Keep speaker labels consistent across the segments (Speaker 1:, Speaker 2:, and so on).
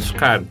Speaker 1: ficar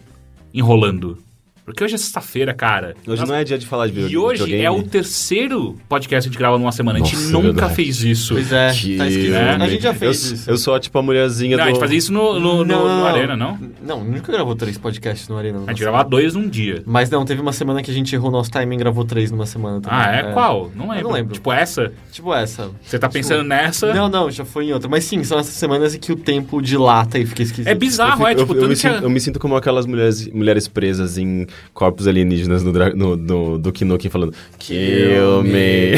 Speaker 1: enrolando. Porque hoje é sexta-feira, cara.
Speaker 2: Hoje
Speaker 1: Nós-
Speaker 2: não é dia de falar de
Speaker 1: E
Speaker 2: video-
Speaker 1: hoje
Speaker 2: videogame.
Speaker 1: é o terceiro podcast que a gente grava numa semana. a gente
Speaker 2: Nossa, é
Speaker 1: nunca
Speaker 2: verdade.
Speaker 1: fez isso.
Speaker 3: Pois é,
Speaker 2: Que
Speaker 3: tá esquisito.
Speaker 1: homem.
Speaker 3: A gente já fez
Speaker 2: eu,
Speaker 3: isso.
Speaker 2: Eu sou tipo a mulherzinha
Speaker 1: Não,
Speaker 2: do...
Speaker 1: a gente fazia isso no, no, no- no Arena, não?
Speaker 3: Não, nunca gravou três podcasts no Arena. não.
Speaker 1: A gente gravava dois num dia.
Speaker 3: Mas não, teve uma semana que a gente errou nosso timing e gravou três numa semana também.
Speaker 1: Ah, é? Qual? Não lembro.
Speaker 3: não lembro.
Speaker 1: Tipo essa?
Speaker 3: Tipo essa.
Speaker 1: Você tá pensando nessa?
Speaker 3: Não, não, já foi em outra. Mas sim, são essas semanas em que o tempo dilata e fica esquisito.
Speaker 1: É bizarro, é
Speaker 2: Eu,
Speaker 1: tipo,
Speaker 2: eu,
Speaker 1: tanto
Speaker 2: me
Speaker 1: que a-
Speaker 2: sinto, eu me sinto como aquelas mulheres, mulheres presas em corpos alienígenas no, dra- no, no, do Kinokin falando Kill me.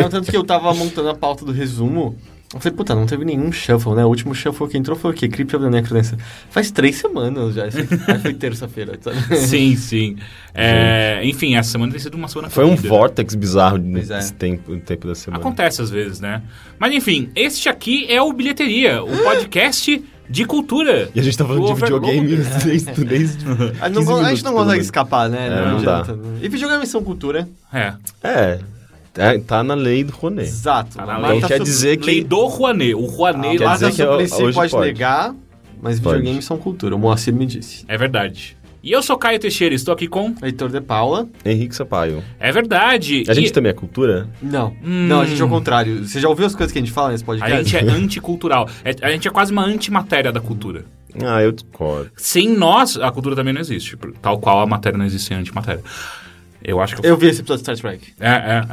Speaker 3: Não, tanto que eu tava montando a pauta do resumo. Eu falei, puta, não teve nenhum shuffle, né? O último shuffle que entrou foi o quê? Crypt of the Necrodancer. Faz três semanas já. Isso aqui. Aí foi terça-feira, sabe?
Speaker 1: Sim, sim. É, enfim, essa semana tem sido uma semana
Speaker 2: Foi um
Speaker 1: corrida.
Speaker 2: vórtex bizarro
Speaker 3: Pois é.
Speaker 2: nesse tempo, tempo da semana.
Speaker 1: Acontece às vezes, né? Mas enfim, este aqui é o Bilheteria, o podcast de cultura.
Speaker 2: E a gente tá falando
Speaker 1: Do
Speaker 2: de videogame desde... desde 15
Speaker 3: A, gente não- a
Speaker 2: minutos,
Speaker 3: gente não
Speaker 2: pelo
Speaker 3: consegue
Speaker 2: menos.
Speaker 3: escapar, né?
Speaker 2: É, não dá.
Speaker 3: adianta, né? E videogames são cultura.
Speaker 1: É.
Speaker 2: É, é, tá na lei do Roné.
Speaker 3: Exato.
Speaker 1: Tá na
Speaker 3: Lá
Speaker 1: lei.
Speaker 2: Então quer dizer que-
Speaker 1: Lei do Rouanet. O Rouanet
Speaker 2: quer
Speaker 1: lá
Speaker 2: dizer
Speaker 1: da...
Speaker 3: Lázaro
Speaker 2: que é-
Speaker 3: Suplicy
Speaker 2: hoje
Speaker 3: pode,
Speaker 2: pode.
Speaker 3: negar, mas
Speaker 2: Pode.
Speaker 3: videogames são cultura. O Moacir me disse.
Speaker 1: É verdade. E eu sou Caio Teixeira, estou aqui com...
Speaker 3: Heitor de Paula?
Speaker 2: Henrique Sampaio.
Speaker 1: É verdade.
Speaker 2: A gente
Speaker 1: e...
Speaker 2: também é cultura?
Speaker 3: Não. Não, a gente é o contrário. Você já ouviu as coisas que a gente fala nesse
Speaker 1: Hum. A
Speaker 3: podcast?
Speaker 1: gente é anticultural. É- A gente é quase uma antimatéria da cultura.
Speaker 2: Ah, eu discordo.
Speaker 1: Sem nós, a cultura também não existe. Tal qual a matéria não existe sem a antimatéria. Eu acho que
Speaker 3: Eu vi esse episódio de Star Trek.
Speaker 1: É, é,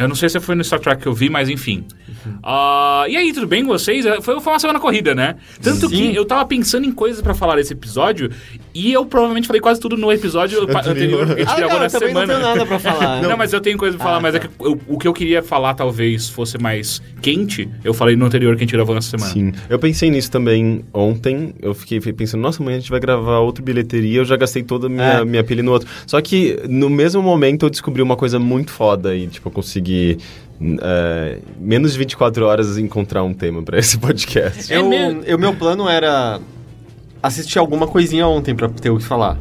Speaker 1: é. Eu não sei se foi no Star Trek que eu vi, mas enfim.
Speaker 2: Uhum.
Speaker 1: Ah, e aí, tudo bem com vocês? É, Foi, foi uma semana corrida, né? Tanto
Speaker 3: Sim.
Speaker 1: que eu tava pensando em coisas pra falar desse episódio e eu provavelmente falei quase tudo no episódio pa- anterior que a gente
Speaker 3: Ah,
Speaker 1: gravou
Speaker 3: cara,
Speaker 1: na
Speaker 3: eu também
Speaker 1: semana.
Speaker 3: não tenho nada pra falar.
Speaker 1: Não, mas eu tenho coisa pra falar,
Speaker 3: Ah,
Speaker 1: mas é
Speaker 3: tá.
Speaker 1: que eu- o que eu queria falar talvez fosse mais quente, eu falei no anterior que a gente gravou nessa semana.
Speaker 2: Sim. Eu pensei nisso também ontem. Eu fiquei pensando, nossa, amanhã a gente vai gravar outro bilheteria. Eu já gastei toda a minha,
Speaker 3: É.
Speaker 2: minha pilha no outro. Só que no mesmo momento eu descobri uma coisa muito foda e, tipo, eu consegui. n- é, menos de 24 horas encontrar um tema pra esse podcast.
Speaker 1: É
Speaker 3: Eu,
Speaker 1: mesmo?
Speaker 3: eu- meu plano era assistir alguma coisinha ontem pra ter o que falar.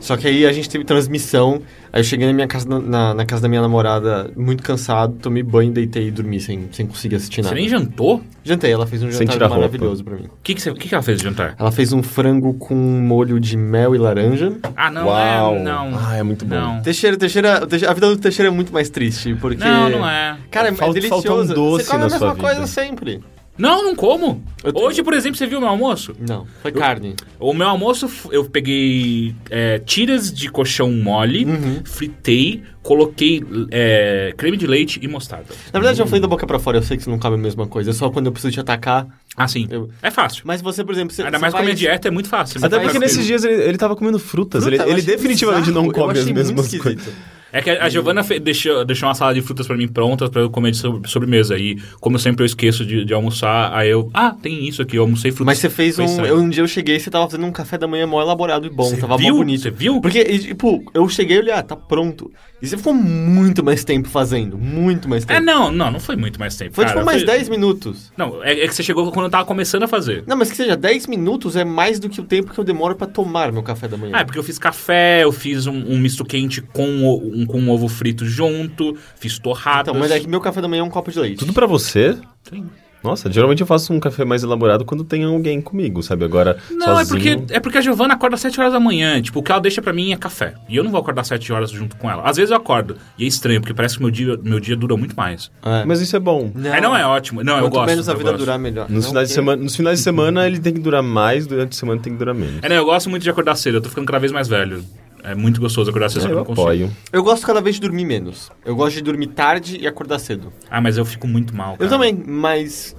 Speaker 3: Só que aí a gente teve transmissão, aí eu cheguei na minha casa, na, na casa da minha namorada, muito cansado, tomei banho, deitei e dormi sem, sem conseguir assistir
Speaker 1: Você
Speaker 3: nada.
Speaker 1: nem jantou?
Speaker 3: Jantei, ela fez um
Speaker 2: Sem tirar
Speaker 3: jantar
Speaker 2: roupa.
Speaker 3: maravilhoso pra mim.
Speaker 1: O que, que, você- o que que ela fez de jantar?
Speaker 3: Ela fez um frango com molho de mel e laranja.
Speaker 1: Ah, não,
Speaker 2: Uau!
Speaker 1: é. Não.
Speaker 2: Ah, é muito bom.
Speaker 1: Não.
Speaker 3: Teixeira, Teixeira, o Teixeira- a vida do Teixeira é muito mais triste, porque...
Speaker 1: Não, não é.
Speaker 3: Cara, é
Speaker 2: Falta-
Speaker 3: delicioso.
Speaker 2: falta um doce
Speaker 3: Você come
Speaker 2: na
Speaker 3: a mesma
Speaker 2: sua vida.
Speaker 3: coisa sempre.
Speaker 1: Não, não como.
Speaker 3: Eu tô-
Speaker 1: Hoje, por exemplo, você viu meu almoço?
Speaker 3: Não, foi carne.
Speaker 1: O meu almoço, f- eu peguei é, tiras de colchão mole,
Speaker 2: Uhum.
Speaker 1: fritei, coloquei é, creme de leite e mostarda.
Speaker 3: Na verdade, eu falei da boca pra fora, eu sei que você não come a mesma coisa, é só quando eu preciso te atacar.
Speaker 1: Assim,
Speaker 3: Eu-
Speaker 1: é fácil.
Speaker 3: Mas você, por exemplo, você,
Speaker 1: Ainda
Speaker 3: você
Speaker 1: mais com a
Speaker 3: vai...
Speaker 1: minha dieta é muito fácil.
Speaker 2: Até
Speaker 1: muito
Speaker 2: porque
Speaker 1: tranquilo.
Speaker 2: nesses dias ele, ele tava comendo frutas.
Speaker 3: Puta,
Speaker 2: ele
Speaker 3: eu
Speaker 2: ele
Speaker 3: achei
Speaker 2: definitivamente
Speaker 3: bizarro,
Speaker 2: não come
Speaker 3: eu
Speaker 2: as
Speaker 3: achei
Speaker 2: mesmas
Speaker 3: muito
Speaker 2: coisas.
Speaker 3: esquisito.
Speaker 1: É que
Speaker 3: Uhum.
Speaker 1: a Giovana fe- deixou, deixou uma sala de frutas pra mim pronta pra eu comer de sobre- sobremesa. E como sempre eu esqueço de, de almoçar, aí eu... Ah, tem isso aqui, eu almocei frutas.
Speaker 3: Mas você fez
Speaker 1: Foi
Speaker 3: um...
Speaker 1: estranho.
Speaker 3: Eu, um dia eu cheguei e você tava fazendo um café da manhã mó elaborado e bom,
Speaker 1: Você
Speaker 3: tava
Speaker 1: viu?
Speaker 3: mó bonito.
Speaker 1: Você viu?
Speaker 3: Porque, e, tipo, eu cheguei e olhei, ah, tá pronto. E você ficou muito mais tempo fazendo, muito mais tempo.
Speaker 1: É, não, não, não foi muito mais tempo,
Speaker 3: Foi
Speaker 1: cara.
Speaker 3: tipo mais
Speaker 1: Foi-
Speaker 3: 10 minutos.
Speaker 1: Não, é, é que você chegou quando eu tava começando a fazer.
Speaker 3: Não, mas que seja, 10 minutos é mais do que o tempo que eu demoro pra tomar meu café da manhã.
Speaker 1: Ah, é porque eu fiz café, eu fiz um, um misto quente com o- um, com um ovo frito junto, fiz torradas.
Speaker 3: então, mas é que meu café da manhã é um copo de leite.
Speaker 2: Tudo pra você?
Speaker 1: Sim.
Speaker 2: Nossa, geralmente eu faço um café mais elaborado quando tem alguém comigo, sabe? Agora,
Speaker 1: Não, é
Speaker 2: sozinho-
Speaker 1: porque, é porque a Giovana acorda às 7 horas da manhã. Tipo, o que ela deixa pra mim é café. E eu não vou acordar às 7 horas junto com ela. Às vezes eu acordo. E é estranho, porque parece que meu dia, meu dia dura muito mais.
Speaker 3: É.
Speaker 2: Mas isso é bom.
Speaker 1: Não. É, não é ótimo. Não, eu
Speaker 3: Quanto
Speaker 1: gosto.
Speaker 3: menos a
Speaker 1: eu
Speaker 3: vida
Speaker 1: gosto.
Speaker 3: durar, melhor.
Speaker 2: Nos
Speaker 3: Não,
Speaker 2: finais, de
Speaker 3: porque-
Speaker 2: semana, nos finais de semana ele tem que durar mais, durante a semana tem que durar menos.
Speaker 1: É, não, eu gosto muito de acordar cedo. Eu tô ficando cada vez mais velho. É muito gostoso acordar cedo, só que eu
Speaker 2: eu
Speaker 1: não consigo.
Speaker 2: apoio.
Speaker 3: Eu gosto cada vez de dormir menos. Eu gosto de dormir tarde e acordar cedo.
Speaker 1: Ah, mas eu fico muito mal.
Speaker 3: Eu
Speaker 1: cara.
Speaker 3: também, mas.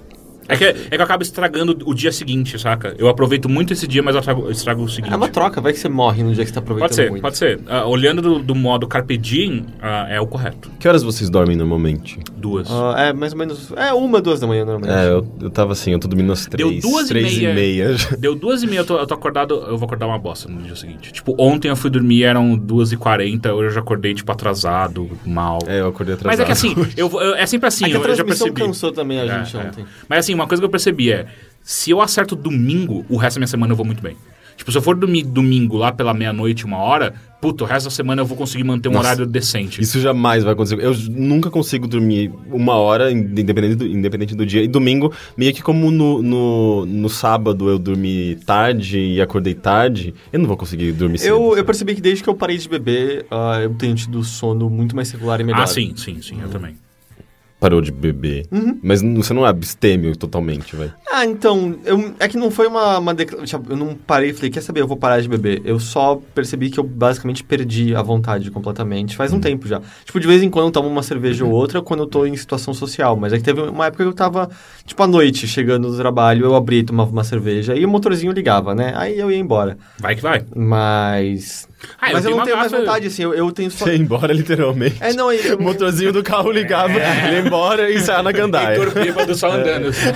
Speaker 1: É que, é que eu acabo estragando o dia seguinte, saca? Eu aproveito muito esse dia, mas eu estrago, eu estrago o seguinte.
Speaker 3: É uma troca, vai que você morre no dia que você tá aproveitando
Speaker 1: Pode ser,
Speaker 3: muito.
Speaker 1: pode ser. Ah, olhando do, do modo carpe diem, ah, é o correto.
Speaker 2: Que horas vocês dormem normalmente?
Speaker 1: Duas.
Speaker 3: Ah, é, mais ou menos. É uma, duas da manhã normalmente.
Speaker 2: É, eu, eu tava assim, eu tô dormindo às
Speaker 1: Deu
Speaker 2: três,
Speaker 1: duas e
Speaker 2: três
Speaker 1: meia.
Speaker 2: e meia.
Speaker 1: Deu duas e meia, eu tô, eu tô acordado, eu vou acordar uma bosta no dia seguinte. Tipo, ontem eu fui dormir, eram duas e quarenta, hoje eu já acordei, tipo, atrasado, mal.
Speaker 2: É, eu acordei atrasado.
Speaker 1: Mas é que assim, eu, vou- eu- é sempre assim,
Speaker 3: É que a
Speaker 1: eu, eu já
Speaker 3: transmissão
Speaker 1: percebi.
Speaker 3: cansou também a
Speaker 1: É,
Speaker 3: gente
Speaker 1: é.
Speaker 3: ontem.
Speaker 1: Mas assim, uma coisa que eu percebi é, se eu acerto domingo, o resto da minha semana eu vou muito bem. Tipo, se eu for dormir domingo lá pela meia-noite, uma hora, puta, o resto da semana eu vou conseguir manter um
Speaker 2: Nossa.
Speaker 1: horário decente.
Speaker 2: Isso jamais vai acontecer. Eu nunca consigo dormir uma hora, in- independente do, independente do dia. E domingo, meio que como no, no, no sábado eu dormi tarde e acordei tarde, eu não vou conseguir dormir cedo.
Speaker 3: Eu,
Speaker 2: sabe?
Speaker 3: eu percebi que desde que eu parei de beber, ah, eu tenho tido sono muito mais regular e
Speaker 2: é
Speaker 3: melhor.
Speaker 1: Ah, sim, sim, sim,
Speaker 2: Uhum.
Speaker 1: eu também.
Speaker 2: Parou de beber.
Speaker 1: Uhum.
Speaker 2: Mas n- você não é abstêmio totalmente, vai.
Speaker 3: Ah, então, eu- é que não foi uma, uma declaração. Eu não parei e falei, quer saber, eu vou parar de beber. Eu só percebi que eu basicamente perdi a vontade completamente.
Speaker 1: Uhum.
Speaker 3: Faz um tempo já. Tipo, de vez em quando eu tomo uma cerveja ou outra quando eu tô em situação social. Mas é que teve uma época que eu tava, tipo, à noite, chegando do trabalho, eu abria e tomava uma cerveja. E o motorzinho ligava, né? Aí eu ia embora.
Speaker 1: Vai que vai.
Speaker 3: Mas.
Speaker 1: Ah, eu
Speaker 3: mas eu,
Speaker 1: tenho
Speaker 3: não
Speaker 1: uma
Speaker 3: tenho mais
Speaker 1: garrafa-
Speaker 3: vontade, assim. Eu, eu tenho só.
Speaker 2: Você ia embora, literalmente.
Speaker 3: É, não, eu,
Speaker 2: O motorzinho do carro ligava,
Speaker 3: É.
Speaker 2: ele ia embora e saia na gandaia.
Speaker 1: Heitor bêbado
Speaker 2: É.
Speaker 1: só andando. assim.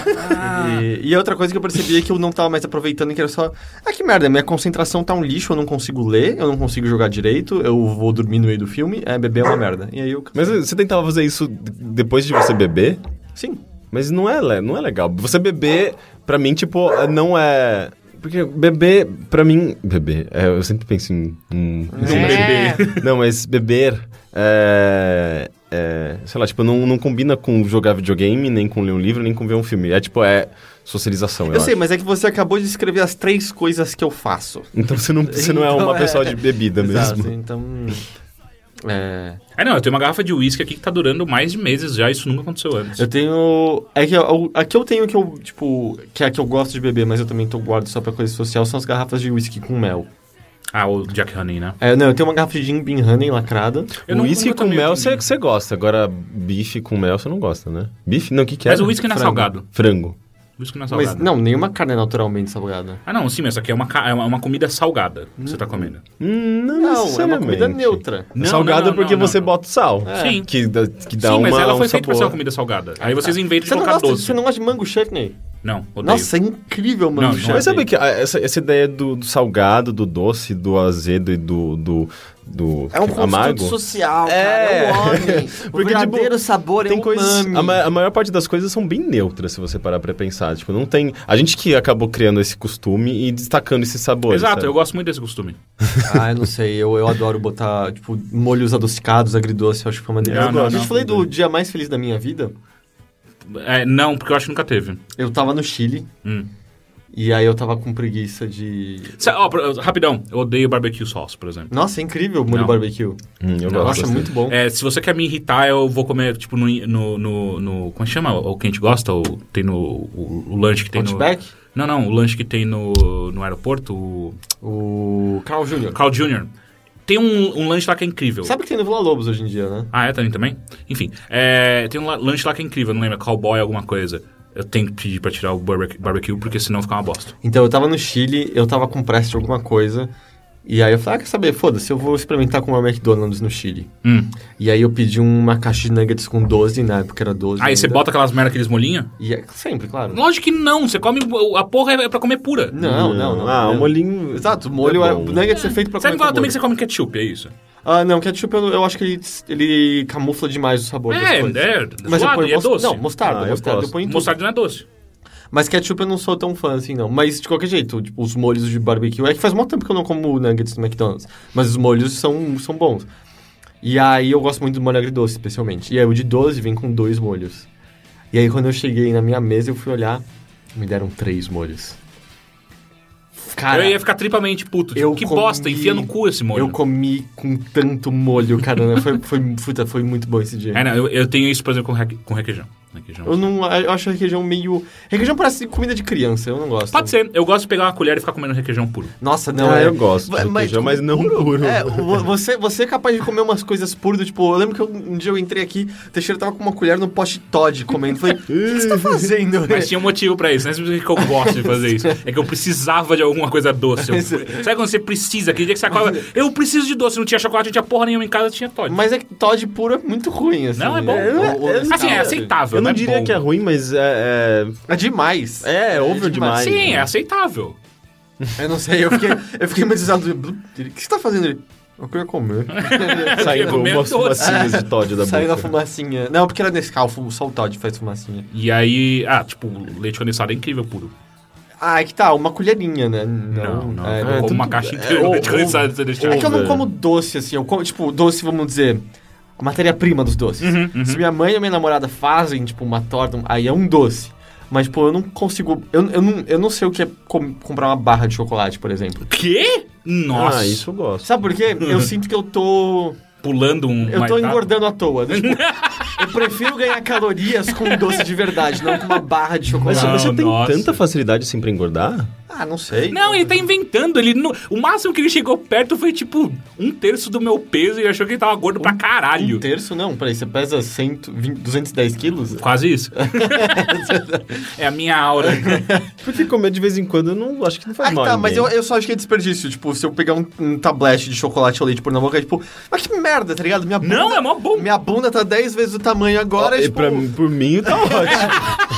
Speaker 3: E, e outra coisa que eu percebi é que eu não tava mais aproveitando, que era só. Ah, que merda, minha concentração tá um lixo, eu não consigo ler, eu não consigo jogar direito, eu vou dormir no meio do filme, é beber é uma merda. E aí eu.
Speaker 2: Mas você tentava fazer isso d- depois de você beber?
Speaker 3: Sim.
Speaker 2: Mas não é, le- não é legal. Você beber, pra mim, tipo, é- não é. Porque beber, pra mim. Beber. é, eu sempre penso em. em- em-
Speaker 1: É.
Speaker 2: Não, mas beber. É, é, sei lá, tipo, não, não combina com jogar videogame, nem com ler um livro, nem com ver um filme. É tipo, é socialização. Eu,
Speaker 3: Eu sei,
Speaker 2: acho.
Speaker 3: mas é que você acabou de escrever as três coisas que eu faço.
Speaker 2: Então você não, você não é
Speaker 3: Então,
Speaker 2: uma
Speaker 3: é.
Speaker 2: pessoa de bebida
Speaker 3: Exato,
Speaker 2: mesmo.
Speaker 3: então. É.
Speaker 1: É, não, eu tenho uma garrafa de uísque aqui que tá durando mais de meses já, isso nunca aconteceu antes.
Speaker 3: Eu tenho. É que eu- a que eu tenho que eu, tipo, que é a que eu gosto de beber, mas eu também tô guardo só pra coisa social, são as garrafas de whisky com mel.
Speaker 1: Ah, o Jack Honey, né?
Speaker 3: É, não, eu tenho uma garrafa de Jim Beam Honey lacrada.
Speaker 1: Eu
Speaker 2: o
Speaker 1: não-
Speaker 2: uísque
Speaker 1: nunca
Speaker 2: com
Speaker 1: tomei
Speaker 2: mel
Speaker 1: o
Speaker 2: você,
Speaker 1: Jim
Speaker 2: você gosta, agora bife com mel você não gosta, né? Bife? Não, o que que é?
Speaker 1: Mas o uísque não é salgado.
Speaker 2: Frango.
Speaker 1: Uísque não é
Speaker 3: Mas
Speaker 1: salgado.
Speaker 3: não, nenhuma carne é naturalmente salgada.
Speaker 1: Ah, não, sim, mas isso aqui é uma, ca- é uma- uma comida salgada que você tá comendo.
Speaker 2: Hum, Não,
Speaker 3: Não, é uma
Speaker 2: necessariamente.
Speaker 3: comida neutra.
Speaker 1: Não,
Speaker 2: salgada
Speaker 1: não, não,
Speaker 2: É porque
Speaker 1: não,
Speaker 2: você
Speaker 1: não.
Speaker 2: bota o sal.
Speaker 1: Sim.
Speaker 2: Que dá, que dá
Speaker 1: sim,
Speaker 2: uma,
Speaker 1: mas ela foi
Speaker 2: um
Speaker 1: feita pra ser uma
Speaker 2: sabor.
Speaker 1: comida salgada. Aí vocês inventam
Speaker 3: Você
Speaker 1: de
Speaker 3: não,
Speaker 1: colocar
Speaker 3: gosta,
Speaker 1: doce.
Speaker 3: você não gosta de mango chutney?
Speaker 1: Não, odeio.
Speaker 3: Nossa, é incrível mango
Speaker 1: Não, não
Speaker 3: chutney.
Speaker 2: Mas sabe que a- essa, essa ideia do, do salgado, do doce, do azedo e do, do, do
Speaker 4: É um construto
Speaker 2: amargo?
Speaker 4: social,
Speaker 2: É.
Speaker 4: cara. É o homem.
Speaker 3: tipo,
Speaker 4: O
Speaker 2: Porque,
Speaker 4: verdadeiro sabor é
Speaker 3: um
Speaker 2: Tem
Speaker 4: o
Speaker 2: coisas,
Speaker 4: umami.
Speaker 2: a, ma- a maior parte das coisas são bem neutras, se você parar pra pensar. Tipo, não tem. A gente que acabou criando esse costume e destacando esses
Speaker 3: é
Speaker 2: sabores.
Speaker 1: Exato,
Speaker 2: sabe?
Speaker 1: eu gosto muito desse costume.
Speaker 3: Ah, eu não sei. Eu, eu adoro botar, tipo, molhos adocicados, agridoce. Eu acho que foi uma delícia.
Speaker 1: Não, não,
Speaker 3: a gente
Speaker 1: não.
Speaker 3: falei do dia mais feliz da minha vida.
Speaker 1: É, não, porque eu acho que nunca teve.
Speaker 3: Eu tava no Chile.
Speaker 1: Hum.
Speaker 3: E aí eu tava com preguiça de...
Speaker 1: Sa- ó, pra- rapidão, eu odeio barbecue sauce, por exemplo.
Speaker 3: Nossa, é incrível o molho
Speaker 1: Não.
Speaker 3: barbecue.
Speaker 2: Hum, eu gosto.
Speaker 3: Nossa, é
Speaker 2: bastante.
Speaker 3: muito bom.
Speaker 1: É, se você quer me irritar, eu vou comer, tipo, no. no, no- no- como é que chama? O que a gente gosta? O, tem no. O, o lanche que tem
Speaker 3: Outback?
Speaker 1: no. Não, não, o lanche que tem no, no aeroporto, o.
Speaker 3: O Carl Jr.
Speaker 1: Carl Jr. Tem um, um lanche lá que é incrível.
Speaker 3: Sabe que tem no Vila Lobos hoje em dia, né?
Speaker 1: Ah, é, tem também? Enfim, é, tem um la- lanche lá que é incrível, não lembro, é cowboy alguma coisa. Eu tenho que pedir pra tirar o barbe- barbecue, porque senão fica uma bosta.
Speaker 3: Então, eu tava no Chile, eu tava com pressa de alguma coisa. E aí eu falei, ah, quer saber? Foda-se, eu vou experimentar com uma McDonald's no Chile.
Speaker 1: Hum.
Speaker 3: E aí eu pedi uma caixa de nuggets com 12, na época era 12.
Speaker 1: Aí você
Speaker 3: ainda.
Speaker 1: bota aquelas merda, aqueles molinhos?
Speaker 3: E é- sempre, claro.
Speaker 1: Lógico que não, você come. A porra é pra comer pura.
Speaker 3: Não, não, não.
Speaker 2: Ah,
Speaker 3: não.
Speaker 2: o molhinho.
Speaker 3: Exato, o molho é.
Speaker 2: é
Speaker 3: O
Speaker 2: bom.
Speaker 3: nuggets é feito pra
Speaker 1: Você
Speaker 3: comer.
Speaker 1: não fala
Speaker 3: com
Speaker 1: também que você
Speaker 3: molho.
Speaker 1: come ketchup, é isso?
Speaker 3: Ah, não, ketchup eu, eu acho que ele, ele camufla demais o sabor das
Speaker 1: É,
Speaker 3: coisas.
Speaker 1: é,
Speaker 3: Mas eu
Speaker 1: zoado,
Speaker 3: ponho
Speaker 1: e é
Speaker 3: mos-
Speaker 1: doce.
Speaker 3: Não, mostarda,
Speaker 2: Ah, eu
Speaker 3: mostarda eu,
Speaker 2: gosto.
Speaker 3: ponho em tudo.
Speaker 1: Mostarda não é doce.
Speaker 3: Mas ketchup eu não sou tão fã assim, não. Mas de qualquer jeito, tipo, os molhos de barbecue. É que faz muito tempo que eu não como nuggets no McDonald's. Mas os molhos são, são bons. E aí eu gosto muito do molho agridoce, especialmente. E aí o de 12 vem com dois molhos. E aí quando eu cheguei na minha mesa, eu fui olhar, me deram três molhos. Cara,
Speaker 1: eu ia ficar tripamente puto. Tipo,
Speaker 3: Ah, eu
Speaker 1: que
Speaker 3: comi-
Speaker 1: bosta, enfia no cu esse molho.
Speaker 3: eu comi com tanto molho, cara. né? foi, foi, puta, foi muito bom esse dia.
Speaker 1: É, não, eu, eu tenho isso, por exemplo, com, reque, com requeijão. requeijão.
Speaker 3: Eu não. Eu acho requeijão meio. Requeijão parece comida de criança, eu não gosto.
Speaker 1: Pode ser, eu gosto de pegar uma colher e ficar comendo requeijão puro.
Speaker 3: Nossa, não.
Speaker 2: Não, ah,
Speaker 3: é-
Speaker 2: eu gosto. de
Speaker 3: Mas- mas-
Speaker 2: requeijão, mas não puro.
Speaker 3: É, vo- você, você é capaz de comer umas coisas puras, do tipo, eu lembro que eu- um dia eu entrei aqui, o Teixeira tava com uma colher no pote Todd comendo. Falei, o que você tá fazendo?
Speaker 1: Mas tinha um motivo pra isso, não é simplesmente que eu gosto de fazer isso. É que eu precisava de alguma coisa doce. Eu- sabe quando você precisa? Aquele dia que você acorda, eu preciso de doce, não tinha chocolate, não tinha porra nenhuma em casa, tinha Todd.
Speaker 3: Mas é que Todd puro é muito ruim, assim.
Speaker 1: Não, é bom.
Speaker 3: O- o-
Speaker 1: assim, é
Speaker 3: cara,
Speaker 1: aceitável.
Speaker 2: eu não
Speaker 1: é
Speaker 2: diria
Speaker 1: bom.
Speaker 2: que é ruim, mas é.
Speaker 3: É demais.
Speaker 2: É, é over demais.
Speaker 1: Sim, é aceitável.
Speaker 3: Eu não sei, eu fiquei, eu fiquei meio desado. O que você tá fazendo? Ele, Eu queria comer.
Speaker 2: é saindo
Speaker 1: comer
Speaker 2: umas
Speaker 1: doce.
Speaker 2: fumacinhas de Todd da
Speaker 3: Saiu da
Speaker 2: boca.
Speaker 3: fumacinha. Não, porque era Nescau, fu- só o Todd faz fumacinha.
Speaker 1: E aí, ah, tipo, leite condensado é incrível puro.
Speaker 3: Ah, é que tá, uma colherinha, né?
Speaker 1: Não, não.
Speaker 3: É,
Speaker 1: eu como
Speaker 3: tudo-
Speaker 1: uma caixa inteira
Speaker 3: ou-
Speaker 1: de condensado se eu deixar.
Speaker 3: É que eu não
Speaker 2: Over.
Speaker 3: como doce, assim. Eu como, tipo, doce, vamos dizer, a matéria-prima dos doces.
Speaker 2: Uhum,
Speaker 3: Se minha mãe e minha namorada fazem, tipo, uma torta, um- aí é um doce. Mas, tipo, eu não consigo. Eu, eu, não, eu não sei o que é com- comprar uma barra de chocolate, por exemplo.
Speaker 1: Quê? Nossa.
Speaker 2: Ah, isso eu gosto.
Speaker 3: Sabe por quê? Eu sinto que eu tô.
Speaker 1: Pulando um...
Speaker 3: Eu tô
Speaker 1: marcado.
Speaker 3: engordando à toa. né? Tipo, eu prefiro ganhar calorias com um doce de verdade, não com uma barra de
Speaker 2: Mas
Speaker 3: chocolate.
Speaker 2: você-
Speaker 1: Não,
Speaker 2: você tem
Speaker 1: nossa.
Speaker 2: tanta facilidade assim pra engordar?
Speaker 3: Ah, não sei.
Speaker 1: Não, ele tá inventando. Ele não- O máximo que ele chegou perto foi, tipo, um terço do meu peso e achou que ele tava gordo pra caralho.
Speaker 3: Um terço não, peraí, você pesa 100, 20, 210 quilos?
Speaker 1: Quase isso. é a minha aura.
Speaker 2: Porque comer de vez em quando eu não acho que não faz
Speaker 3: Ah,
Speaker 2: mal.
Speaker 3: tá,
Speaker 2: a
Speaker 3: mas eu,
Speaker 2: ninguém.
Speaker 3: eu só acho que é desperdício. Tipo, se eu pegar um, um tablete de chocolate ao leite por na boca, é tipo, mas que merda, tá ligado? Minha bunda,
Speaker 1: Não, é mó bom.
Speaker 3: minha bunda tá 10 vezes o tamanho agora,
Speaker 2: E
Speaker 3: tipo.
Speaker 2: pra, por mim tá ótimo.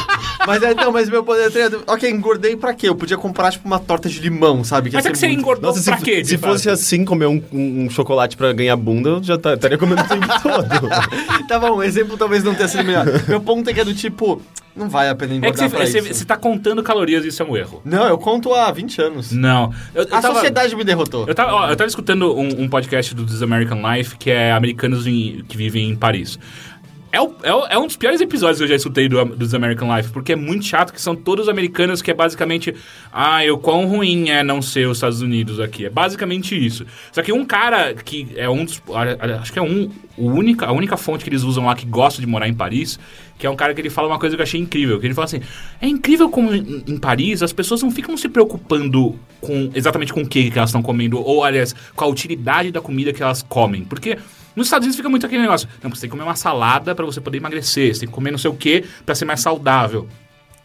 Speaker 3: Mas é, não, mas meu poder, tá ligado? Ok, engordei pra quê? Eu podia comprar, tipo, uma torta de limão, sabe? ia
Speaker 1: Mas é
Speaker 3: ser
Speaker 1: que você
Speaker 3: muito-
Speaker 1: engordou
Speaker 2: Nossa,
Speaker 1: pra
Speaker 2: se,
Speaker 1: quê? Tipo, é de
Speaker 2: se
Speaker 1: fato?
Speaker 2: fosse assim, comer um, um- um chocolate pra ganhar bunda, eu já tá- estaria comendo o tempo todo.
Speaker 3: Tá bom, o exemplo talvez não tenha sido melhor. Meu ponto é que é do tipo, não vale a pena
Speaker 1: É que
Speaker 3: engordar
Speaker 1: você,
Speaker 3: pra
Speaker 1: você,
Speaker 3: isso.
Speaker 1: você tá contando calorias e isso é um erro.
Speaker 3: Não, eu conto há 20 anos.
Speaker 1: Não. Eu, eu
Speaker 3: A
Speaker 1: tava...
Speaker 3: sociedade me derrotou.
Speaker 1: Eu tava, ó, eu tava escutando um, um podcast do This American Life, que é americanos em- que vivem em Paris. É, o- é o- é um dos piores episódios que eu já escutei do, do This American Life, porque é muito chato, que são todos americanos, que é basicamente... Ah, eu quão ruim é não ser os Estados Unidos aqui. É basicamente isso. Só que um cara que é um dos... olha, olha, Acho que é um, o única, a única fonte que eles usam lá que gosta de morar em Paris, que é um cara que ele fala uma coisa que eu achei incrível, que ele fala assim, é incrível como em, em Paris as pessoas não ficam se preocupando com exatamente com o que que elas estão comendo, ou aliás, com a utilidade da comida que elas comem, porque nos Estados Unidos fica muito aquele negócio, não, porque você tem que comer uma salada pra você poder emagrecer, você tem que comer não sei o que pra ser mais saudável.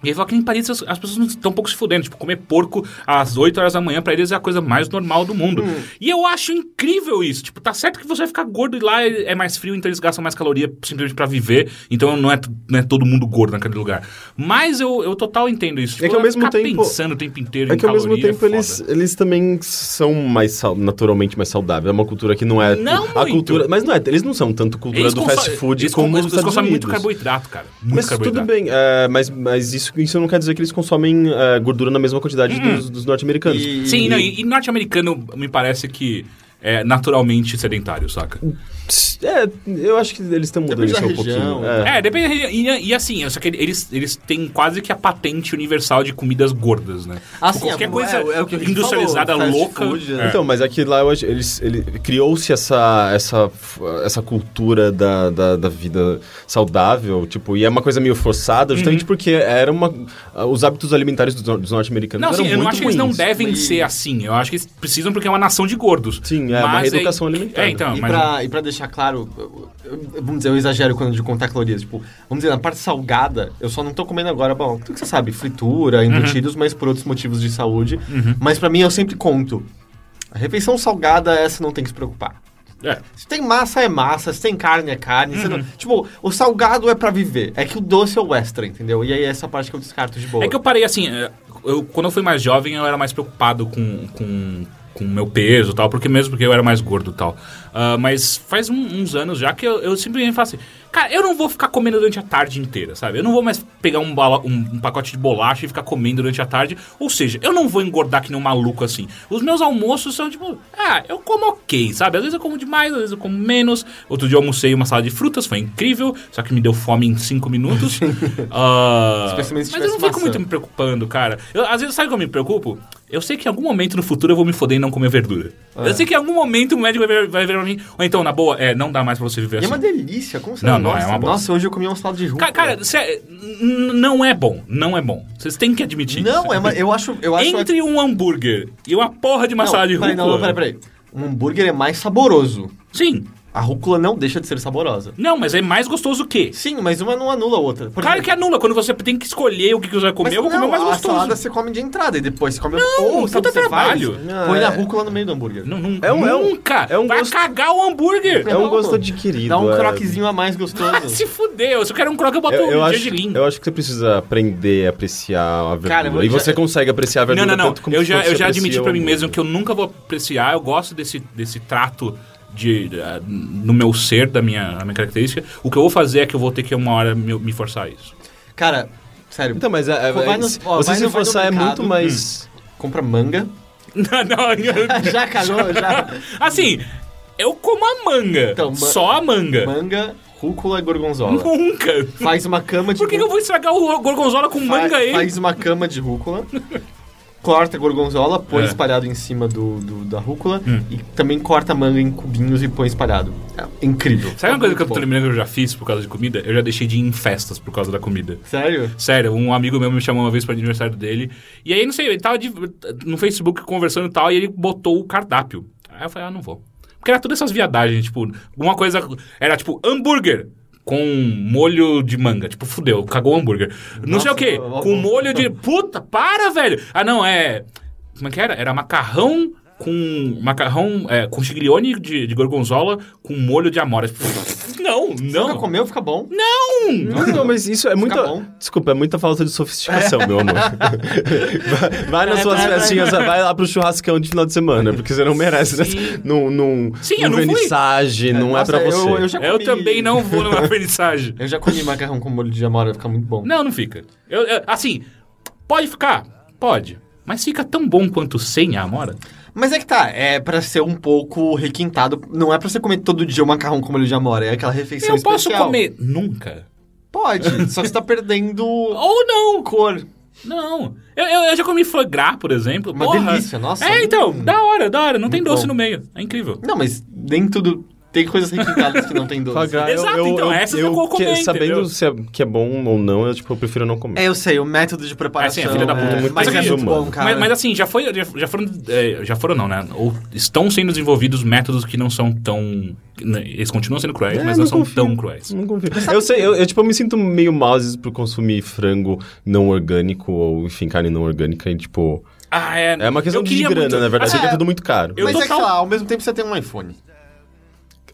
Speaker 1: E ele falou que em Paris as, as pessoas estão um pouco se fudendo. Tipo, comer porco às 8 horas da manhã pra eles é a coisa mais normal do mundo.
Speaker 2: Hum.
Speaker 1: E eu acho incrível isso. Tipo, tá certo que você vai ficar gordo e lá é é mais frio, então eles gastam mais caloria simplesmente pra viver. Então não é, t- não é todo mundo gordo naquele lugar. Mas eu, eu total entendo isso. Tipo,
Speaker 2: É que ao mesmo
Speaker 1: ficar
Speaker 2: tempo-
Speaker 1: pensando o tempo inteiro
Speaker 2: É
Speaker 1: em
Speaker 2: que ao
Speaker 1: caloria
Speaker 2: mesmo tempo
Speaker 1: é
Speaker 2: eles,
Speaker 1: foda.
Speaker 2: eles também são mais sal- naturalmente mais saudáveis. É uma cultura que não é.
Speaker 1: Não
Speaker 2: a
Speaker 1: muito.
Speaker 2: cultura, mas não é, eles não são tanto cultura
Speaker 1: Eles
Speaker 2: do
Speaker 1: consomem-
Speaker 2: fast food
Speaker 1: eles
Speaker 2: como
Speaker 1: consomem-
Speaker 2: os Estados
Speaker 1: Eles consomem muito
Speaker 2: Unidos.
Speaker 1: carboidrato, cara. Muito
Speaker 2: mas
Speaker 1: carboidrato.
Speaker 2: tudo bem, é, mas, mas isso, isso não quer dizer que eles consomem é, gordura na mesma quantidade dos, dos norte-americanos.
Speaker 3: E-
Speaker 1: Sim, não, Uhum. e, e norte-americano me parece que é naturalmente sedentário, saca?
Speaker 2: É, eu acho que eles estão mudando
Speaker 3: Depende
Speaker 2: isso
Speaker 3: da
Speaker 2: um
Speaker 3: região,
Speaker 2: pouquinho.
Speaker 3: né?
Speaker 2: É.
Speaker 1: É, depende. E, e assim, só que eles, eles têm quase que a patente universal de comidas gordas, né?
Speaker 3: Ah,
Speaker 1: Tipo,
Speaker 3: sim,
Speaker 1: qualquer
Speaker 3: é-
Speaker 1: coisa
Speaker 3: é- é o que a gente
Speaker 1: industrializada
Speaker 3: falou, fast
Speaker 1: louca.
Speaker 3: food, né?
Speaker 1: é.
Speaker 2: Então, mas aqui lá eu acho- eles, ele, criou-se essa, essa, essa cultura da, da, da vida saudável, tipo, e é uma coisa meio forçada,
Speaker 1: Uhum.
Speaker 2: justamente porque era uma. Os hábitos alimentares dos, nor- dos norte-americanos
Speaker 1: não,
Speaker 2: eram
Speaker 1: sim, eu não
Speaker 2: muito
Speaker 1: acho que eles não
Speaker 2: ruins.
Speaker 1: devem
Speaker 3: E-
Speaker 1: ser assim. Eu acho que eles precisam porque é uma nação de gordos.
Speaker 2: Sim, é uma
Speaker 1: Mas
Speaker 2: reeducação alimentar.
Speaker 1: É, então,
Speaker 3: e,
Speaker 1: mas.
Speaker 3: pra, e pra deixar claro, eu- eu- eu- vamos dizer, eu exagero quando de contar calorias. Tipo, vamos dizer, na parte salgada, eu só não tô comendo agora, bom, tudo que você sabe,
Speaker 1: Uhum.
Speaker 3: fritura, embutidos, mas por outros motivos de saúde. Mas pra mim, eu sempre conto. A refeição salgada, essa não tem que se preocupar.
Speaker 1: é.
Speaker 3: Se tem massa, é massa. Se tem carne, é carne. se não-
Speaker 1: Uhum.
Speaker 3: tipo, o salgado é pra viver. É que o doce é o extra, entendeu? E aí é essa parte que eu descarto de boa.
Speaker 1: É que eu parei assim, é, eu, quando eu fui mais jovem, eu era mais preocupado com. com com o meu peso e tal, porque mesmo porque eu era mais gordo e tal. Ah, mas faz um- uns anos já que eu, eu simplesmente falo assim, cara, eu não vou ficar comendo durante a tarde inteira, sabe? Eu não vou mais pegar um, bala- um- um pacote de bolacha e ficar comendo durante a tarde. Ou seja, eu não vou engordar que nem um maluco assim. Os meus almoços são tipo, ah, eu como ok, sabe? Às vezes eu como demais, às vezes eu como menos. Outro dia eu almocei uma salada de frutas, foi incrível, só que me deu fome em cinco minutos. Ah,
Speaker 3: Especialmente se
Speaker 1: mas eu não
Speaker 3: tivesse
Speaker 1: fico
Speaker 3: maçã.
Speaker 1: muito me preocupando, cara. Eu, às vezes, sabe o que eu me preocupo? Eu sei que em algum momento no futuro eu vou me foder e não comer verdura.
Speaker 3: É.
Speaker 1: Eu sei que em algum momento o médico vai, ver- vai ver pra mim. Ou então, na boa, é, não dá mais pra você viver
Speaker 3: E é
Speaker 1: assim.
Speaker 3: uma delícia, como você
Speaker 1: Não, não, é
Speaker 3: nossa,
Speaker 1: uma bosta.
Speaker 3: nossa, hoje eu comi um salado de rúcula.
Speaker 1: Ca- Cara, cê- é, n- não é bom. Não é bom. Vocês têm que admitir
Speaker 3: não,
Speaker 1: isso.
Speaker 3: é uma, eu acho, eu acho
Speaker 1: Entre um hambúrguer e uma porra de uma salada de
Speaker 3: peraí,
Speaker 1: rúcula...
Speaker 3: Não, não, peraí, peraí. Um hambúrguer é mais saboroso.
Speaker 1: Sim.
Speaker 3: A rúcula não deixa de ser saborosa.
Speaker 1: Não, mas é mais gostoso o quê?
Speaker 3: Sim, mas uma não anula a outra. Por
Speaker 1: Claro
Speaker 3: exemplo,
Speaker 1: que anula. Quando você tem que escolher o que que você vai
Speaker 3: mas
Speaker 1: comer, eu vou
Speaker 3: não,
Speaker 1: comer o mais
Speaker 3: A
Speaker 1: gostoso.
Speaker 3: salada você come de entrada e depois você come...
Speaker 1: Não,
Speaker 3: ou
Speaker 1: puta
Speaker 3: sabe o que você
Speaker 1: trabalho.
Speaker 3: faz?
Speaker 2: Não,
Speaker 3: Põe
Speaker 2: é-
Speaker 3: a rúcula no meio do hambúrguer.
Speaker 1: Não, não,
Speaker 2: É um- é um-
Speaker 1: nunca.
Speaker 2: é um
Speaker 1: vai
Speaker 2: gosto-
Speaker 1: cagar o hambúrguer.
Speaker 2: É um
Speaker 3: Não,
Speaker 2: gosto
Speaker 3: mano.
Speaker 2: adquirido.
Speaker 3: Dá um
Speaker 2: é.
Speaker 3: croquezinho a mais gostoso.
Speaker 1: Ah, Se fudeu, se eu quero um croque, eu boto
Speaker 2: Eu, eu
Speaker 1: um
Speaker 2: acho,
Speaker 1: gergelim.
Speaker 2: eu acho que você precisa aprender a apreciar a verdura.
Speaker 3: Cara, eu vou-
Speaker 2: e você
Speaker 3: já-
Speaker 2: consegue apreciar a
Speaker 1: Não,
Speaker 2: verdura
Speaker 1: não, não.
Speaker 2: tanto como
Speaker 1: Eu
Speaker 2: você
Speaker 1: já, eu já
Speaker 2: aprecia
Speaker 1: admiti pra
Speaker 2: o
Speaker 1: mim
Speaker 2: hambúrguer.
Speaker 1: mesmo que eu nunca vou apreciar. Eu gosto desse, desse trato de, ah, no meu ser, da minha, da minha característica. O que eu vou fazer é que eu vou ter que uma hora me, me forçar a isso.
Speaker 3: Cara, Sério.
Speaker 2: Então, mas é, é,
Speaker 3: Vai no- ó,
Speaker 2: você se
Speaker 3: vai no- vai no
Speaker 2: forçar é muito
Speaker 3: mercado.
Speaker 1: Hum.
Speaker 2: mais.
Speaker 3: Compra manga.
Speaker 1: Não, não, eu-
Speaker 3: já calou, já.
Speaker 1: assim, eu como a manga.
Speaker 3: Então, ma-
Speaker 1: só a manga.
Speaker 3: Manga, rúcula e gorgonzola.
Speaker 1: Nunca.
Speaker 3: Faz uma cama de
Speaker 1: Por que, que eu vou estragar o gorgonzola com
Speaker 3: Fa-
Speaker 1: manga aí?
Speaker 3: Faz uma cama de rúcula, corta a gorgonzola, põe
Speaker 1: É.
Speaker 3: espalhado em cima do, do- da rúcula
Speaker 2: Hum.
Speaker 3: e também corta a manga em cubinhos e põe espalhado. É incrível.
Speaker 1: Sabe uma
Speaker 3: É
Speaker 1: coisa
Speaker 3: muito
Speaker 1: que eu tô
Speaker 3: bom.
Speaker 1: lembrando que eu já fiz por causa de comida? Eu já deixei de ir em festas por causa da comida.
Speaker 3: Sério?
Speaker 1: Sério, um amigo meu me chamou uma vez para aniversário dele. E aí, não sei, ele tava de- no Facebook conversando e tal, e ele botou o cardápio. Aí eu falei, ah, não vou. Porque era todas essas viadagens, tipo, uma coisa. Era tipo hambúrguer com molho de manga. Tipo, fudeu, cagou o hambúrguer. não sei
Speaker 3: Nossa,
Speaker 1: o quê.
Speaker 3: ó, ó,
Speaker 1: Com
Speaker 3: ó.
Speaker 1: molho de. Puta, para, velho! Ah, não, é. Como é que era? Era macarrão. Com macarrão, é, com chiglione de, de gorgonzola com molho de amora. Tipo, Não,
Speaker 3: Nunca
Speaker 1: não.
Speaker 3: comeu, fica bom.
Speaker 2: Não, não, mas isso é muita.
Speaker 3: bom.
Speaker 2: Desculpa, é muita falta de sofisticação, meu amor. Vai, vai nas
Speaker 3: É,
Speaker 2: suas
Speaker 3: vai, vai.
Speaker 2: festinhas, vai lá pro churrascão de final de semana, porque você não merece. né?
Speaker 1: Sim.
Speaker 2: Num, num,
Speaker 1: Sim,
Speaker 2: num
Speaker 1: eu não fui.
Speaker 2: vernissage, não
Speaker 3: Nossa,
Speaker 2: é pra você.
Speaker 3: Eu, eu já
Speaker 1: Eu
Speaker 3: comi-
Speaker 1: também não vou numa vernissagem.
Speaker 3: Eu já comi macarrão com molho de amora, fica muito bom.
Speaker 1: Não, não fica. Eu, eu- assim, pode ficar? Pode. Mas fica tão bom quanto sem a amora?
Speaker 3: Mas é que tá, é pra ser um pouco requintado. Não é pra você comer todo dia o macarrão com molho de amora, é aquela refeição
Speaker 1: eu posso
Speaker 3: especial.
Speaker 1: comer nunca.
Speaker 3: Pode, só que você tá perdendo
Speaker 1: Ou não.
Speaker 3: cor.
Speaker 1: Não. Eu, eu- eu já comi flagrar, por exemplo.
Speaker 3: Uma
Speaker 1: Porra.
Speaker 3: delícia, nossa. hum.
Speaker 1: É, então, da hora, da hora. Não tem
Speaker 3: Muito
Speaker 1: doce
Speaker 3: bom.
Speaker 1: no meio. É incrível.
Speaker 3: Não, mas nem tudo. Tem coisas requintadas que não tem doce.
Speaker 2: Pagar,
Speaker 1: Exato, então, essas eu vou
Speaker 2: que-
Speaker 1: comer, entendeu?
Speaker 2: Sabendo se é, que é bom ou não, eu, tipo, eu prefiro não comer.
Speaker 3: É, eu sei, o método de preparação.
Speaker 1: É, sim,
Speaker 2: Assim,
Speaker 1: é filha da puta, muito
Speaker 3: mas é
Speaker 1: mais
Speaker 3: muito
Speaker 2: humano.
Speaker 3: bom, cara.
Speaker 1: Mas, mas assim, já, foi, já, já foram. é, já foram, não, né? Ou estão sendo desenvolvidos métodos que não são tão. né, Eles continuam sendo cruéis,
Speaker 2: É,
Speaker 1: mas não, são
Speaker 2: confio.
Speaker 1: tão cruéis.
Speaker 2: Não confio. Eu sei, eu, eu, tipo, eu me sinto meio mal às vezes por consumir frango não orgânico ou, enfim, carne não orgânica e, tipo...
Speaker 1: Ah, é.
Speaker 2: É uma questão
Speaker 1: eu
Speaker 2: de
Speaker 1: queria
Speaker 2: grana,
Speaker 1: muito-
Speaker 2: na verdade,
Speaker 1: Ah,
Speaker 2: é que é tudo muito caro.
Speaker 1: Eu
Speaker 3: mas
Speaker 1: tô
Speaker 3: é que,
Speaker 1: cal-
Speaker 3: sei lá, ao mesmo tempo você tem um iPhone.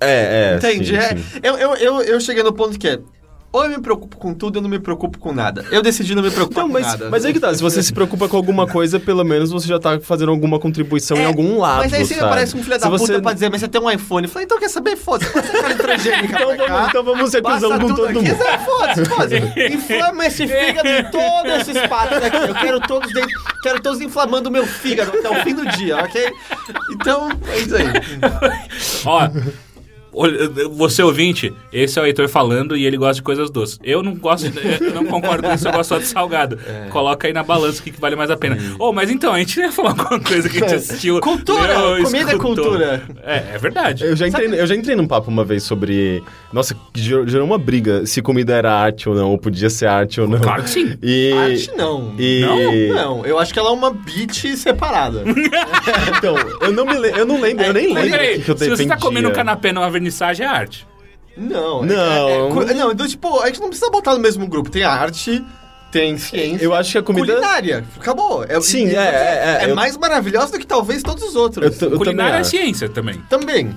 Speaker 2: É, é,
Speaker 3: Entende?
Speaker 2: sim,
Speaker 3: É,
Speaker 2: sim.
Speaker 3: Eu, eu, eu, eu cheguei no ponto que é. Ou eu me preocupo com tudo, eu não me preocupo com nada. Eu decidi não me preocupar
Speaker 2: Não,
Speaker 3: com
Speaker 2: mas,
Speaker 3: nada.
Speaker 2: mas é que tá, se você se preocupa com alguma coisa, pelo menos você já tá fazendo alguma contribuição em
Speaker 3: É,
Speaker 2: algum lado,
Speaker 3: Mas aí você
Speaker 2: sabe?
Speaker 3: aparece um filho da
Speaker 2: Se
Speaker 3: puta
Speaker 2: você-
Speaker 3: pra dizer, mas você tem um iPhone. Eu falei, então quer saber? Foda-se, pode ser cara transgênica
Speaker 2: Então
Speaker 3: pra cá.
Speaker 2: vamos, então vamos ser
Speaker 3: Passa
Speaker 2: cuzão com
Speaker 3: tudo
Speaker 2: todo
Speaker 3: aqui,
Speaker 2: mundo.
Speaker 3: sai, Foda-se, foda-se. Inflama esse fígado e todos esses patos aqui. Eu quero todos, dentro- quero todos inflamando o meu fígado até o fim do dia, ok? Então, é isso aí.
Speaker 1: Ó, olha, você ouvinte, esse é o Heitor falando e ele gosta de coisas doces. Eu não gosto, de- eu não concordo com isso, eu gosto só de salgado.
Speaker 3: É.
Speaker 1: Coloca aí na balança o que, que vale mais a pena.
Speaker 3: Hum.
Speaker 1: oh, mas então, a gente ia falar alguma coisa que a gente assistiu.
Speaker 3: Cultura,
Speaker 1: leu,
Speaker 3: comida é
Speaker 1: escutou.
Speaker 3: cultura.
Speaker 1: É, é verdade.
Speaker 2: Eu já, entrei, eu já entrei num papo uma vez sobre. Nossa, que gerou, gerou uma briga se comida era arte ou não, ou podia ser arte ou não.
Speaker 1: Claro que sim.
Speaker 2: E,
Speaker 3: Arte não.
Speaker 2: e-
Speaker 3: Não? Não, eu acho que ela é uma beat separada.
Speaker 2: Então, eu não me le- eu não lembro, eu nem
Speaker 1: Mas
Speaker 2: lembro o
Speaker 1: peraí,
Speaker 2: que, que eu
Speaker 1: se
Speaker 2: defendia.
Speaker 1: você tá comendo um canapé numa vernissagem, é arte.
Speaker 3: Não. é-
Speaker 2: Não.
Speaker 3: é- é cu- não, então, tipo, a gente não precisa botar no mesmo grupo. Tem arte, tem ciência.
Speaker 2: Eu acho que a comida.
Speaker 3: Culinária, acabou. É,
Speaker 2: Sim,
Speaker 3: e-
Speaker 2: é, é, é,
Speaker 3: é
Speaker 2: eu-
Speaker 3: mais maravilhosa do que talvez todos os
Speaker 2: Eu,
Speaker 3: outros.
Speaker 2: t- eu também
Speaker 1: Culinária é
Speaker 2: acho.
Speaker 1: ciência também.
Speaker 3: Também.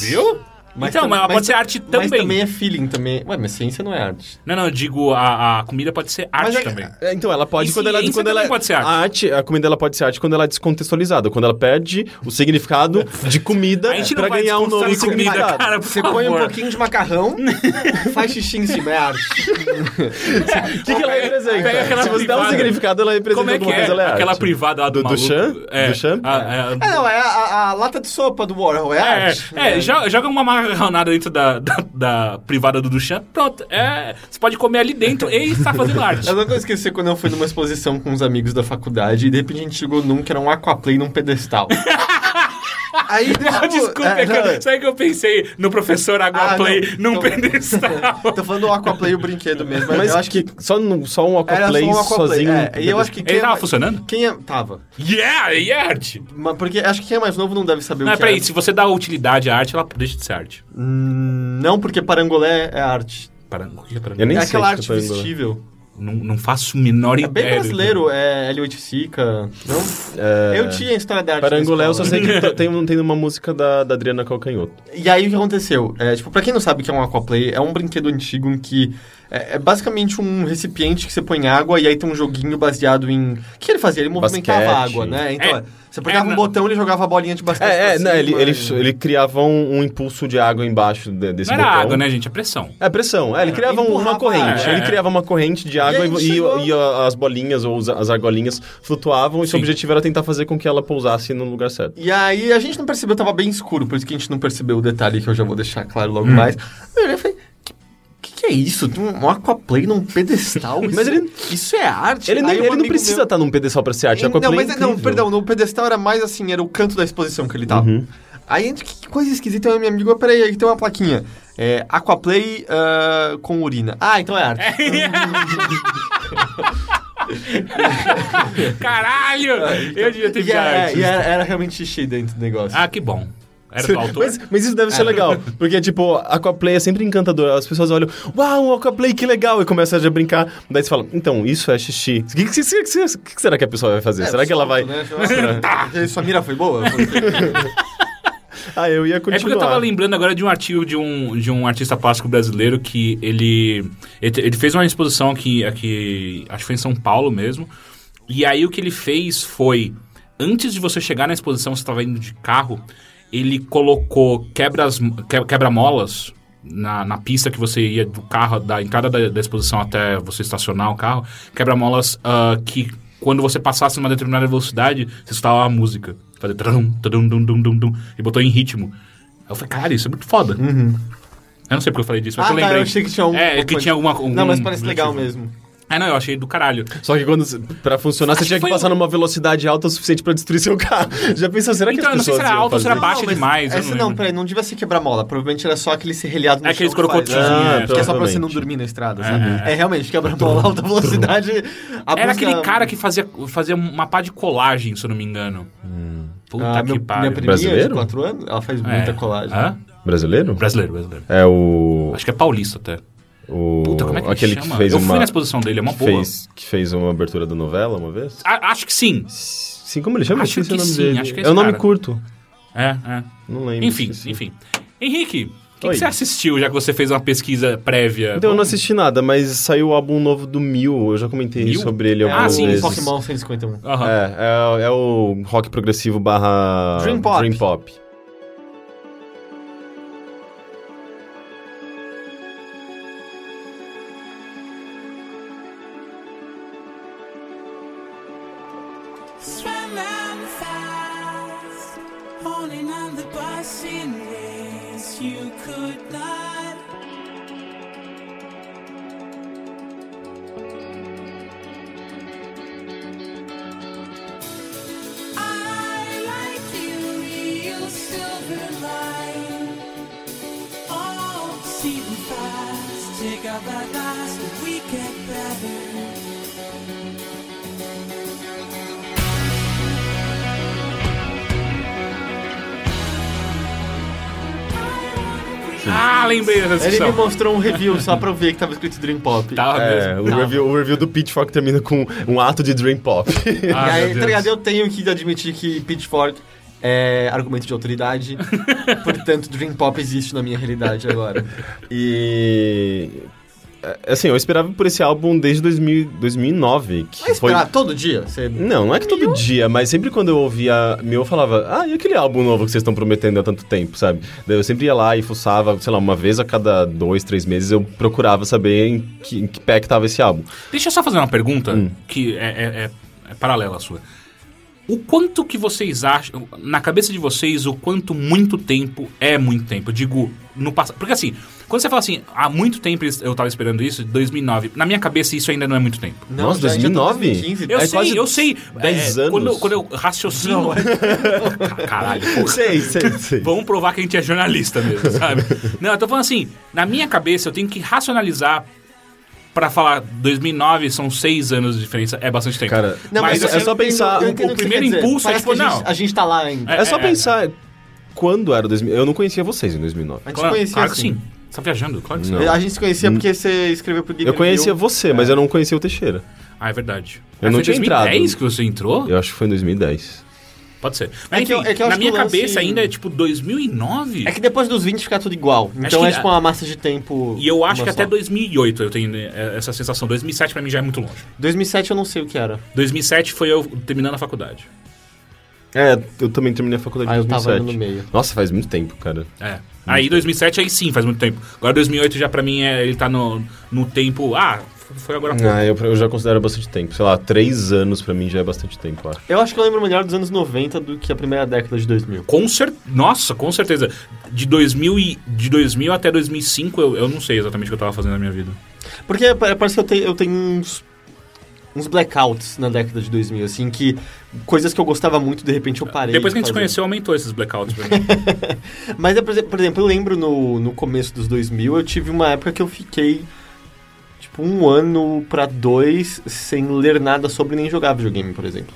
Speaker 1: Viu? então,
Speaker 3: tam-
Speaker 1: mas ela pode ser arte também.
Speaker 3: Mas também é feeling também. Ué, mas ciência não é arte.
Speaker 1: Não, não, eu digo, a, a comida pode ser arte
Speaker 3: Mas é-
Speaker 1: também.
Speaker 2: É, Então, ela pode
Speaker 1: E
Speaker 2: quando ela
Speaker 1: ciência
Speaker 2: quando
Speaker 1: também
Speaker 2: ela
Speaker 1: pode ser arte.
Speaker 2: A arte, a comida ela pode ser arte quando ela é descontextualizada, quando ela perde o significado de comida
Speaker 1: A gente não
Speaker 2: pra
Speaker 1: vai
Speaker 2: ganhar um novo
Speaker 1: desconstruir comida,
Speaker 2: significado.
Speaker 1: cara, por
Speaker 3: Você põe um
Speaker 1: favor.
Speaker 3: pouquinho de macarrão, faz xixi em cima, é arte.
Speaker 2: O que, que ela
Speaker 1: Pega-
Speaker 2: representa?
Speaker 1: pega aquela
Speaker 2: Se você dá um
Speaker 1: privada.
Speaker 2: significado, ela representa
Speaker 1: Como é que
Speaker 2: alguma
Speaker 1: é
Speaker 2: coisa, ela é
Speaker 1: aquela
Speaker 2: arte.
Speaker 1: privada lá do
Speaker 2: Do- do
Speaker 1: maluco?
Speaker 2: Chan?
Speaker 1: É,
Speaker 2: Do Chan?
Speaker 1: a- a-
Speaker 3: É, não, é a, a lata de sopa do Warhol, é, arte.
Speaker 1: É, é, jo- joga uma macarronada dentro da, da, da privada do Duchamp, pronto. É, você pode comer ali dentro e está fazendo arte.
Speaker 3: Eu nunca esqueci quando eu fui numa exposição com uns amigos da faculdade e de repente a gente chegou num que era um aquaplay num pedestal. Aí, tipo,
Speaker 1: Desculpa,
Speaker 3: é,
Speaker 1: é que eu, sabe que eu pensei no professor Aguaplay
Speaker 3: Ah, não.
Speaker 1: num
Speaker 3: Então-
Speaker 1: pedestal?
Speaker 3: Tô falando do aquaplay o brinquedo mesmo, mas,
Speaker 2: Mas
Speaker 3: eu acho que
Speaker 2: só, no- só um
Speaker 3: era
Speaker 2: aquaplay
Speaker 3: só um aquaplay.
Speaker 2: sozinho.
Speaker 3: é, e eu acho que quem
Speaker 1: Ele
Speaker 3: é
Speaker 1: tava
Speaker 3: mais-
Speaker 1: funcionando?
Speaker 3: Quem é... Tava.
Speaker 1: Yeah, e é arte.
Speaker 3: Mas porque acho que quem é mais novo não deve saber
Speaker 1: Não,
Speaker 3: o
Speaker 1: mas
Speaker 3: que é.
Speaker 1: peraí, se você dá utilidade à arte, ela deixa de ser arte.
Speaker 3: Hum, Não, porque parangolé é arte.
Speaker 1: Para, o que é para-
Speaker 2: Eu nem
Speaker 3: é
Speaker 2: sei
Speaker 3: aquela
Speaker 2: se
Speaker 3: arte
Speaker 2: foi agora.
Speaker 3: vestível.
Speaker 1: não, não faço a menor
Speaker 3: É
Speaker 1: ideia.
Speaker 3: bem
Speaker 1: do-
Speaker 3: brasileiro, é Elliot Sica. Não?
Speaker 2: É,
Speaker 3: Eu tinha história da arte. na
Speaker 2: Parangolé, eu só
Speaker 3: escola.
Speaker 2: sei que to- tem, um- tem uma música da, da Adriana Calcanhoto.
Speaker 3: E aí o que aconteceu? É, tipo, pra quem não sabe o que é um aquaplay, é um brinquedo antigo em que É, é basicamente um recipiente que você põe água e aí tem um joguinho baseado em. O que ele fazia? Ele movimentava a
Speaker 2: Basquete.
Speaker 3: água, né? Então,
Speaker 1: É,
Speaker 3: é, você apertava
Speaker 1: é,
Speaker 3: um
Speaker 1: não.
Speaker 3: botão e ele jogava a bolinha de basquete.
Speaker 2: É, é,
Speaker 3: pra
Speaker 2: né, ele,
Speaker 3: cima,
Speaker 2: ele,
Speaker 3: e-
Speaker 2: ele criava um, um impulso de água embaixo de- desse
Speaker 1: Não era
Speaker 2: botão.
Speaker 1: água, né, gente? É pressão.
Speaker 2: É pressão, é, ele criava um-
Speaker 3: Empurrava,
Speaker 2: uma corrente.
Speaker 1: é,
Speaker 2: ele
Speaker 1: é.
Speaker 2: criava uma corrente de
Speaker 3: aí
Speaker 2: água e,
Speaker 3: ele
Speaker 2: e-
Speaker 3: chegou-
Speaker 2: e a- as bolinhas ou os- as argolinhas flutuavam e
Speaker 1: Sim.
Speaker 2: seu objetivo era tentar fazer com que ela pousasse no lugar certo.
Speaker 3: E aí a gente não percebeu, tava bem escuro, por isso que a gente não percebeu o detalhe que eu já vou deixar claro
Speaker 2: Hum.
Speaker 3: logo mais. Eu olhei e falei. "Que- Que que é isso? Tem um aquaplay num pedestal?
Speaker 2: Mas
Speaker 3: Isso-
Speaker 2: ele-
Speaker 3: Isso é arte?
Speaker 2: Ele, nem,
Speaker 3: Aí um
Speaker 2: ele não
Speaker 3: amigo
Speaker 2: precisa
Speaker 3: meu-
Speaker 2: estar num pedestal pra ser arte.
Speaker 3: Não,
Speaker 2: Aquaplay é
Speaker 3: mas é- não,
Speaker 2: incrível. Uhum.
Speaker 3: perdão, Uhum. no pedestal era mais assim, era o canto da exposição que ele tava. Aí, gente, que coisa esquisita, aí minha amiga, peraí, aí tem uma plaquinha. É, Aquaplay ah, com urina. Ah, então é arte.
Speaker 1: Caralho! Eu devia ter
Speaker 3: E era,
Speaker 1: viagem.
Speaker 3: é, e era, era realmente xixi dentro do negócio.
Speaker 1: Ah, que bom. Era do autor.
Speaker 2: Uhum. Mas, mas isso deve ser legal, porque, tipo, Aquaplay é sempre encantador. As pessoas olham, uau, um Aquaplay, que legal, e começam a brincar. Daí você fala, então, isso é xixi. O que, que- que- que- que será que a pessoa vai fazer? será que ela vai...
Speaker 3: Né? Tá. E aí, Sua mira foi boa?
Speaker 2: Ah, eu ia
Speaker 1: É
Speaker 2: continuar.
Speaker 1: porque eu tava lembrando agora de um artigo de um, de um artista plástico brasileiro que ele, ele, ele fez uma exposição aqui, aqui, acho que foi em São Paulo mesmo. E aí o que ele fez foi, antes de você chegar na exposição, você tava indo de carro, ele colocou quebras, que- quebra-molas na, na pista que você ia do carro, da entrada da, da exposição até você estacionar o carro, quebra-molas ah, que quando você passasse numa determinada velocidade, você escutava a música. Fazia trum, trum, dum, dum, dum, dum, e botou em ritmo. Aí eu falei, cara, isso é muito foda. Eu não sei porque eu falei disso, mas
Speaker 3: Uhum. Ah,
Speaker 1: eu
Speaker 3: tá,
Speaker 1: lembrei.
Speaker 3: eu achei que tinha algum-
Speaker 1: É, que
Speaker 3: alguma
Speaker 1: tinha alguma...
Speaker 3: Não,
Speaker 1: algum
Speaker 3: mas parece Então, legal
Speaker 1: objetivo.
Speaker 3: mesmo.
Speaker 1: É, não, eu achei do caralho.
Speaker 2: Só que quando, pra funcionar,
Speaker 1: Acho
Speaker 2: você tinha
Speaker 1: que
Speaker 2: que
Speaker 1: foi
Speaker 2: passar
Speaker 1: um-
Speaker 2: numa velocidade alta o suficiente pra destruir seu carro. Já pensou, será que
Speaker 1: Então,
Speaker 2: as
Speaker 1: eu não sei
Speaker 2: pessoas
Speaker 1: se era
Speaker 2: iam
Speaker 1: alta ou se era
Speaker 2: fazer?
Speaker 1: baixa.
Speaker 3: mas
Speaker 1: demais, eu
Speaker 3: Essa
Speaker 1: não
Speaker 3: não,
Speaker 1: lembro.
Speaker 3: peraí, não devia ser quebrar mola. Provavelmente era só aquele serrilhado no
Speaker 1: É aqueles
Speaker 3: chão que faz,
Speaker 1: crocotinhos,
Speaker 3: né?
Speaker 2: né?
Speaker 3: que é só pra
Speaker 2: Provavelmente.
Speaker 3: você não dormir na estrada, sabe? É, realmente, quebra mola, alta velocidade. a
Speaker 1: Era
Speaker 3: busca-
Speaker 1: aquele cara que fazia, fazia uma pá de colagem, se eu não me engano. Puta
Speaker 3: Ah,
Speaker 1: que
Speaker 3: meu-
Speaker 1: pariu.
Speaker 3: Minha priminha
Speaker 2: Brasileiro? Ah,
Speaker 3: de 4 anos, ela faz
Speaker 1: É.
Speaker 3: muita colagem.
Speaker 1: Hã?
Speaker 2: Brasileiro?
Speaker 1: Brasileiro, brasileiro.
Speaker 2: É o...
Speaker 1: Acho que é paulista até.
Speaker 2: o
Speaker 1: Puta, como é que ele
Speaker 2: aquele
Speaker 1: chama?
Speaker 2: que fez
Speaker 1: eu
Speaker 2: uma...
Speaker 1: fui na exposição dele, é uma
Speaker 2: que
Speaker 1: boa.
Speaker 2: fez, que fez uma abertura da novela uma vez?
Speaker 1: A- acho que sim.
Speaker 2: Sim, como ele chama?
Speaker 1: Acho
Speaker 2: Esqueci
Speaker 1: que
Speaker 2: o nome
Speaker 1: sim,
Speaker 2: dele.
Speaker 1: acho que é
Speaker 2: é um
Speaker 1: esse
Speaker 2: nome
Speaker 1: cara.
Speaker 2: curto.
Speaker 1: É, é.
Speaker 2: Não lembro.
Speaker 1: Enfim,
Speaker 2: esqueci.
Speaker 1: enfim. Henrique, o que, que
Speaker 2: Oi.
Speaker 1: você assistiu, já que você fez uma pesquisa prévia?
Speaker 2: Então, eu não assisti nada, mas saiu o álbum novo do Mil. Eu já comentei
Speaker 1: Mil?
Speaker 2: sobre ele
Speaker 3: É
Speaker 2: algumas
Speaker 1: Ah,
Speaker 3: o
Speaker 1: sim,
Speaker 2: vezes.
Speaker 3: Pokémon 151.
Speaker 1: Aham.
Speaker 2: É, é, é o rock progressivo barra...
Speaker 3: Dream pop.
Speaker 2: Dream pop.
Speaker 4: Swimming fast, holding on the passing race you could not. I like you, real silver line. Oh, seeing fast, take out that last, we get better.
Speaker 1: Ah, lembrei dessa
Speaker 3: Ele me
Speaker 1: discussão.
Speaker 3: mostrou um review só pra eu ver que tava escrito Dream Pop.
Speaker 1: Tava
Speaker 2: É,
Speaker 1: mesmo.
Speaker 2: o, review, o review do Pitchfork termina com um ato de Dream Pop.
Speaker 1: Ah,
Speaker 3: e
Speaker 1: meu
Speaker 3: aí,
Speaker 1: Deus.
Speaker 3: tá ligado? Eu tenho que admitir que Pitchfork é argumento de autoridade. portanto, Dream Pop existe na minha realidade agora.
Speaker 2: e. é, Assim, eu esperava por esse álbum desde 2000, 2009. Que
Speaker 3: Mas
Speaker 2: foi...
Speaker 3: esperar todo dia? Você...
Speaker 2: Não, não é que todo dia, mas sempre quando eu ouvia meu, eu falava, ah, e aquele álbum novo que vocês estão prometendo há tanto tempo, sabe? Daí eu sempre ia lá e fuçava, sei lá, uma vez a cada dois, três meses eu procurava saber em que, em que pé que tava esse álbum.
Speaker 1: Deixa eu só fazer uma pergunta
Speaker 2: Hum.
Speaker 1: que é, é- é- é paralela à sua. O quanto que vocês acham, na cabeça de vocês, o quanto muito tempo é muito tempo? Eu digo, no passado. Porque assim, quando você fala assim, há muito tempo eu tava esperando isso, 2009, na minha cabeça isso ainda não é muito tempo.
Speaker 3: Não,
Speaker 2: Nossa,
Speaker 3: já- já tá
Speaker 2: 2009?
Speaker 3: 2015,
Speaker 1: Eu
Speaker 2: É
Speaker 1: sei,
Speaker 2: quase
Speaker 1: eu sei. é,
Speaker 2: 10 anos. é.
Speaker 1: Quando, quando eu raciocino. Caralho, porra.
Speaker 2: Sei, sei, sei.
Speaker 1: Vamos provar que a gente é jornalista mesmo, sabe? Não, eu tô falando assim, na minha cabeça eu tenho que racionalizar pra falar 2009 são seis anos de diferença, é bastante tempo.
Speaker 2: Cara,
Speaker 3: Não,
Speaker 1: mas,
Speaker 3: mas,
Speaker 1: assim,
Speaker 2: é só
Speaker 3: eu entendo-
Speaker 2: pensar-
Speaker 3: eu entendo
Speaker 1: o
Speaker 3: que você
Speaker 1: primeiro
Speaker 3: quer dizer.
Speaker 1: impulso é
Speaker 3: Parece
Speaker 1: tipo,
Speaker 3: que a gente-
Speaker 1: não.
Speaker 3: A gente tá lá ainda.
Speaker 1: É,
Speaker 2: É só pensar quando era 2000. Eu não conhecia vocês em 2009.
Speaker 3: A gente se
Speaker 1: claro,
Speaker 3: conhecia
Speaker 1: claro que
Speaker 3: assim.
Speaker 1: sim. Você tá viajando? Claro que sim.
Speaker 2: Não.
Speaker 3: A gente se conhecia porque você escreveu pro Game
Speaker 2: Hum. Eu É. conhecia
Speaker 3: Review.
Speaker 2: você, mas eu não conhecia o Teixeira.
Speaker 1: Ah, é verdade.
Speaker 2: Eu não
Speaker 1: foi
Speaker 2: tinha
Speaker 1: 2010
Speaker 2: entrado.
Speaker 1: que você entrou?
Speaker 2: Eu acho que foi em 2010.
Speaker 1: Pode ser. Mas
Speaker 3: É que eu-
Speaker 1: enfim,
Speaker 3: é que eu
Speaker 1: na
Speaker 3: acho
Speaker 1: minha
Speaker 3: que o lance-
Speaker 1: cabeça ainda é tipo 2009.
Speaker 3: É que depois dos 20 fica tudo igual. Então
Speaker 1: que-
Speaker 3: é tipo uma massa de tempo.
Speaker 1: E eu acho
Speaker 3: uma
Speaker 1: que até
Speaker 3: só.
Speaker 1: 2008 eu tenho eh, essa sensação. 2007 pra mim já é muito longe.
Speaker 3: 2007 eu não sei o que era.
Speaker 1: 2007 foi eu terminando a faculdade.
Speaker 2: É, eu também terminei a faculdade em
Speaker 3: Ah, eu tava
Speaker 2: 2007.
Speaker 3: no meio.
Speaker 2: Nossa, faz muito tempo, cara.
Speaker 1: É. Aí 2007 aí sim, faz muito tempo. Agora 2008 já pra mim é, ele tá no, no tempo. Ah, f- foi
Speaker 3: É.
Speaker 1: agora há pouco.
Speaker 2: Ah, eu, eu já considero bastante tempo. Sei lá, três anos pra mim já é bastante tempo, eu acho.
Speaker 3: Eu acho que eu lembro melhor dos anos 90 do que a primeira década de 2000.
Speaker 1: Com cer Nossa, com certeza. De 2000, e, de 2000 até 2005, eu, eu não sei exatamente o que eu tava fazendo na minha vida.
Speaker 3: Porque pa- parece que eu, tenho- eu tenho uns, uns blackouts na década de 2000, assim, que coisas que eu gostava muito, de repente eu parei.
Speaker 1: Depois
Speaker 3: de
Speaker 1: que a gente se
Speaker 3: fazer.
Speaker 1: conheceu, aumentou esses blackouts pra mim.
Speaker 3: Mas, é, por exemplo, por exemplo, eu lembro no, no começo dos 2000, eu tive uma época que eu fiquei, tipo, um ano pra dois sem ler nada sobre nem jogar videogame, por exemplo.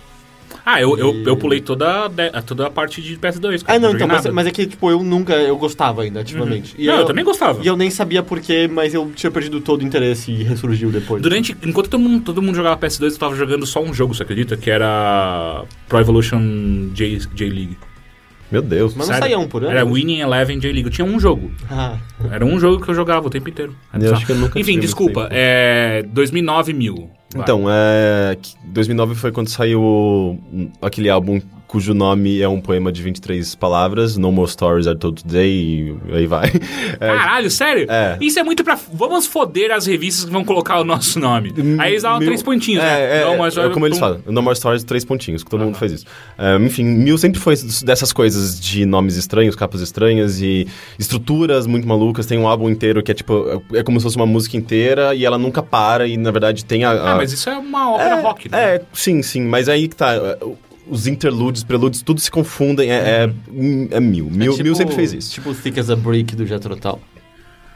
Speaker 1: Ah, eu, eu,
Speaker 3: E-
Speaker 1: eu pulei toda, a de- toda a parte de PS2. cara,
Speaker 3: Ah, não,
Speaker 1: joguei
Speaker 3: então, mas,
Speaker 1: nada. Uhum.
Speaker 3: mas é que, tipo, eu nunca, eu gostava ainda, ativamente. E
Speaker 1: não, eu, também gostava.
Speaker 3: E eu nem sabia porquê, mas eu tinha perdido todo o interesse e ressurgiu depois.
Speaker 1: Durante. Enquanto todo mundo, todo mundo jogava PS2, eu tava jogando só um jogo, você acredita? Que era Pro Evolution J, J League.
Speaker 2: Meu Deus.
Speaker 3: Mas não
Speaker 1: Sério?
Speaker 3: saía um por ano?
Speaker 1: Era Winning Eleven J League. Eu tinha um jogo.
Speaker 3: Ah,
Speaker 1: Era um jogo que eu jogava o tempo inteiro. Era
Speaker 2: Eu
Speaker 1: bizarro.
Speaker 2: acho que eu nunca tive
Speaker 1: Enfim,
Speaker 2: muito
Speaker 1: desculpa.
Speaker 2: tempo.
Speaker 1: É. 2009 mil. Vai.
Speaker 2: Então, é, que- 2009 foi quando saiu hum, aquele álbum cujo nome é um poema de 23 palavras, No More Stories Are Told Today, e aí vai. É,
Speaker 1: Caralho, sério?
Speaker 2: É.
Speaker 1: Isso é muito pra. Vamos foder as revistas que vão colocar o nosso nome. Aí eles davam
Speaker 2: Mil-
Speaker 1: três pontinhos, né?
Speaker 2: É, é,
Speaker 1: Não,
Speaker 2: é,
Speaker 1: mas
Speaker 2: é
Speaker 1: olha,
Speaker 2: como eles
Speaker 1: pum.
Speaker 2: falam. No More Stories, três pontinhos, que todo mundo faz isso. É, enfim, Mil sempre foi dessas coisas de nomes estranhos, capas estranhas e estruturas muito malucas. Tem um álbum inteiro que é tipo... É como se fosse uma música inteira e ela nunca para e, na verdade, tem a... a-
Speaker 1: Ah, mas isso é uma ópera rock, né?
Speaker 2: é, sim, sim, mas aí que tá. é, Os interludes, prelúdios, tudo se confundem. É, é,
Speaker 1: Uhum.
Speaker 2: é mil. Mil,
Speaker 3: tipo-
Speaker 2: mil sempre fez isso.
Speaker 3: Tipo Thick as a Brick do Jethro Tull.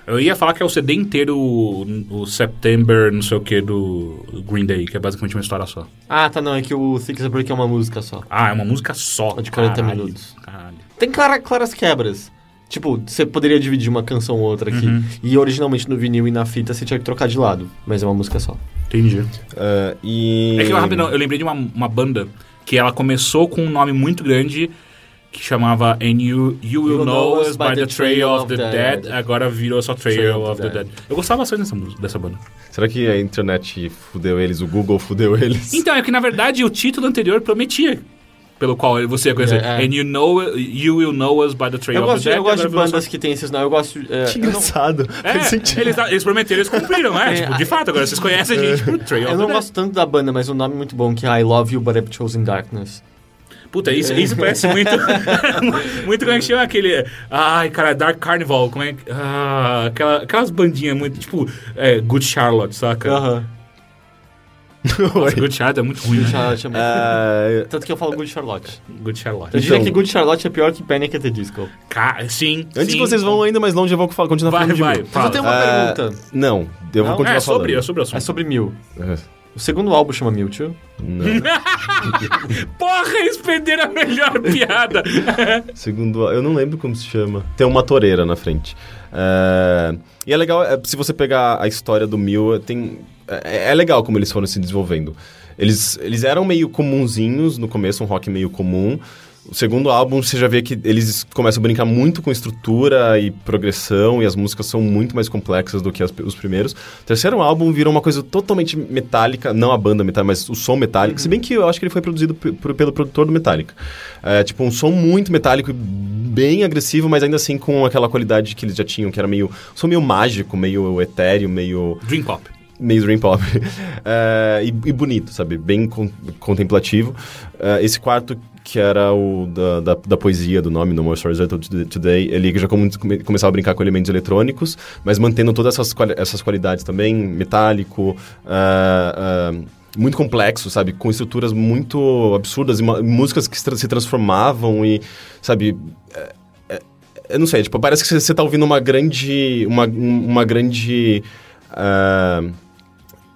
Speaker 1: Eu ia falar que é o CD inteiro, o, o September, não sei o que, do Green Day, que é basicamente uma história só.
Speaker 3: Ah, tá, não, é que o Thick as a Brick é uma música só.
Speaker 1: Ah, é uma música só.
Speaker 3: De 40
Speaker 1: caralho,
Speaker 3: minutos.
Speaker 1: Caralho.
Speaker 3: Tem clara- claras quebras. Tipo, você poderia dividir uma canção ou outra aqui. E originalmente no vinil e na fita você tinha que trocar de lado. Mas é uma música só.
Speaker 1: Entendi.
Speaker 2: É, e...
Speaker 1: É que eu, rapidão, eu lembrei de uma, uma banda que ela começou com um nome muito grande que chamava And You, you Will Know Us By The Trail of the Dead, agora virou só Trail of the Dead. Eu gostava bastante dessa, música- dessa banda.
Speaker 2: Será que a internet fudeu eles? O Google fudeu eles?
Speaker 1: Então, é que na verdade o título anterior prometia. Pelo qual você ia conhecer.
Speaker 3: É, é.
Speaker 1: And you, know, you will know us by the trail
Speaker 3: Eu
Speaker 1: of
Speaker 3: gosto,
Speaker 1: the dead.
Speaker 3: de, eu gosto de
Speaker 1: agora virou só
Speaker 3: bandas que tem esses nomes. Eu gosto. de- é,
Speaker 2: que
Speaker 3: eu não-
Speaker 2: engraçado.
Speaker 1: É,
Speaker 2: Faz sentido.
Speaker 1: eles, eles prometeram, eles cumpriram, é. tipo, de fato, agora vocês conhecem a gente pro Trail
Speaker 3: Eu
Speaker 1: of the
Speaker 3: não
Speaker 1: Dead.
Speaker 3: gosto tanto da banda, mas o nome é muito bom, que é I Love You But I've Chosen Darkness.
Speaker 1: Puta, isso, isso parece muito. muito como é que chama aquele. Ai, cara, Dark Carnival. Como é que. Ah, aquela, aquelas bandinhas muito. Tipo, é, Good Charlotte, saca?
Speaker 3: Aham.
Speaker 1: Nossa, Good Charlotte é muito ruim. né?
Speaker 3: Charlotte é muito-
Speaker 2: É,
Speaker 3: Tanto que eu falo Good Charlotte.
Speaker 1: Good Charlotte.
Speaker 3: Eu diria
Speaker 2: Então-
Speaker 3: que Good Charlotte é pior que Panic at the Disco.
Speaker 1: Ca- Sim.
Speaker 2: antes
Speaker 1: sim.
Speaker 2: que vocês vão ainda mais longe, eu vou fa- continuar
Speaker 1: Vai,
Speaker 2: falando de
Speaker 1: vai.
Speaker 2: mil.
Speaker 1: Fala.
Speaker 3: Mas eu tenho uma
Speaker 2: É,
Speaker 3: pergunta.
Speaker 2: Não, eu
Speaker 3: Não?
Speaker 2: vou continuar
Speaker 1: É sobre, é
Speaker 2: falando.
Speaker 1: sobre o assunto.
Speaker 3: É sobre Mil.
Speaker 2: É,
Speaker 3: O segundo álbum chama Mil, tio.
Speaker 2: Não.
Speaker 1: Porra, eles perderam a melhor piada.
Speaker 2: Segundo, a- eu não lembro como se chama. Tem uma toureira na frente. É, e é legal, é, se você pegar a história do Mil, é, tem, é, é legal como eles foram se desenvolvendo. Eles, eles eram meio comunzinhos no começo, um rock meio comum. O segundo álbum, você já vê que eles começam a brincar muito com estrutura e progressão, e as músicas são muito mais complexas do que as- os primeiros. O terceiro álbum virou uma coisa totalmente metálica, não a banda metálica, mas o som metálico. Se bem que eu acho que ele foi produzido p- por- pelo produtor do Metallica. É, tipo, um som muito metálico e bem agressivo, mas ainda assim com aquela qualidade que eles já tinham, que era meio. um som meio mágico, meio etéreo, meio
Speaker 1: Dream Pop.
Speaker 2: meio dream pop. É, e, e bonito, sabe? Bem con- contemplativo. É, esse quarto, que era o da, da, da poesia do nome, No More Stories I Told You Today, ele já come- come- começava a brincar com elementos eletrônicos, mas mantendo todas essas, quali- essas qualidades também, metálico, é, é, muito complexo, sabe? Com estruturas muito absurdas e ma- músicas que se tra- se transformavam e, sabe, Eh, eu não sei, tipo, parece que você tá ouvindo uma grande. Uma, um- uma grande. ah,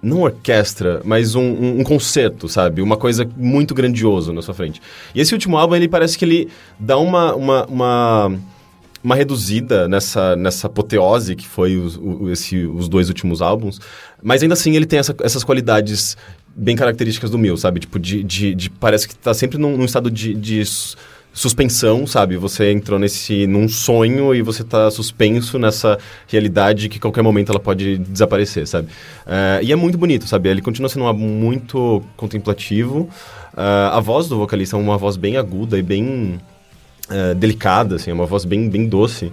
Speaker 2: não orquestra, mas um, um, um concerto, sabe? Uma coisa muito grandioso na sua frente. E esse último álbum, ele parece que ele dá uma. uma, uma uma reduzida nessa, nessa apoteose que foi os, o- esse- os dois últimos álbuns, mas ainda assim ele tem essa- essas qualidades bem características do Mills, sabe? Tipo, de, de, de- parece que tá sempre num, num estado de, de s- suspensão, sabe? Você entrou nesse num sonho e você tá suspenso nessa realidade que qualquer momento ela pode desaparecer, sabe? Eh, e é muito bonito, sabe? Ele continua sendo um álbum muito contemplativo. Ah, a voz do vocalista é uma voz bem aguda e bem eh, delicada, assim, é uma voz bem, bem doce.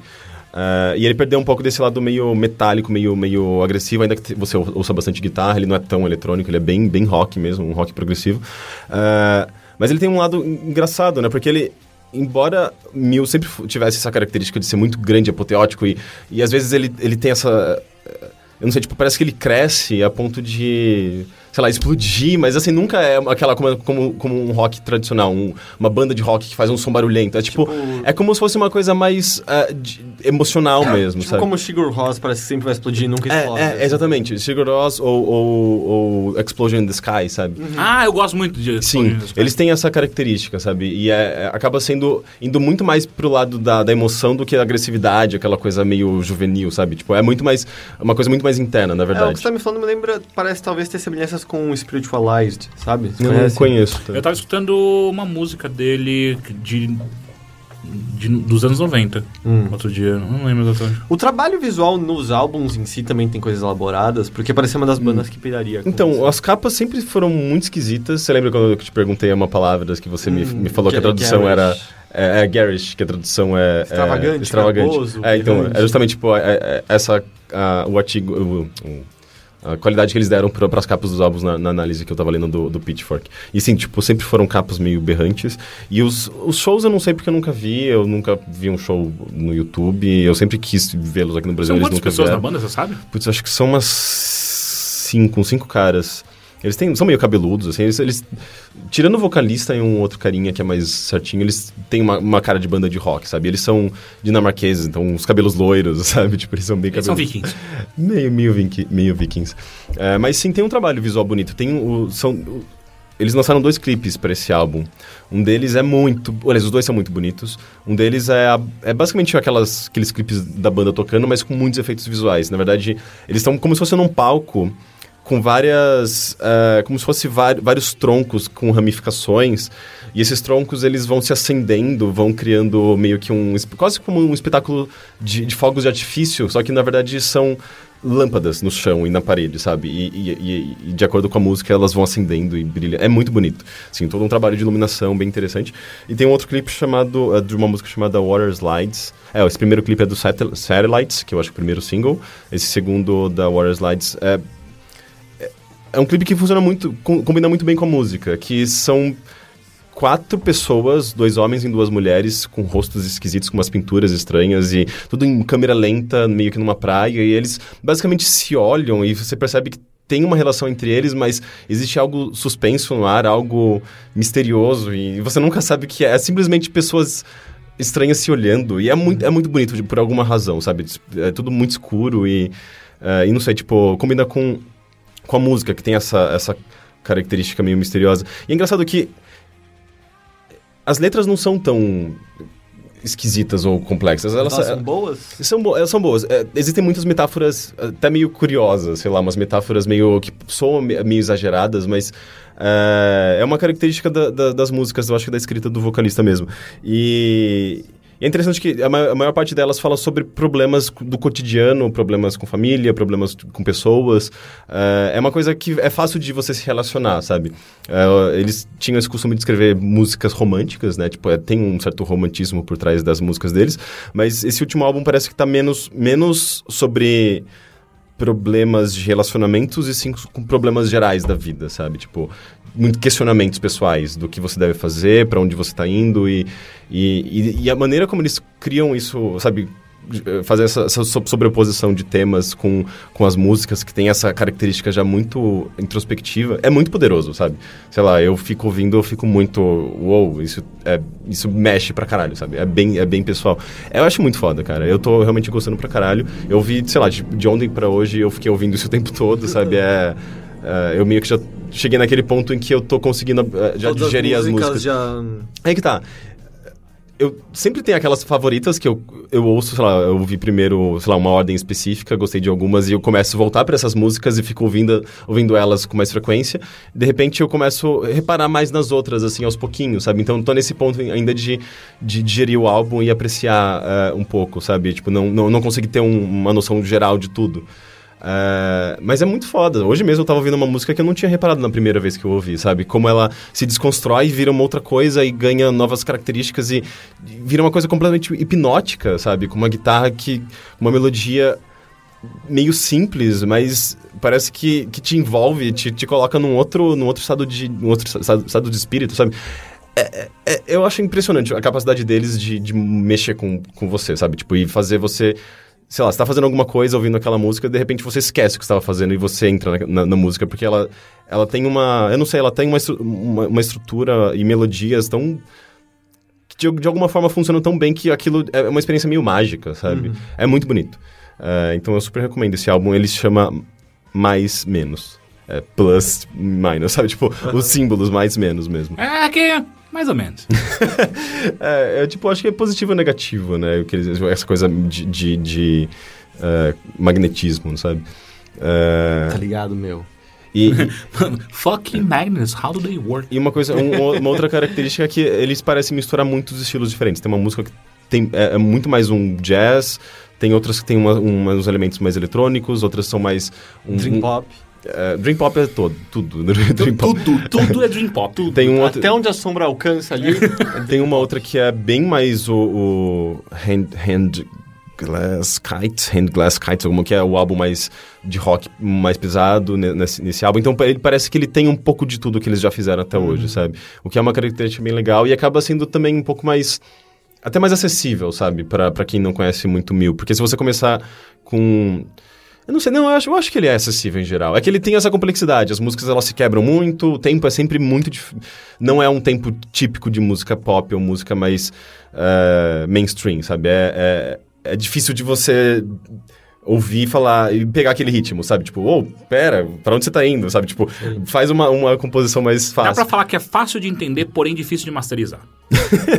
Speaker 2: Eh, e ele perdeu um pouco desse lado meio metálico, meio, meio agressivo, ainda que te- você ou- ouça bastante guitarra, ele não é tão eletrônico, ele é bem, bem rock mesmo, um rock progressivo. Eh, mas ele tem um lado en- engraçado, né? Porque ele, embora Mill sempre fu- tivesse essa característica de ser muito grande, apoteótico, e, e às vezes ele, ele tem essa. Eu não sei, tipo, parece que ele cresce a ponto de, sei lá, explodir, mas assim, nunca é aquela como, como, como um rock tradicional, um- uma banda de rock que faz um som barulhento. É tipo, é como se fosse uma coisa mais ah, de- emocional mesmo,
Speaker 3: Tipo
Speaker 2: sabe?
Speaker 3: como o Sigur Ross parece que sempre vai explodir e nunca
Speaker 2: Tá. É,
Speaker 3: explode.
Speaker 2: é,
Speaker 3: assim.
Speaker 2: exatamente. Sigur Rós ou, ou, ou Explosion in the Sky, sabe?
Speaker 3: Uhum.
Speaker 1: Ah, eu gosto muito de
Speaker 2: Sim, eles têm essa característica, sabe? E é- é- acaba sendo indo muito mais pro lado da, da emoção do que a agressividade, aquela coisa meio juvenil, sabe? Tipo, é muito mais uma coisa muito mais interna, na
Speaker 3: É, o que
Speaker 2: verdade.
Speaker 3: você tá me falando me lembra, parece talvez ter semelhanças com o Spiritualized, sabe? Você
Speaker 2: eu não
Speaker 3: conhece?
Speaker 2: conheço. tá?
Speaker 1: Eu tava escutando uma música dele de, de- dos anos 90, outro dia, não lembro exatamente.
Speaker 3: O trabalho visual nos álbuns em si também tem coisas elaboradas, porque parecia uma das bandas que pegaria.
Speaker 2: Hum. Então, as capas sempre foram muito esquisitas. Você lembra quando eu te perguntei uma palavra que você
Speaker 1: Hum,
Speaker 2: me, me falou que a
Speaker 3: Ga-
Speaker 2: tradução
Speaker 3: garish.
Speaker 2: era. É, é garish, que a tradução é. é,
Speaker 3: Extravagante,
Speaker 2: extravagante.
Speaker 3: garboso,
Speaker 2: é, então,
Speaker 3: errante.
Speaker 2: é justamente tipo, é- é- essa. ah, o artigo. o- o- a qualidade que eles deram para as capas dos álbuns na, na análise que eu tava lendo do, do Pitchfork. E sim, tipo, sempre foram capas meio berrantes. E os, os shows eu não sei porque eu nunca vi, eu nunca vi um show no YouTube, eu sempre quis vê-los aqui no
Speaker 1: São
Speaker 2: Brasil, eles
Speaker 1: quantas
Speaker 2: nunca
Speaker 1: pessoas
Speaker 2: vieram.
Speaker 1: na banda, você sabe?
Speaker 2: Putz, acho que são umas cinco, uns cinco caras. Eles têm, são meio cabeludos, assim, eles, eles- Tirando o vocalista e um outro carinha que é mais certinho, eles têm uma, uma cara de banda de rock, sabe? Eles são dinamarqueses, então uns cabelos loiros, sabe? Tipo, eles são bem
Speaker 1: Eles
Speaker 2: cabeludos.
Speaker 1: são vikings.
Speaker 2: Meio, meio, vinqui- meio vikings. É, mas sim, tem um trabalho visual bonito. Tem o, são, o- eles lançaram dois clipes pra esse álbum. Um deles é muito... Aliás, os dois são muito bonitos. Um deles é, a- é basicamente aquelas, aqueles clipes da banda tocando, mas com muitos efeitos visuais. Na verdade, eles estão como se fosse num palco com várias... é, como se fosse vari- vários troncos com ramificações. E esses troncos, eles vão se acendendo, vão criando meio que um... esp- Quase como um espetáculo de, de fogos de artifício, só que, na verdade, são lâmpadas no chão e na parede, sabe? E, e- e- e de acordo com a música elas vão acendendo e brilha. É muito bonito. Sim, todo um trabalho de iluminação bem interessante. E tem um outro clipe chamado eh, de uma música chamada Water Slides. É, esse primeiro clipe é do Satel- Satellites, que eu acho que é o primeiro single. Esse segundo da Water Slides é é um clipe que funciona muito, com- combina muito bem com a música, que são quatro pessoas, dois homens e duas mulheres, com rostos esquisitos, com umas pinturas estranhas e tudo em câmera lenta, meio que numa praia, e eles basicamente se olham e você percebe que tem uma relação entre eles, mas existe algo suspenso no ar, algo misterioso, e você nunca sabe o que é. É simplesmente pessoas estranhas se olhando, e é muito, é muito bonito de- por alguma razão, sabe? É tudo muito escuro e, eh, e não sei, tipo, combina com com a música, que tem essa, essa característica meio misteriosa. E é engraçado que as letras não são tão esquisitas ou complexas. Elas,
Speaker 3: Elas são boas?
Speaker 2: são, bo- elas são boas. É, existem muitas metáforas eh, até meio curiosas, sei lá, umas metáforas meio que soam me- meio exageradas, mas é, é uma característica da- da- das músicas, eu acho que da escrita do vocalista mesmo. E e é interessante que a ma- a maior, parte delas fala sobre problemas co- do cotidiano, problemas com família, problemas t- com pessoas. É, é uma coisa que é fácil de você se relacionar, sabe? É, eles tinham esse costume de escrever músicas românticas, né? Tipo, é, tem um certo romantismo por trás das músicas deles, mas esse último álbum parece que tá menos, menos sobre problemas de relacionamentos e sim com problemas gerais da vida, sabe? Tipo, muito questionamentos pessoais do que você deve fazer, pra onde você tá indo e, e, e- e a maneira como eles criam isso, sabe? Eh, Fazer essa, essa so- sobreposição de temas com, com as músicas que tem essa característica já muito introspectiva é muito poderoso, sabe? Sei lá, eu fico ouvindo, eu fico muito. Uou, isso, é, isso mexe pra caralho, sabe? É bem, é bem pessoal. Eu acho muito foda, cara. Eu tô realmente gostando pra caralho. Eu vi, sei lá, de, de ontem pra hoje eu fiquei ouvindo isso o tempo todo, sabe? É, é, eu meio que já cheguei naquele ponto em que eu tô conseguindo é, já
Speaker 3: Todas
Speaker 2: digerir as músicas.
Speaker 3: já...
Speaker 2: Aí que tá. É eu sempre tenho aquelas favoritas que eu, eu ouço, sei lá, eu ouvi primeiro, sei lá, uma ordem específica, gostei de algumas e eu começo a voltar para essas músicas e fico ouvindo, ouvindo elas com mais frequência. De repente eu começo a reparar mais nas outras, assim, aos pouquinhos, sabe? Então eu tô nesse ponto ainda de, de digerir o álbum e apreciar eh, um pouco, sabe? Tipo, não, não, não consegui ter um- uma noção geral de tudo. É, mas é muito foda. Hoje mesmo eu tava ouvindo uma música que eu não tinha reparado na primeira vez que eu ouvi, sabe? Como ela se desconstrói, vira uma outra coisa e ganha novas características e e vira uma coisa completamente hipnótica, sabe? Com uma guitarra que. uma melodia meio simples, mas parece que, que te envolve, te, te coloca num outro, num outro estado de. num outro estado, estado de espírito, sabe? É- é- é- eu acho impressionante a capacidade deles de, de mexer com, com você, sabe? Tipo, e fazer você. Sei lá, você tá fazendo alguma coisa ouvindo aquela música, de repente você esquece o que você estava fazendo e você entra na, na- na música, porque ela, ela tem uma. Eu não sei, ela tem uma, estru- uma, uma estrutura e melodias tão que de, de alguma forma funcionam tão bem que aquilo é uma experiência meio mágica, sabe? É muito bonito. É, então eu super recomendo esse álbum. Ele se chama Mais Menos. É, plus, minus, sabe? Tipo, os símbolos mais menos mesmo.
Speaker 1: É, que... Mais ou menos.
Speaker 2: É, é, tipo, acho que é positivo ou negativo, né? O que eles- Essa coisa de, de, de, é, magnetismo, sabe? É,
Speaker 3: Tá ligado, meu?
Speaker 2: e- e-
Speaker 1: Fucking Magnus, how do they work?
Speaker 2: E uma coisa, um- uma outra característica é que eles parecem misturar muitos estilos diferentes. Tem uma música que tem, é, é muito mais um jazz, tem outras que tem uma, uma- uns elementos mais eletrônicos, outras são mais um.
Speaker 3: Dream
Speaker 2: um-
Speaker 3: Pop.
Speaker 2: é, dream pop é todo, tudo. Dream pop.
Speaker 1: Tudo, tudo é Dream Pop. Tudo.
Speaker 2: Tem, um outro-
Speaker 3: Até onde a sombra alcança ali.
Speaker 2: tem uma outra que é bem mais o, o hand, hand Glass Kite, Hand Glass Kite, alguma que é o álbum mais de rock mais pesado ne- nesse, nesse álbum. Então pa- ele parece que ele tem um pouco de tudo que eles já fizeram até hoje, sabe? O que é uma característica bem legal e acaba sendo também um pouco mais até mais acessível, sabe? Pra pra quem não conhece muito Mil. Porque se você começar com. Eu não sei, não, eu acho, eu acho que ele é acessível em geral. É que ele tem essa complexidade. As músicas elas se quebram muito, o tempo é sempre muito. dif- Não é um tempo típico de música pop ou música mais eh, mainstream, sabe? É, é, é difícil de você ouvir e falar e pegar aquele ritmo, sabe? Tipo, ô, pera, pra onde você tá indo, sabe? Tipo, faz uma, uma composição mais
Speaker 1: Dá
Speaker 2: fácil.
Speaker 1: pra falar que é fácil de entender, porém difícil de masterizar.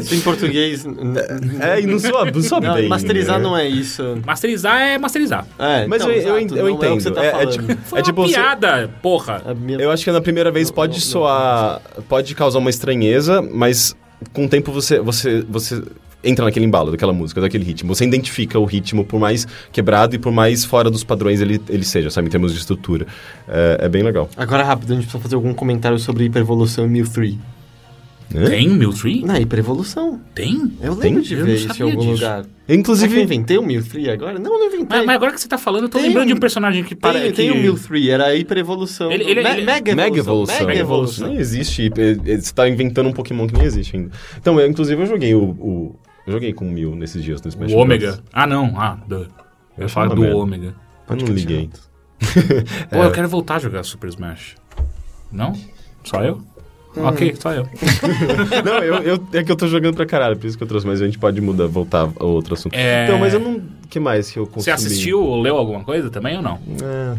Speaker 3: Isso em português. n- n-
Speaker 2: É, e não soa, não soa
Speaker 3: não,
Speaker 2: bem.
Speaker 3: masterizar
Speaker 2: né?
Speaker 3: não é isso.
Speaker 1: Masterizar é masterizar.
Speaker 3: É,
Speaker 2: Mas
Speaker 3: então,
Speaker 2: eu, eu,
Speaker 3: exato,
Speaker 2: eu
Speaker 3: não É, o que
Speaker 2: entendo.
Speaker 3: você tá
Speaker 2: É- é
Speaker 3: falando. É
Speaker 2: tipo-
Speaker 1: Foi
Speaker 2: é tipo
Speaker 1: uma
Speaker 2: você-
Speaker 1: piada, porra.
Speaker 3: A minha-
Speaker 2: Eu acho que na primeira vez
Speaker 3: Não,
Speaker 2: pode
Speaker 3: não, não.
Speaker 2: soar. Pode causar uma estranheza, mas com o tempo você, você, você entra naquele embalo daquela música, daquele ritmo. Você identifica o ritmo, por mais quebrado e por mais fora dos padrões ele, ele seja, sabe? Em termos de estrutura. É, é bem legal.
Speaker 3: Agora, rápido, a gente precisa fazer algum comentário sobre hiperevolução e Mil 3.
Speaker 2: Né?
Speaker 1: Tem o Miltree?
Speaker 3: Na hiperevolução.
Speaker 1: Tem?
Speaker 3: Eu lembro
Speaker 2: Tem?
Speaker 3: de
Speaker 1: Eu não
Speaker 3: ver isso em
Speaker 1: sabia
Speaker 3: algum
Speaker 1: disso.
Speaker 3: lugar. Será que eu
Speaker 2: Inclusive.
Speaker 3: inventei o Mil 3 agora? Não, eu não inventei.
Speaker 1: Mas, mas agora que você tá falando, eu tô
Speaker 3: Tem-
Speaker 1: lembrando de um personagem que
Speaker 3: Tem,
Speaker 1: para que...
Speaker 3: tem o Mil 3, era a hiperevolução.
Speaker 1: Ele- ele- ele-
Speaker 3: mega,
Speaker 2: Mega Evolução.
Speaker 3: Mega Evolução.
Speaker 2: Não existe. é, é, Você tá inventando um Pokémon que nem existe ainda. Então, eu, inclusive, eu joguei o. o- eu joguei com o Mil nesses dias no Smash
Speaker 1: O
Speaker 2: Bros.
Speaker 1: Ômega. Ah, não. Ah, do... eu ia falar
Speaker 2: uma
Speaker 1: do
Speaker 2: merda.
Speaker 1: Ômega.
Speaker 2: Eu não liguei.
Speaker 1: Pô, eu quero voltar a jogar Super Smash. Não? Só eu? Ok, só eu.
Speaker 2: Não, eu, eu- é que eu tô jogando pra caralho, por isso que eu trouxe, mas a gente pode mudar, voltar a outro assunto.
Speaker 1: É.
Speaker 2: Então, mas eu não. O que mais que eu consumi?
Speaker 1: Você assistiu ou leu alguma coisa também ou não?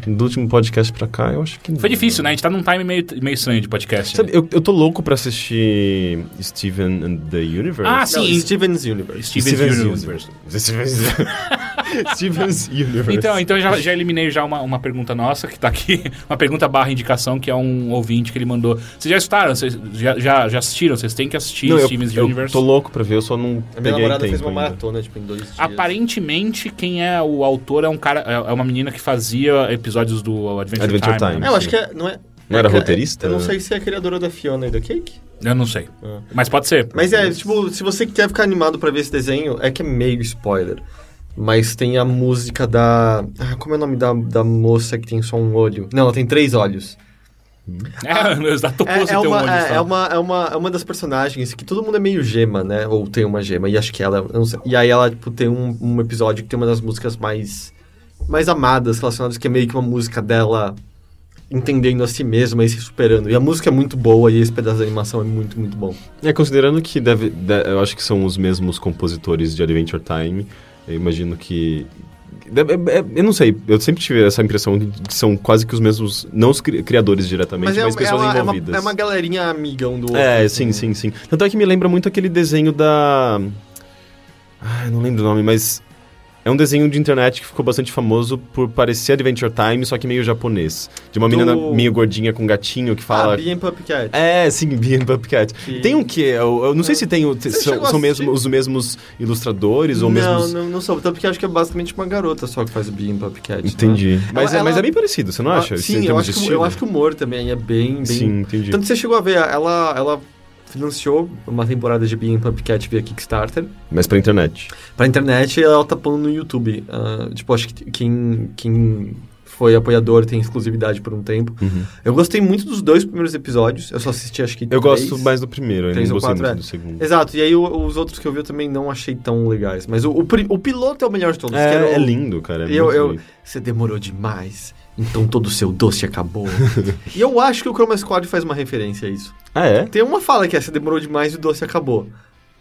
Speaker 2: É, do último podcast pra cá, eu acho que. não.
Speaker 1: Foi difícil, né? A gente tá num time meio, meio estranho de podcast. né?
Speaker 2: Sabe, eu, eu tô louco pra assistir Steven and the Universe.
Speaker 1: Ah,
Speaker 3: Não,
Speaker 1: sim.
Speaker 3: Steven's Universe.
Speaker 1: Steven's Universe.
Speaker 2: Steven's Steven's Universe.
Speaker 1: Então, então eu já, já eliminei já uma, uma pergunta nossa que tá aqui. Uma pergunta barra indicação, que é um ouvinte que ele mandou. Vocês já escutaram? Vocês já, já, já assistiram? Vocês têm que assistir
Speaker 2: não, eu,
Speaker 1: Steven's
Speaker 2: eu
Speaker 1: Universe.
Speaker 2: tô louco pra ver, eu só não
Speaker 3: A
Speaker 2: peguei
Speaker 3: minha namorada
Speaker 2: tempo
Speaker 3: fez uma
Speaker 2: ainda.
Speaker 3: maratona, tipo, em dois dias.
Speaker 1: Aparentemente, quem é o autor é um cara. É é uma menina que fazia episódios do Adventure,
Speaker 2: Adventure
Speaker 1: Time.
Speaker 2: Time.
Speaker 1: né?
Speaker 3: É, eu acho que é, não é...
Speaker 2: Não era
Speaker 3: é que-
Speaker 2: roteirista?
Speaker 3: Eu não sei se é a criadora da Fiona e da Cake.
Speaker 1: Eu não sei.
Speaker 3: Ah.
Speaker 1: Mas pode ser.
Speaker 3: Mas é, tipo, se você quer ficar animado pra ver esse desenho, é que é meio spoiler. Mas tem a música da... Ah, como é o nome da, da moça que tem só um olho? Não, ela tem três olhos.
Speaker 1: É, eu já tô
Speaker 3: É,
Speaker 1: posto
Speaker 3: é
Speaker 1: em ter um
Speaker 3: uma,
Speaker 1: olho
Speaker 3: é,
Speaker 1: só.
Speaker 3: é uma, é, uma, é uma das personagens que todo mundo é meio gema, né? Ou tem uma gema, e acho que ela... eu não sei. E aí ela, tipo, tem um, um episódio que tem uma das músicas mais... Mais amadas, relacionadas, que é meio que uma música dela entendendo a si mesma e se superando. E a música é muito boa e esse pedaço da animação é muito, muito bom.
Speaker 2: É, considerando que deve, de- eu acho que são os mesmos compositores de Adventure Time, eu imagino que. deve- é- é- eu não sei, eu sempre tive essa impressão de que são quase que os mesmos, não os cri- criadores diretamente, mas,
Speaker 3: é um-
Speaker 2: pessoas
Speaker 3: é uma,
Speaker 2: envolvidas.
Speaker 3: É uma, é uma galerinha amigão do outro.
Speaker 2: É, sim, sim, sim. Tanto é que me lembra muito aquele desenho da. Ah, eu não lembro o nome, mas. É um desenho de internet que ficou bastante famoso por parecer Adventure Time, só que meio japonês. De uma
Speaker 3: Do-
Speaker 2: menina meio gordinha com gatinho que fala.
Speaker 3: Ah, Bee and Pupcat.
Speaker 2: É, sim, Bean Bobcat.
Speaker 3: Que-
Speaker 2: Tem um que eu, eu não sei se tem o, se-
Speaker 3: chegou
Speaker 2: são,
Speaker 3: a
Speaker 2: são mesmo, os mesmos ilustradores ou mesmos.
Speaker 3: Não, não, não soube. Tanto porque eu acho que é basicamente uma garota só que faz o Bee and Pupcat. né?
Speaker 2: Entendi. Mas,
Speaker 3: Ela-
Speaker 2: é, mas
Speaker 3: ela-
Speaker 2: é bem parecido, você não
Speaker 3: Ah,
Speaker 2: acha? Em
Speaker 3: Sim, eu
Speaker 2: termos
Speaker 3: acho,
Speaker 2: de
Speaker 3: que,
Speaker 2: estilo?
Speaker 3: eu acho que o humor também é bem... bem...
Speaker 2: Sim, entendi.
Speaker 3: Tanto que você chegou a ver, ela, ela financiou uma temporada de Bee and Pupcat via Kickstarter.
Speaker 2: Mas pra internet.
Speaker 3: Pra internet, ela tá pondo no YouTube. Ah, tipo, acho que quem, quem foi apoiador tem exclusividade por um tempo. Eu gostei muito dos dois primeiros episódios. Eu só assisti, acho que
Speaker 2: Uhum. Eu
Speaker 3: É três.
Speaker 2: gosto mais do primeiro, eu não
Speaker 3: três ou
Speaker 2: gostei
Speaker 3: quatro,
Speaker 2: muito
Speaker 3: é.
Speaker 2: do segundo.
Speaker 3: Exato, e aí o- os outros que eu vi eu também não achei tão legais. Mas o, o, pri- o piloto é o melhor de todos. que era o-
Speaker 2: É, é lindo, cara. É
Speaker 3: eu,
Speaker 2: muito
Speaker 3: eu,
Speaker 2: bonito.
Speaker 3: você demorou demais, então todo o seu doce acabou. e eu acho que o Chroma Squad faz uma referência a isso.
Speaker 2: Ah, é?
Speaker 3: Tem uma fala que é, você demorou demais e o doce acabou.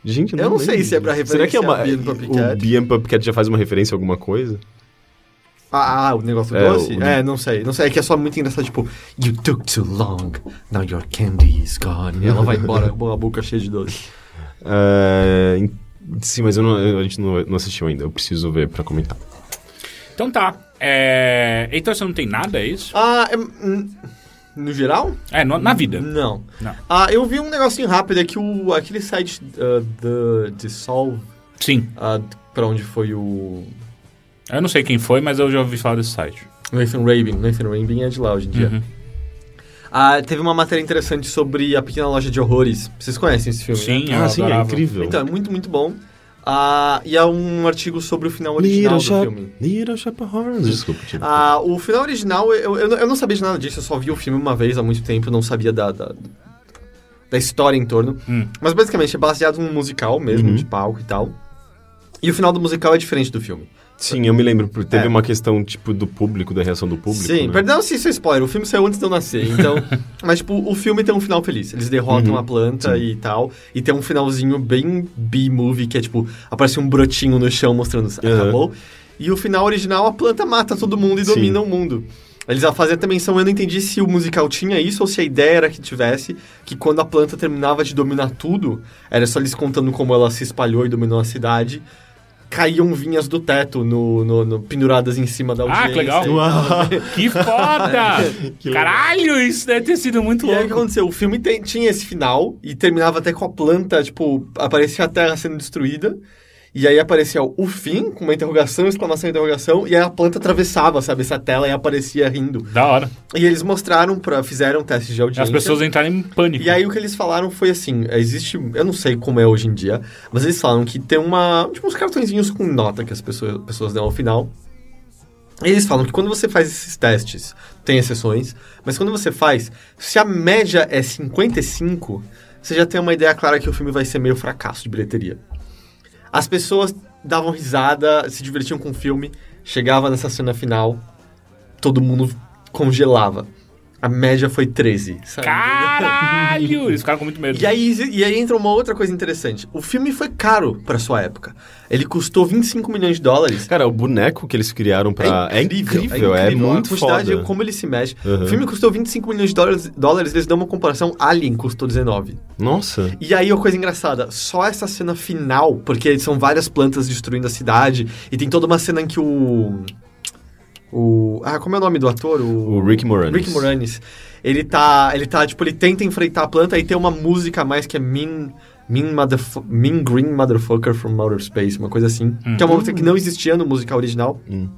Speaker 2: Gente,
Speaker 3: Eu não sei
Speaker 2: lembro
Speaker 3: se é pra
Speaker 2: disso. Será que é uma.
Speaker 3: referenciar Bean Bobcat?
Speaker 2: O Bean Pupcat já faz uma referência a alguma coisa?
Speaker 3: Ah, ah, o negócio do
Speaker 2: É,
Speaker 3: doce?
Speaker 2: o-
Speaker 3: É, não sei, não sei. É que é só muito engraçado, tipo, You took too long, now your candy is gone. E ela vai embora com a boca cheia de doce.
Speaker 2: Ah, em- sim, mas eu não- eu- a gente não, não assistiu ainda. Eu preciso ver pra comentar.
Speaker 1: Então tá. É, Então você não tem nada, é isso?
Speaker 3: Ah, é, hum, no geral?
Speaker 1: É, no- na vida.
Speaker 3: Não.
Speaker 1: Não.
Speaker 3: Ah, eu vi um negocinho rápido, é que o, aquele site ah, The Dissolve,
Speaker 1: Sim.
Speaker 3: ah, pra onde foi o...
Speaker 1: Eu não sei quem foi, mas eu já ouvi falar desse site.
Speaker 3: Nathan Rabin. Nathan Rabin é de lá hoje em dia.
Speaker 1: Uhum.
Speaker 3: Ah, teve uma matéria interessante sobre a pequena loja de horrores. Vocês conhecem esse filme? né?
Speaker 1: Sim, eu
Speaker 2: ah, sim, é
Speaker 1: adorava.
Speaker 2: incrível.
Speaker 3: Então, é muito, muito bom. Ah, e é um artigo sobre o final original do
Speaker 2: Shop-
Speaker 3: filme.
Speaker 2: Little Shop of Horrors. Desculpa, tipo.
Speaker 3: Ah, o final original, eu, eu, não- eu não sabia de nada disso, eu só vi o filme uma vez há muito tempo, eu não sabia da, da, da história em torno.
Speaker 1: Hum.
Speaker 3: Mas basicamente é baseado num musical mesmo,
Speaker 2: Uhum.
Speaker 3: de palco e tal. E o final do musical é diferente do filme.
Speaker 2: Sim, eu me lembro. porque Teve
Speaker 3: É.
Speaker 2: uma questão, tipo, do público, da reação do público.
Speaker 3: Sim,
Speaker 2: né?
Speaker 3: perdão se isso é spoiler, o filme saiu antes de eu nascer, então... mas, tipo, o filme tem um final feliz. Eles derrotam
Speaker 2: Uhum,
Speaker 3: a planta e tal, e tem um finalzinho bem B-movie, que é, tipo, aparece um brotinho no chão mostrando se
Speaker 2: Uhum.
Speaker 3: acabou. E o final original, a planta mata todo mundo e
Speaker 2: Sim.
Speaker 3: domina o mundo. Eles a fazer também são, eu não entendi se o musical tinha isso ou se a ideia era que tivesse, que quando a planta terminava de dominar tudo, era só eles contando como ela se espalhou e dominou a cidade, caíam vinhas do teto no, no- no- penduradas em cima da audiência.
Speaker 1: Ah, que legal.
Speaker 3: e tal.
Speaker 2: Uau.
Speaker 1: Que foda!
Speaker 2: Que legal.
Speaker 1: Caralho, isso deve ter sido muito
Speaker 3: E aí o que
Speaker 1: louco.
Speaker 3: aconteceu? O filme tem- tinha esse final e terminava até com a planta, tipo, aparecia a terra sendo destruída. E aí aparecia o fim, com uma interrogação, exclamação, interrogação, e aí a planta atravessava, sabe, essa tela e aparecia rindo.
Speaker 1: Da hora.
Speaker 3: E eles mostraram, pra, fizeram testes de audiência.
Speaker 1: As pessoas entraram em pânico.
Speaker 3: E aí o que eles falaram foi assim, existe, eu não sei como é hoje em dia, mas eles falaram que tem uma, tipo uns cartõezinhos com nota que as pessoas, pessoas dão ao final. E eles falam que quando você faz esses testes, tem exceções, mas quando você faz, se a média é 55, você já tem uma ideia clara que o filme vai ser meio fracasso de bilheteria. As pessoas davam risada, se divertiam com o filme, chegava nessa cena final, todo mundo congelava. A média foi 13, sabe?
Speaker 1: Caralho! Eles ficaram com muito medo.
Speaker 3: E aí, e aí entra uma outra coisa interessante. O filme foi caro pra sua época. Ele custou 25 milhões de dólares.
Speaker 2: Cara, o boneco que eles criaram pra. É incrível, é,
Speaker 3: incrível.
Speaker 2: muito
Speaker 3: A quantidade,
Speaker 2: foda.
Speaker 3: como ele se mexe.
Speaker 2: Uhum.
Speaker 3: O filme custou 25 milhões de dólares, dólares, eles dão uma comparação, Alien custou 19.
Speaker 2: Nossa.
Speaker 3: E aí, uma coisa engraçada, só essa cena final, porque são várias plantas destruindo a cidade, e tem toda uma cena em que o... O... Ah, como é o nome do ator?
Speaker 2: O Rick Moranis.
Speaker 3: Rick Moranis. Ele tá, ele tá, tipo, ele tenta enfrentar a planta e tem uma música a mais que é Mean, mean, Motherf mean Green Motherfucker from Outer Space, uma coisa assim. Que é uma música que não existia no musical original.
Speaker 2: Hum.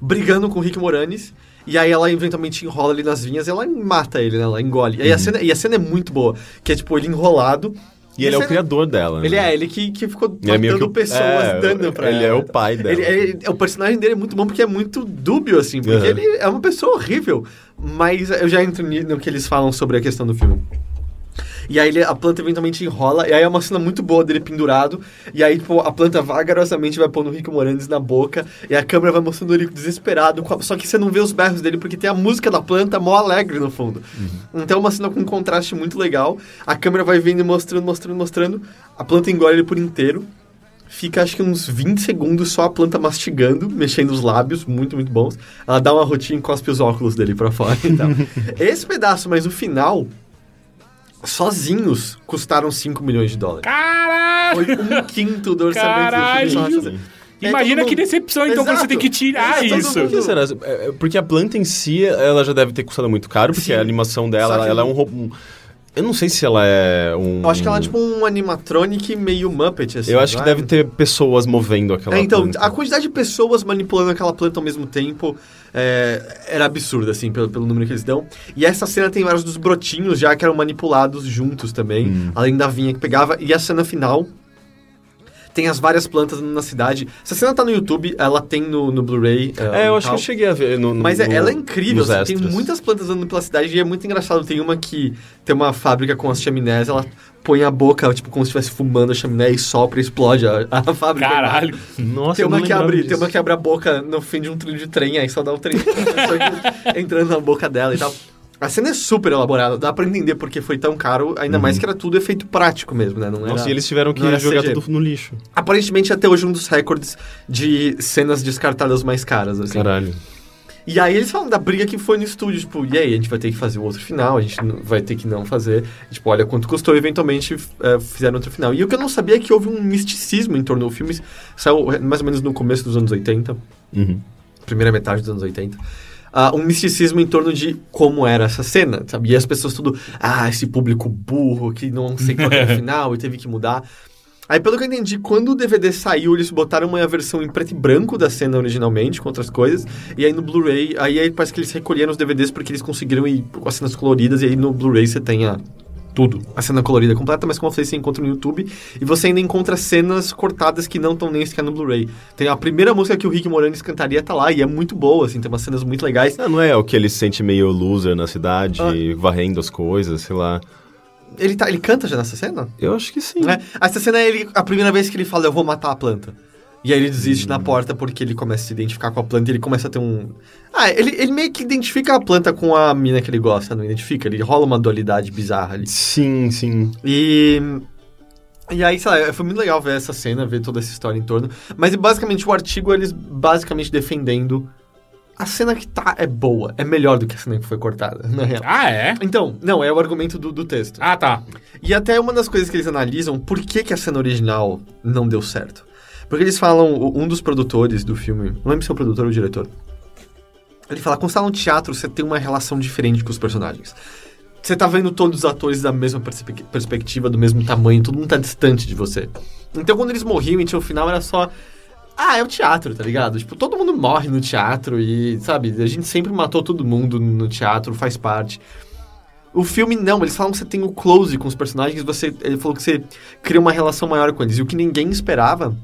Speaker 3: Brigando com o Rick Moranis. E aí ela eventualmente enrola ele nas vinhas e ela mata ele, né? Ela engole. E,
Speaker 2: Uhum.
Speaker 3: aí a cena, e a cena é muito boa, que é tipo ele enrolado.
Speaker 2: E ele é
Speaker 3: a
Speaker 2: o
Speaker 3: cena-
Speaker 2: criador dela. né?
Speaker 3: Ele é, ele que, que ficou
Speaker 2: Ele é meio
Speaker 3: matando
Speaker 2: que o-
Speaker 3: pessoas,
Speaker 2: é,
Speaker 3: dando pra
Speaker 2: ele
Speaker 3: ela.
Speaker 2: é o pai dela.
Speaker 3: Ele, ele- é- o personagem dele é muito bom porque é muito dúbio, assim, porque
Speaker 2: Aham.
Speaker 3: ele é uma pessoa horrível. Mas eu já entro ni- no que eles falam sobre a questão do filme. E aí ele- a planta eventualmente enrola, e aí é uma cena muito boa dele pendurado, e aí tipo, a planta vagarosamente vai pondo o Rico Moranis na boca, e a câmera vai mostrando o Rico desesperado, com a- só que você não vê os berros dele, porque tem a música da planta mó alegre no fundo. Então é uma cena com um contraste muito legal, a câmera vai vendo e mostrando, mostrando, mostrando, a planta engole ele por inteiro, Fica acho que uns 20 segundos só a planta mastigando, mexendo os lábios, muito, muito bons. Ela dá uma então. rotinha e cospe os óculos dele pra fora e tal. Esse pedaço, mas o final sozinhos, custaram 5 milhões de dólares.
Speaker 1: Caralho!
Speaker 3: Foi um quinto do orçamento
Speaker 1: Caralho!
Speaker 3: do filme.
Speaker 2: Nossa.
Speaker 3: É,
Speaker 1: Imagina
Speaker 3: todo
Speaker 1: que
Speaker 3: mundo-
Speaker 1: decepção, então, quando você
Speaker 3: Exato.
Speaker 1: tem que tirar
Speaker 3: Exato, todo
Speaker 1: isso.
Speaker 2: Por que será? É, é, Porque a planta em si, ela já deve ter custado muito caro, porque
Speaker 3: Sim.
Speaker 2: a animação
Speaker 3: Só
Speaker 2: dela, ela,
Speaker 3: que-
Speaker 2: ela é um, ro- um- Eu não sei se ela é um...
Speaker 3: Eu acho que ela é tipo um animatronic meio Muppet, assim.
Speaker 2: Eu acho que
Speaker 3: sabe?
Speaker 2: deve ter pessoas movendo aquela
Speaker 3: É, então,
Speaker 2: planta.
Speaker 3: a quantidade de pessoas manipulando aquela planta ao mesmo tempo é, era absurda, assim, pelo, pelo número que eles dão. E essa cena tem vários dos brotinhos já que eram manipulados juntos também,
Speaker 2: Hum.
Speaker 3: além da vinha que pegava. E a cena final tem as várias plantas na cidade. Essa cena tá no YouTube, ela tem no, no Blu-ray.
Speaker 2: É, eu acho
Speaker 3: tal.
Speaker 2: que eu cheguei a ver no, no-
Speaker 3: Mas é-
Speaker 2: no-
Speaker 3: ela é incrível,
Speaker 2: nos
Speaker 3: assim, tem
Speaker 2: extras.
Speaker 3: muitas plantas andando pela cidade e é muito engraçado. Tem uma que tem uma fábrica com as chaminés, ela põe a boca, tipo, como se estivesse fumando a chaminé e sopra e explode a, a fábrica.
Speaker 1: Caralho.
Speaker 2: Nossa,
Speaker 3: Tem
Speaker 2: eu não
Speaker 3: uma, que
Speaker 2: lembrava
Speaker 3: abre,
Speaker 2: disso.
Speaker 3: tem uma que abre a boca no fim de um trilho de trem, aí só dá o trem só que entrando na boca dela e tal. A cena é super elaborada, dá pra entender porque foi tão caro, ainda mais que era tudo efeito prático mesmo, né? Não
Speaker 2: Uhum.
Speaker 3: era...
Speaker 2: Nossa, e eles tiveram que
Speaker 3: não era
Speaker 2: jogar
Speaker 3: CG.
Speaker 2: tudo no lixo.
Speaker 3: Aparentemente até hoje um dos recordes de cenas descartadas mais caras, assim.
Speaker 2: Caralho.
Speaker 3: E aí eles falam da briga que foi no estúdio, tipo, e aí, a gente vai ter que fazer o outro final, a gente não- vai ter que não fazer. Tipo, olha quanto custou, e eventualmente é, fizeram outro final. E o que eu não sabia é que houve um misticismo em torno do filme, saiu é, mais ou menos no começo dos anos 80
Speaker 2: Uhum.
Speaker 3: primeira metade dos anos 80. ah, um misticismo em torno de como era essa cena, sabe? E as pessoas tudo, ah, esse público burro que não sei qual que era o final e teve que mudar. Aí, pelo que eu entendi, quando o DVD saiu, eles botaram uma versão em preto e branco da cena originalmente, com outras coisas, e aí no Blu-ray, aí, aí parece que eles recolheram os DVDs porque eles conseguiram ir com as cenas coloridas, e aí no Blu-ray você tem a,
Speaker 1: Tudo.
Speaker 3: a cena colorida completa, mas como eu falei, você encontra no YouTube e você ainda encontra cenas cortadas que não estão nem sequer no Blu-ray. Tem a primeira música que o Rick Moranis cantaria tá lá e é muito boa, assim, tem umas cenas muito legais.
Speaker 2: Ah, não é o que ele se sente meio loser na cidade,
Speaker 3: Ah.
Speaker 2: varrendo as coisas, sei lá.
Speaker 3: Ele, tá, ele canta já nessa cena?
Speaker 2: Eu acho que sim.
Speaker 3: Né? Essa cena é ele, a primeira vez que ele fala, eu vou matar a planta. E aí ele desiste na porta porque ele começa a se identificar com a planta e ele começa a ter um. Ah, ele, ele meio que identifica a planta com a mina que ele gosta, não identifica? Ele rola uma dualidade bizarra ali.
Speaker 2: Sim, sim.
Speaker 3: E. E aí, sei lá, foi muito legal ver essa cena, ver toda essa história em torno. Mas basicamente o artigo, eles basicamente defendendo. A cena que tá é boa, é melhor do que a cena que foi cortada, na real.
Speaker 1: Ah, é?
Speaker 3: Então, não, é o argumento do, do texto.
Speaker 1: Ah, tá.
Speaker 3: E até uma das coisas que eles analisam, por que, que a cena original não deu certo? Porque eles falam, o- um dos produtores do filme, não lembro se é o produtor ou o diretor, ele fala, quando você tá no teatro, você tem uma relação diferente com os personagens. Você tá vendo todos os atores da mesma perspe- perspectiva, do mesmo tamanho, todo mundo tá distante de você. Então quando eles morriam e tinha o final, era só... Ah, é o teatro, tá ligado? Tipo, todo mundo morre no teatro e, sabe, a gente sempre matou todo mundo no teatro, faz parte. O filme não, eles falam que você tem o close com os personagens, você, ele falou que você cria uma relação maior com eles. E o que ninguém esperava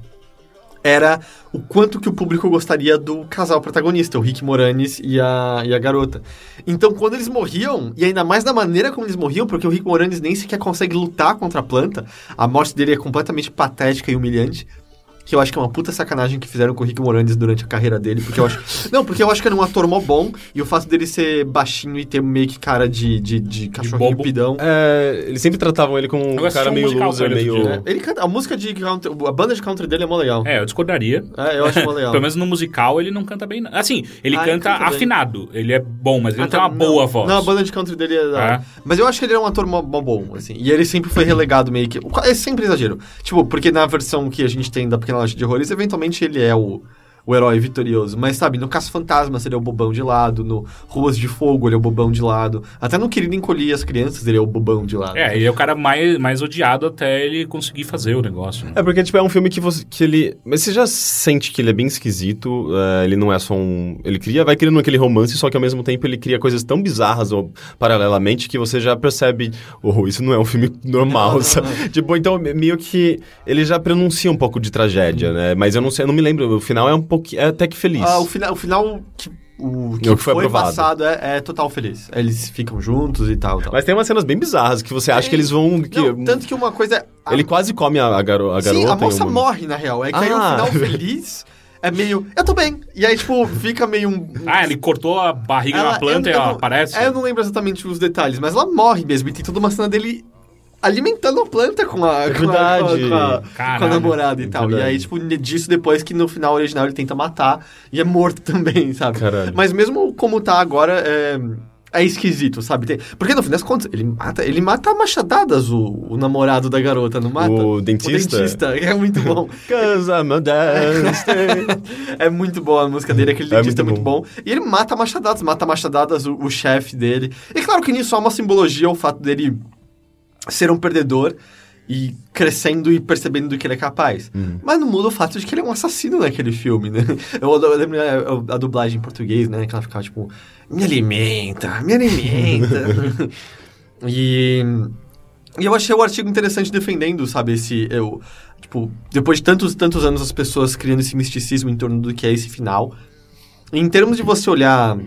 Speaker 3: era o quanto que o público gostaria do casal protagonista, o Rick Moranis e a, e a garota. Então, quando eles morriam, e ainda mais da maneira como eles morriam, porque o Rick Moranis nem sequer consegue lutar contra a planta, a morte dele é completamente patética e humilhante. Que eu acho que é uma puta sacanagem que fizeram com o Rick Moranis durante a carreira dele, porque eu acho. Não, porque eu acho que era um ator mó bom, e o fato dele ser baixinho e ter meio que cara de, de, de cachorrinho
Speaker 1: bobo.
Speaker 3: pidão.
Speaker 2: É, eles sempre tratavam ele como um
Speaker 1: Eu assisti
Speaker 2: cara
Speaker 1: um
Speaker 2: meio
Speaker 1: musical
Speaker 2: loser,
Speaker 1: com ele
Speaker 2: meio...
Speaker 1: outro dia.
Speaker 3: Ele canta. A música de country. A banda de country dele é mó legal.
Speaker 1: É, eu discordaria.
Speaker 3: É, eu acho mó legal.
Speaker 1: Pelo menos no musical ele não canta bem. não. Assim, ele
Speaker 3: Ah, ele
Speaker 1: canta,
Speaker 3: canta bem.
Speaker 1: afinado. Ele é bom, mas ele
Speaker 3: Ah,
Speaker 1: não tem
Speaker 3: tá,
Speaker 1: uma boa voz.
Speaker 3: Não, a banda de country dele é. da-
Speaker 1: É.
Speaker 3: Mas eu acho que ele era um ator mó, mó bom, assim. E ele sempre foi relegado meio que. É sempre exagero. Tipo, porque na versão que a gente tem da Pequena Loja de Horrores, eventualmente ele é o. O herói vitorioso. Mas sabe, no Caça Fantasmas ele é o bobão de lado, no Ruas de Fogo ele é o bobão de lado. Até no Querido Encolher as Crianças ele é o bobão de lado.
Speaker 1: É, ele é o cara mais, mais odiado até ele conseguir fazer o negócio. né?
Speaker 2: É porque, tipo, é um filme que você. Que ele, mas você já sente que ele é bem esquisito. é, ele não é só um. Ele cria, vai criando aquele romance, só que ao mesmo tempo ele cria coisas tão bizarras ou paralelamente que você já percebe. Oh, isso não é um filme normal. sabe? Tipo, então me- meio que. Ele já pronuncia um pouco de tragédia, né? Mas eu não sei, eu não me lembro. O final é um pouco. É até que feliz.
Speaker 3: Ah, o, final, o final que, o, que
Speaker 2: É o que foi
Speaker 3: foi,
Speaker 2: aprovado.
Speaker 3: passado é, é total feliz. Eles ficam juntos e tal. tal.
Speaker 2: Mas tem umas cenas bem bizarras que você acha que eles vão. Que,
Speaker 3: Não, tanto que uma coisa é. a-
Speaker 2: Ele quase come a, a, garo, a
Speaker 3: Sim,
Speaker 2: garota.
Speaker 3: a
Speaker 2: em
Speaker 3: moça
Speaker 2: um-
Speaker 3: morre, na real. É que aí o
Speaker 2: Ah.
Speaker 3: final feliz é meio. Eu tô bem. E aí, tipo, fica meio um.
Speaker 1: Ah, ele cortou a barriga na planta
Speaker 3: eu
Speaker 1: e
Speaker 3: não-
Speaker 1: ela
Speaker 3: eu não-
Speaker 1: aparece?
Speaker 3: É, eu não lembro exatamente os detalhes, mas ela morre mesmo. E tem toda uma cena dele alimentando a planta com a, com a, com a-
Speaker 2: É verdade. É
Speaker 3: com a- com a
Speaker 1: Caralho.
Speaker 3: namorada e tal. E
Speaker 2: Verdade.
Speaker 3: aí, tipo, disso depois que no final original ele tenta matar e é morto também, sabe?
Speaker 2: Caralho.
Speaker 3: Mas mesmo como tá agora, é, é esquisito, sabe? Tem- porque no fim das contas, ele mata, ele mata a machadadas o, o namorado da garota, não mata?
Speaker 2: O dentista.
Speaker 3: O dentista, é muito bom.
Speaker 2: Cause I'm a dancer.
Speaker 3: é muito boa a música dele, aquele
Speaker 2: É
Speaker 3: dentista é muito
Speaker 2: muito
Speaker 3: bom. E ele mata a machadadas, mata a machadadas o, o chefe dele. E claro que nisso há uma simbologia, o fato dele ser um perdedor e crescendo e percebendo do que ele é capaz.
Speaker 2: Hum.
Speaker 3: Mas não muda o fato de que ele é um assassino naquele filme, né? Eu, adoro- eu lembro é, a- a, a dublagem em português, né? Que ela ficava tipo, me alimenta, me alimenta. e, e eu achei o artigo interessante defendendo, sabe, esse... Eu, tipo, depois de tantos e tantos anos as pessoas criando esse misticismo em torno do que é esse final. Em termos de você olhar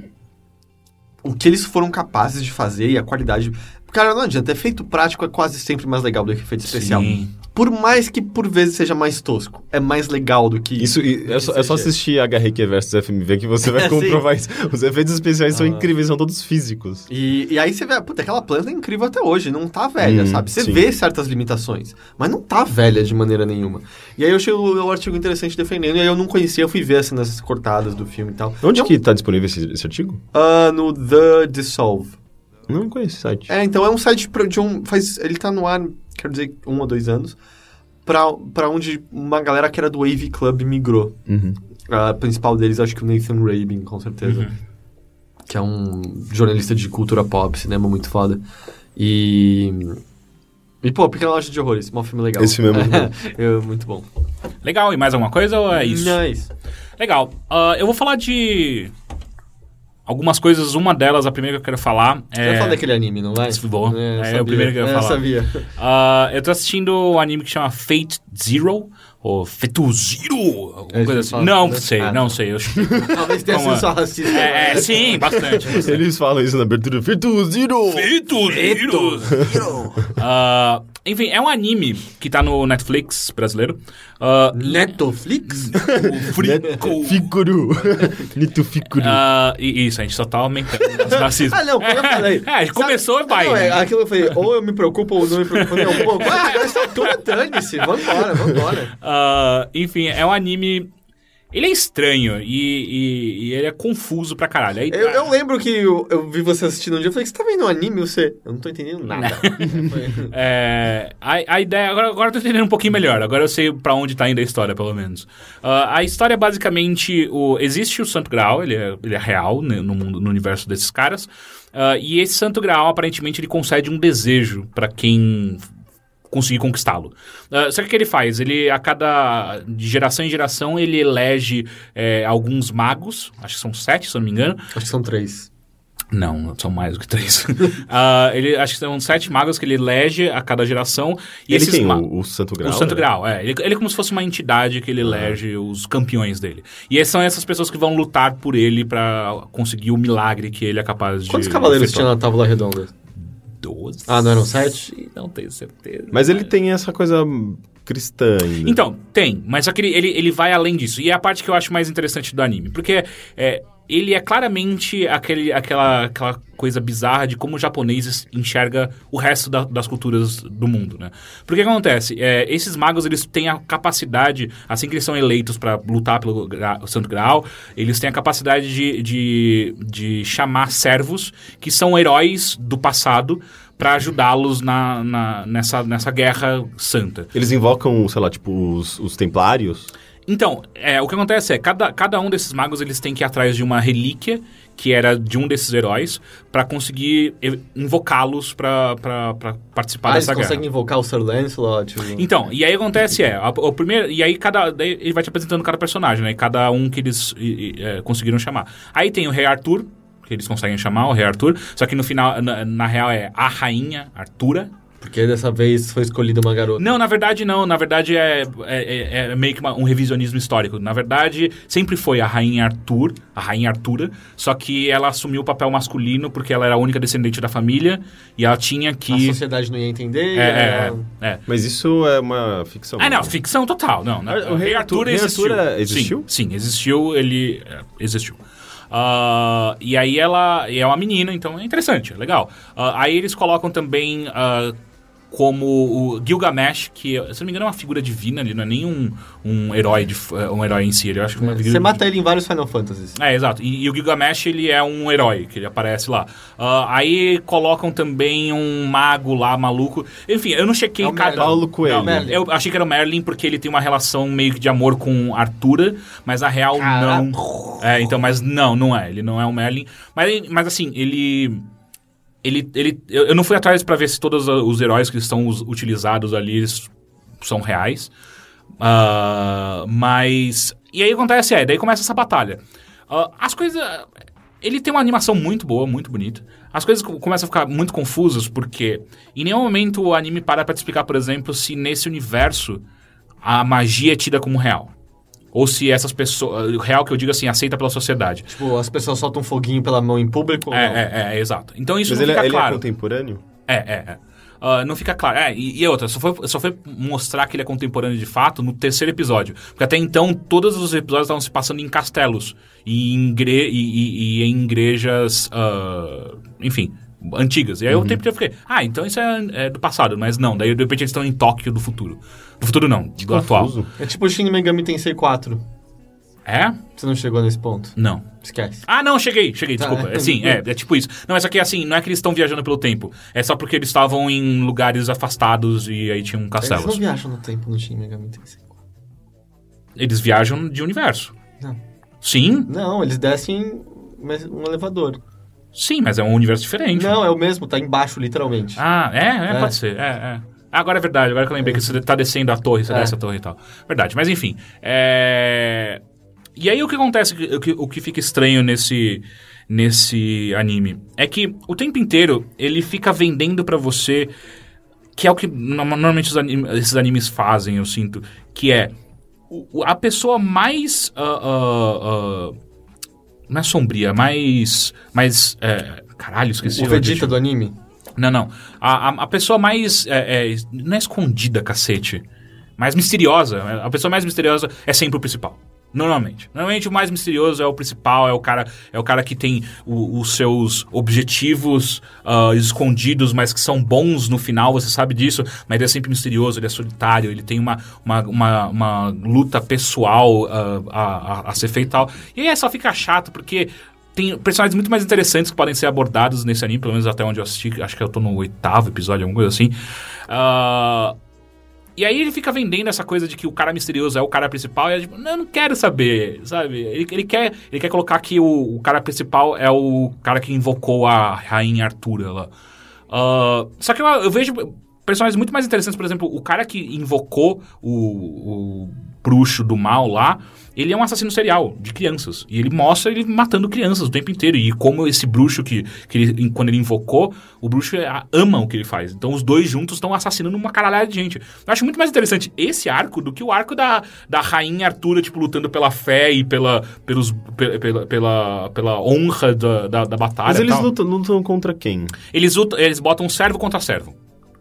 Speaker 3: o que eles foram capazes de fazer e a qualidade... Cara, não adianta, efeito prático é quase sempre mais legal do que efeito especial.
Speaker 1: Sim.
Speaker 3: Por mais que por vezes seja mais tosco, é mais legal do que
Speaker 2: Isso, e- é só, é só assistir HRQ versus FMV que você vai
Speaker 3: Sim.
Speaker 2: comprovar isso. Os efeitos especiais são
Speaker 3: Ah.
Speaker 2: incríveis, são todos físicos.
Speaker 3: E, e aí você vê, puta, aquela planta é incrível até hoje, não tá velha,
Speaker 2: Hum,
Speaker 3: sabe? Você
Speaker 2: sim.
Speaker 3: vê certas limitações, mas não tá velha de maneira nenhuma. E aí eu achei o, o artigo interessante defendendo, e aí eu não conhecia, eu fui ver as cenas cortadas do filme e tal.
Speaker 2: Onde
Speaker 3: Então,
Speaker 2: que tá disponível esse, esse artigo?
Speaker 3: ah, no The Dissolve.
Speaker 2: Não conheço esse site.
Speaker 3: É, então é um site pra- de um. Faz, ele tá no ar, quero dizer, um ou dois anos, pra, pra onde uma galera que era do Wave Club migrou.
Speaker 2: Uhum.
Speaker 3: A principal deles, acho que o Nathan Rabin, com certeza.
Speaker 1: Uhum.
Speaker 3: Que é um jornalista de cultura pop, cinema muito foda. E. E, pô, Pequena Loja de Horrores, um filme legal.
Speaker 2: Esse filme é muito bom.
Speaker 3: é muito bom.
Speaker 1: Legal, e mais alguma coisa ou é isso?
Speaker 3: Não, é isso.
Speaker 1: Legal. Ah, eu vou falar de algumas coisas. Uma delas, a primeira que eu quero falar
Speaker 3: Você vai
Speaker 1: é.
Speaker 3: falar daquele anime, não vai?
Speaker 1: Esse bom.
Speaker 3: eu
Speaker 1: É, é o
Speaker 3: sabia.
Speaker 1: primeiro que eu ia
Speaker 3: É,
Speaker 1: falar.
Speaker 3: sabia.
Speaker 1: Ah, eu tô assistindo um anime que chama Fate Zero. Ou Fetu Zero. Alguma
Speaker 3: É,
Speaker 1: coisa
Speaker 3: você
Speaker 1: assim.
Speaker 3: fala,
Speaker 1: Não
Speaker 3: né?
Speaker 1: sei,
Speaker 3: Ah,
Speaker 1: não
Speaker 3: tá.
Speaker 1: sei. Eu...
Speaker 3: Talvez tenha
Speaker 1: Vamos
Speaker 3: sido
Speaker 1: lá.
Speaker 3: só racista.
Speaker 1: é, é,
Speaker 3: né?
Speaker 1: sim, bastante. bastante.
Speaker 2: Eles falam isso na abertura. Virtu Zero!
Speaker 1: Feito, Zero. Ah, enfim, é um anime que tá no Netflix brasileiro. Ah,
Speaker 3: Netflix?
Speaker 1: o Frico.
Speaker 2: Ficuru. Nito Ficuru.
Speaker 1: Ah, e isso, a gente só tá aumentando o nosso racismo.
Speaker 3: Ah, não, como eu falei.
Speaker 1: É, é, começou e
Speaker 3: Sabe-
Speaker 1: vai.
Speaker 3: Não, é,
Speaker 1: né?
Speaker 3: aquilo eu falei, ou eu me preocupo ou não me preocupo. Não, pô, ah, agora está tudo dane-se. Vambora, vambora.
Speaker 1: Ah, enfim, é um anime. Ele é estranho e, e- e ele é confuso pra caralho. Aí-
Speaker 3: Eu, eu lembro que eu, eu vi você assistindo um dia e falei, você tá vendo um anime? Você, eu não tô entendendo nada. Foi-
Speaker 1: É, a, a ideia. Agora, agora eu tô entendendo um pouquinho melhor. Agora eu sei pra onde tá indo a história, pelo menos. Ah, a história é basicamente. O, existe o Santo Graal, ele é, ele é real né, no, mundo, no universo desses caras. Ah, e esse Santo Graal, aparentemente, ele concede um desejo pra quem conseguir conquistá-lo. Ah, só que o que ele faz? Ele, a cada. de geração em geração, ele elege eh, alguns magos, acho que são sete, se eu não me engano.
Speaker 3: Acho que são três.
Speaker 1: Não, são mais do que três. Ah, ele, acho que são sete magos que ele elege a cada geração. E
Speaker 2: ele
Speaker 1: esses
Speaker 2: tem
Speaker 1: ma-
Speaker 2: o, o Santo Grau.
Speaker 1: o Santo
Speaker 2: né?
Speaker 1: Graal, é. Ele, ele é como se fosse uma entidade que ele elege os campeões dele. E essas são essas pessoas que vão lutar por ele pra conseguir o milagre que ele é capaz de.
Speaker 3: Quantos cavaleiros tinha
Speaker 1: efetuar.
Speaker 3: na tábua redonda?
Speaker 1: Doze.
Speaker 3: Ah, não eram sete?
Speaker 1: Não tenho certeza.
Speaker 2: Mas ele tem essa coisa cristã ainda.
Speaker 1: Então, tem, mas só que ele, ele, ele vai além disso. E é a parte que eu acho mais interessante do anime. Porque é, ele é claramente aquele, aquela, aquela coisa bizarra de como o japonês enxerga o resto da- das culturas do mundo, né? Porque o que acontece? É, esses magos, eles têm a capacidade, assim que eles são eleitos pra lutar pelo gra- o Santo Graal, eles têm a capacidade de, de, de chamar servos que são heróis do passado pra ajudá-los na, na- nessa, nessa guerra santa.
Speaker 2: Eles invocam, sei lá, tipo, os, os templários.
Speaker 1: Então, é, o que acontece é, cada, cada um desses magos, eles têm que ir atrás de uma relíquia, que era de um desses heróis, pra conseguir e- invocá-los pra pra- pra participar
Speaker 3: Ah, eles
Speaker 1: dessa guerra.
Speaker 3: conseguem invocar o Sir Lancelot. tipo, o-
Speaker 1: Então, e aí acontece é, a- o primeiro, e aí cada daí ele vai te apresentando cada personagem, né? E cada um que eles e- e, é, conseguiram chamar. Aí tem o Rei Arthur, que eles conseguem chamar, o Rei Arthur, só que no final na, na real é a rainha Artura,
Speaker 3: Porque dessa vez foi escolhida uma garota.
Speaker 1: não, na verdade não. Na verdade é, é- é- é meio que uma- um revisionismo histórico. Na verdade, sempre foi a Rainha Arthur, a Rainha Artura, só que ela assumiu o papel masculino porque ela era a única descendente da família e ela tinha
Speaker 3: A
Speaker 1: que.
Speaker 3: sociedade um não ia entender.
Speaker 1: É, é,
Speaker 3: ela-
Speaker 1: é, é.
Speaker 2: Mas isso é uma ficção.
Speaker 1: Ah, não,
Speaker 2: né?
Speaker 1: ficção total, não. não.
Speaker 2: O Rei Arthur- Rei
Speaker 1: existiu.
Speaker 2: Arthur existiu?
Speaker 1: Sim, sim, existiu, ele é, existiu. Ah, e aí ela e é uma menina, então é interessante, é legal. Ah, aí eles colocam também ah, como o Gilgamesh, que, se não me engano, é uma figura divina, ele não é nem um, um herói de f- um herói em si, ele eu acho que é uma figura
Speaker 3: Você mata ele em vários Final Fantasies.
Speaker 1: é, exato. E, e o Gilgamesh, ele é um herói, que ele aparece lá. Ah, aí colocam também um mago lá, maluco. Enfim, eu não chequei
Speaker 3: É o
Speaker 1: cada...
Speaker 3: Merlin.
Speaker 2: Paulo Coelho.
Speaker 1: Não, eu achei que era o Merlin porque ele tem uma relação meio que de amor com Artura, mas a real
Speaker 3: Cara-
Speaker 1: não. É, então, mas não, não é. Ele não é o Merlin. Mas, mas assim, ele... Ele, ele, eu eu não fui atrás pra ver se todos os heróis que estão us- utilizados ali eles são reais. Ah, mas. E aí acontece, é, daí começa essa batalha. Ah, as coisas. Ele tem uma animação muito boa, muito bonita. As coisas co- começam a ficar muito confusas, porque em nenhum momento o anime para pra te explicar, por exemplo, se nesse universo a magia é tida como real. Ou se essas pessoas. Real que eu digo assim, aceita pela sociedade.
Speaker 3: Tipo, as pessoas soltam foguinho pela mão em público. ou
Speaker 1: É,
Speaker 3: não?
Speaker 1: é, é, exato. Então isso
Speaker 2: Mas
Speaker 1: não
Speaker 2: ele,
Speaker 1: fica
Speaker 2: ele é
Speaker 1: claro.
Speaker 2: contemporâneo?
Speaker 1: É, é, é. Ah, não fica claro. É, e, e outra, só foi, só foi mostrar que ele é contemporâneo de fato no terceiro episódio. Porque até então, todos os episódios estavam se passando em castelos e em, igre- e- e- e em igrejas, ah, enfim, antigas. E aí
Speaker 3: Uhum.
Speaker 1: eu sempre fiquei, ah, então isso é, é do passado. Mas não, daí de repente eles estão em Tóquio do futuro. Do futuro não, do atual.
Speaker 2: Confuso.
Speaker 3: É tipo Shin Megami Tensei 4.
Speaker 1: É?
Speaker 3: Você não chegou nesse ponto.
Speaker 1: Não.
Speaker 3: Esquece.
Speaker 1: Ah, não, cheguei, cheguei,
Speaker 3: Tá.
Speaker 1: desculpa. É, sim, é, é tipo isso. Não, é só que assim, não é que eles estão viajando pelo tempo. É só porque eles estavam em lugares afastados e aí tinham
Speaker 3: Eles
Speaker 1: castelos.
Speaker 3: não viajam no tempo no Shin Megami Tensei 4.
Speaker 1: Eles viajam de universo.
Speaker 3: Não.
Speaker 1: Sim,
Speaker 3: Não, eles descem mas um elevador.
Speaker 1: sim, mas é um universo diferente.
Speaker 3: Não, é o mesmo, tá embaixo, literalmente.
Speaker 1: Ah, é, é,
Speaker 3: É.
Speaker 1: pode ser. É, é. Agora é verdade, agora que eu lembrei que você tá descendo a torre, você
Speaker 3: É.
Speaker 1: desce a torre e tal. Verdade, mas enfim. é, E aí o que acontece, o que, o que fica estranho nesse, nesse anime, é que o tempo inteiro ele fica vendendo pra você, que é o que no- normalmente os anim- esses animes fazem, eu sinto, que é o- o- a pessoa mais... ah, ah, ah, não é sombria, mais... mais é, caralho, esqueci.
Speaker 3: o
Speaker 1: eu deixo-
Speaker 3: Vegeta do anime.
Speaker 1: não, não. A, a, a pessoa mais. é, é, não é escondida, cacete. Mas misteriosa. A pessoa mais misteriosa é sempre o principal. Normalmente. Normalmente o mais misterioso é o principal, é o cara, é o cara que tem o- os seus objetivos ah, escondidos, mas que são bons no final, você sabe disso, mas ele é sempre misterioso, ele é solitário, ele tem uma, uma, uma, uma luta pessoal ah, a, a, a ser feita e tal. E aí só fica chato, porque tem personagens muito mais interessantes que podem ser abordados nesse anime, pelo menos até onde eu assisti. Acho que eu tô no oitavo episódio, alguma coisa assim. Ah, e aí ele fica vendendo essa coisa de que o cara misterioso é o cara principal, e é tipo, não, eu não quero saber, sabe? Ele, ele quer, ele quer colocar que o, o cara principal é o cara que invocou a rainha Artura lá. Ah, só que eu, eu vejo personagens muito mais interessantes, por exemplo, o cara que invocou o, o bruxo do mal lá, ele é um assassino serial de crianças. E ele mostra ele matando crianças o tempo inteiro. E como esse bruxo que, que ele- quando ele invocou, o bruxo é- ama o que ele faz. Então os dois juntos estão assassinando uma caralhada de gente. Eu acho muito mais interessante esse arco do que o arco da, da rainha Artura, tipo, lutando pela fé e pela, pelos, pe- pela, pela, pela honra da, da, da batalha.
Speaker 2: Mas
Speaker 1: e
Speaker 2: eles
Speaker 1: tal.
Speaker 2: lutam, lutam contra quem?
Speaker 1: Eles, lutam- eles botam um servo contra servo.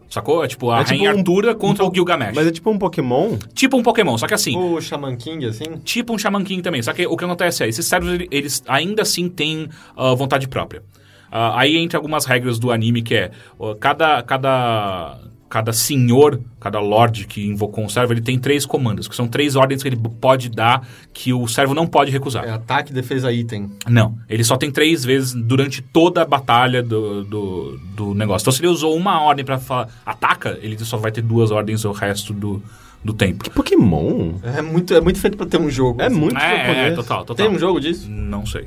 Speaker 1: Sacou? É tipo a
Speaker 2: É tipo
Speaker 1: rainha
Speaker 2: um-
Speaker 1: Artura contra
Speaker 2: um
Speaker 1: o Gilgamesh.
Speaker 2: Mas é tipo um Pokémon?
Speaker 1: Tipo um Pokémon, só que assim.
Speaker 3: O Shaman King, assim.
Speaker 1: Tipo um Shaman King também. Só que o que acontece é, esses servos, ele- eles ainda assim têm ah, vontade própria. Ah, aí entra algumas regras do anime que é ó, cada, cada, cada senhor, cada lorde que invocou um servo, ele tem três comandos, que são três ordens que ele pode dar que o servo não pode
Speaker 2: Tá.
Speaker 1: recusar.
Speaker 3: É ataque, defesa, item.
Speaker 1: Não, ele só tem três vezes durante toda a batalha do, do, do negócio. Então se ele usou uma ordem pra falar ataca, ele só vai ter duas ordens o resto do, do tempo.
Speaker 2: Que Pokémon?
Speaker 3: É muito, é muito feito pra ter um jogo.
Speaker 2: É
Speaker 3: assim.
Speaker 2: muito
Speaker 1: É, é,
Speaker 2: japonês.
Speaker 1: total, total.
Speaker 3: Tem um jogo disso?
Speaker 1: Não sei.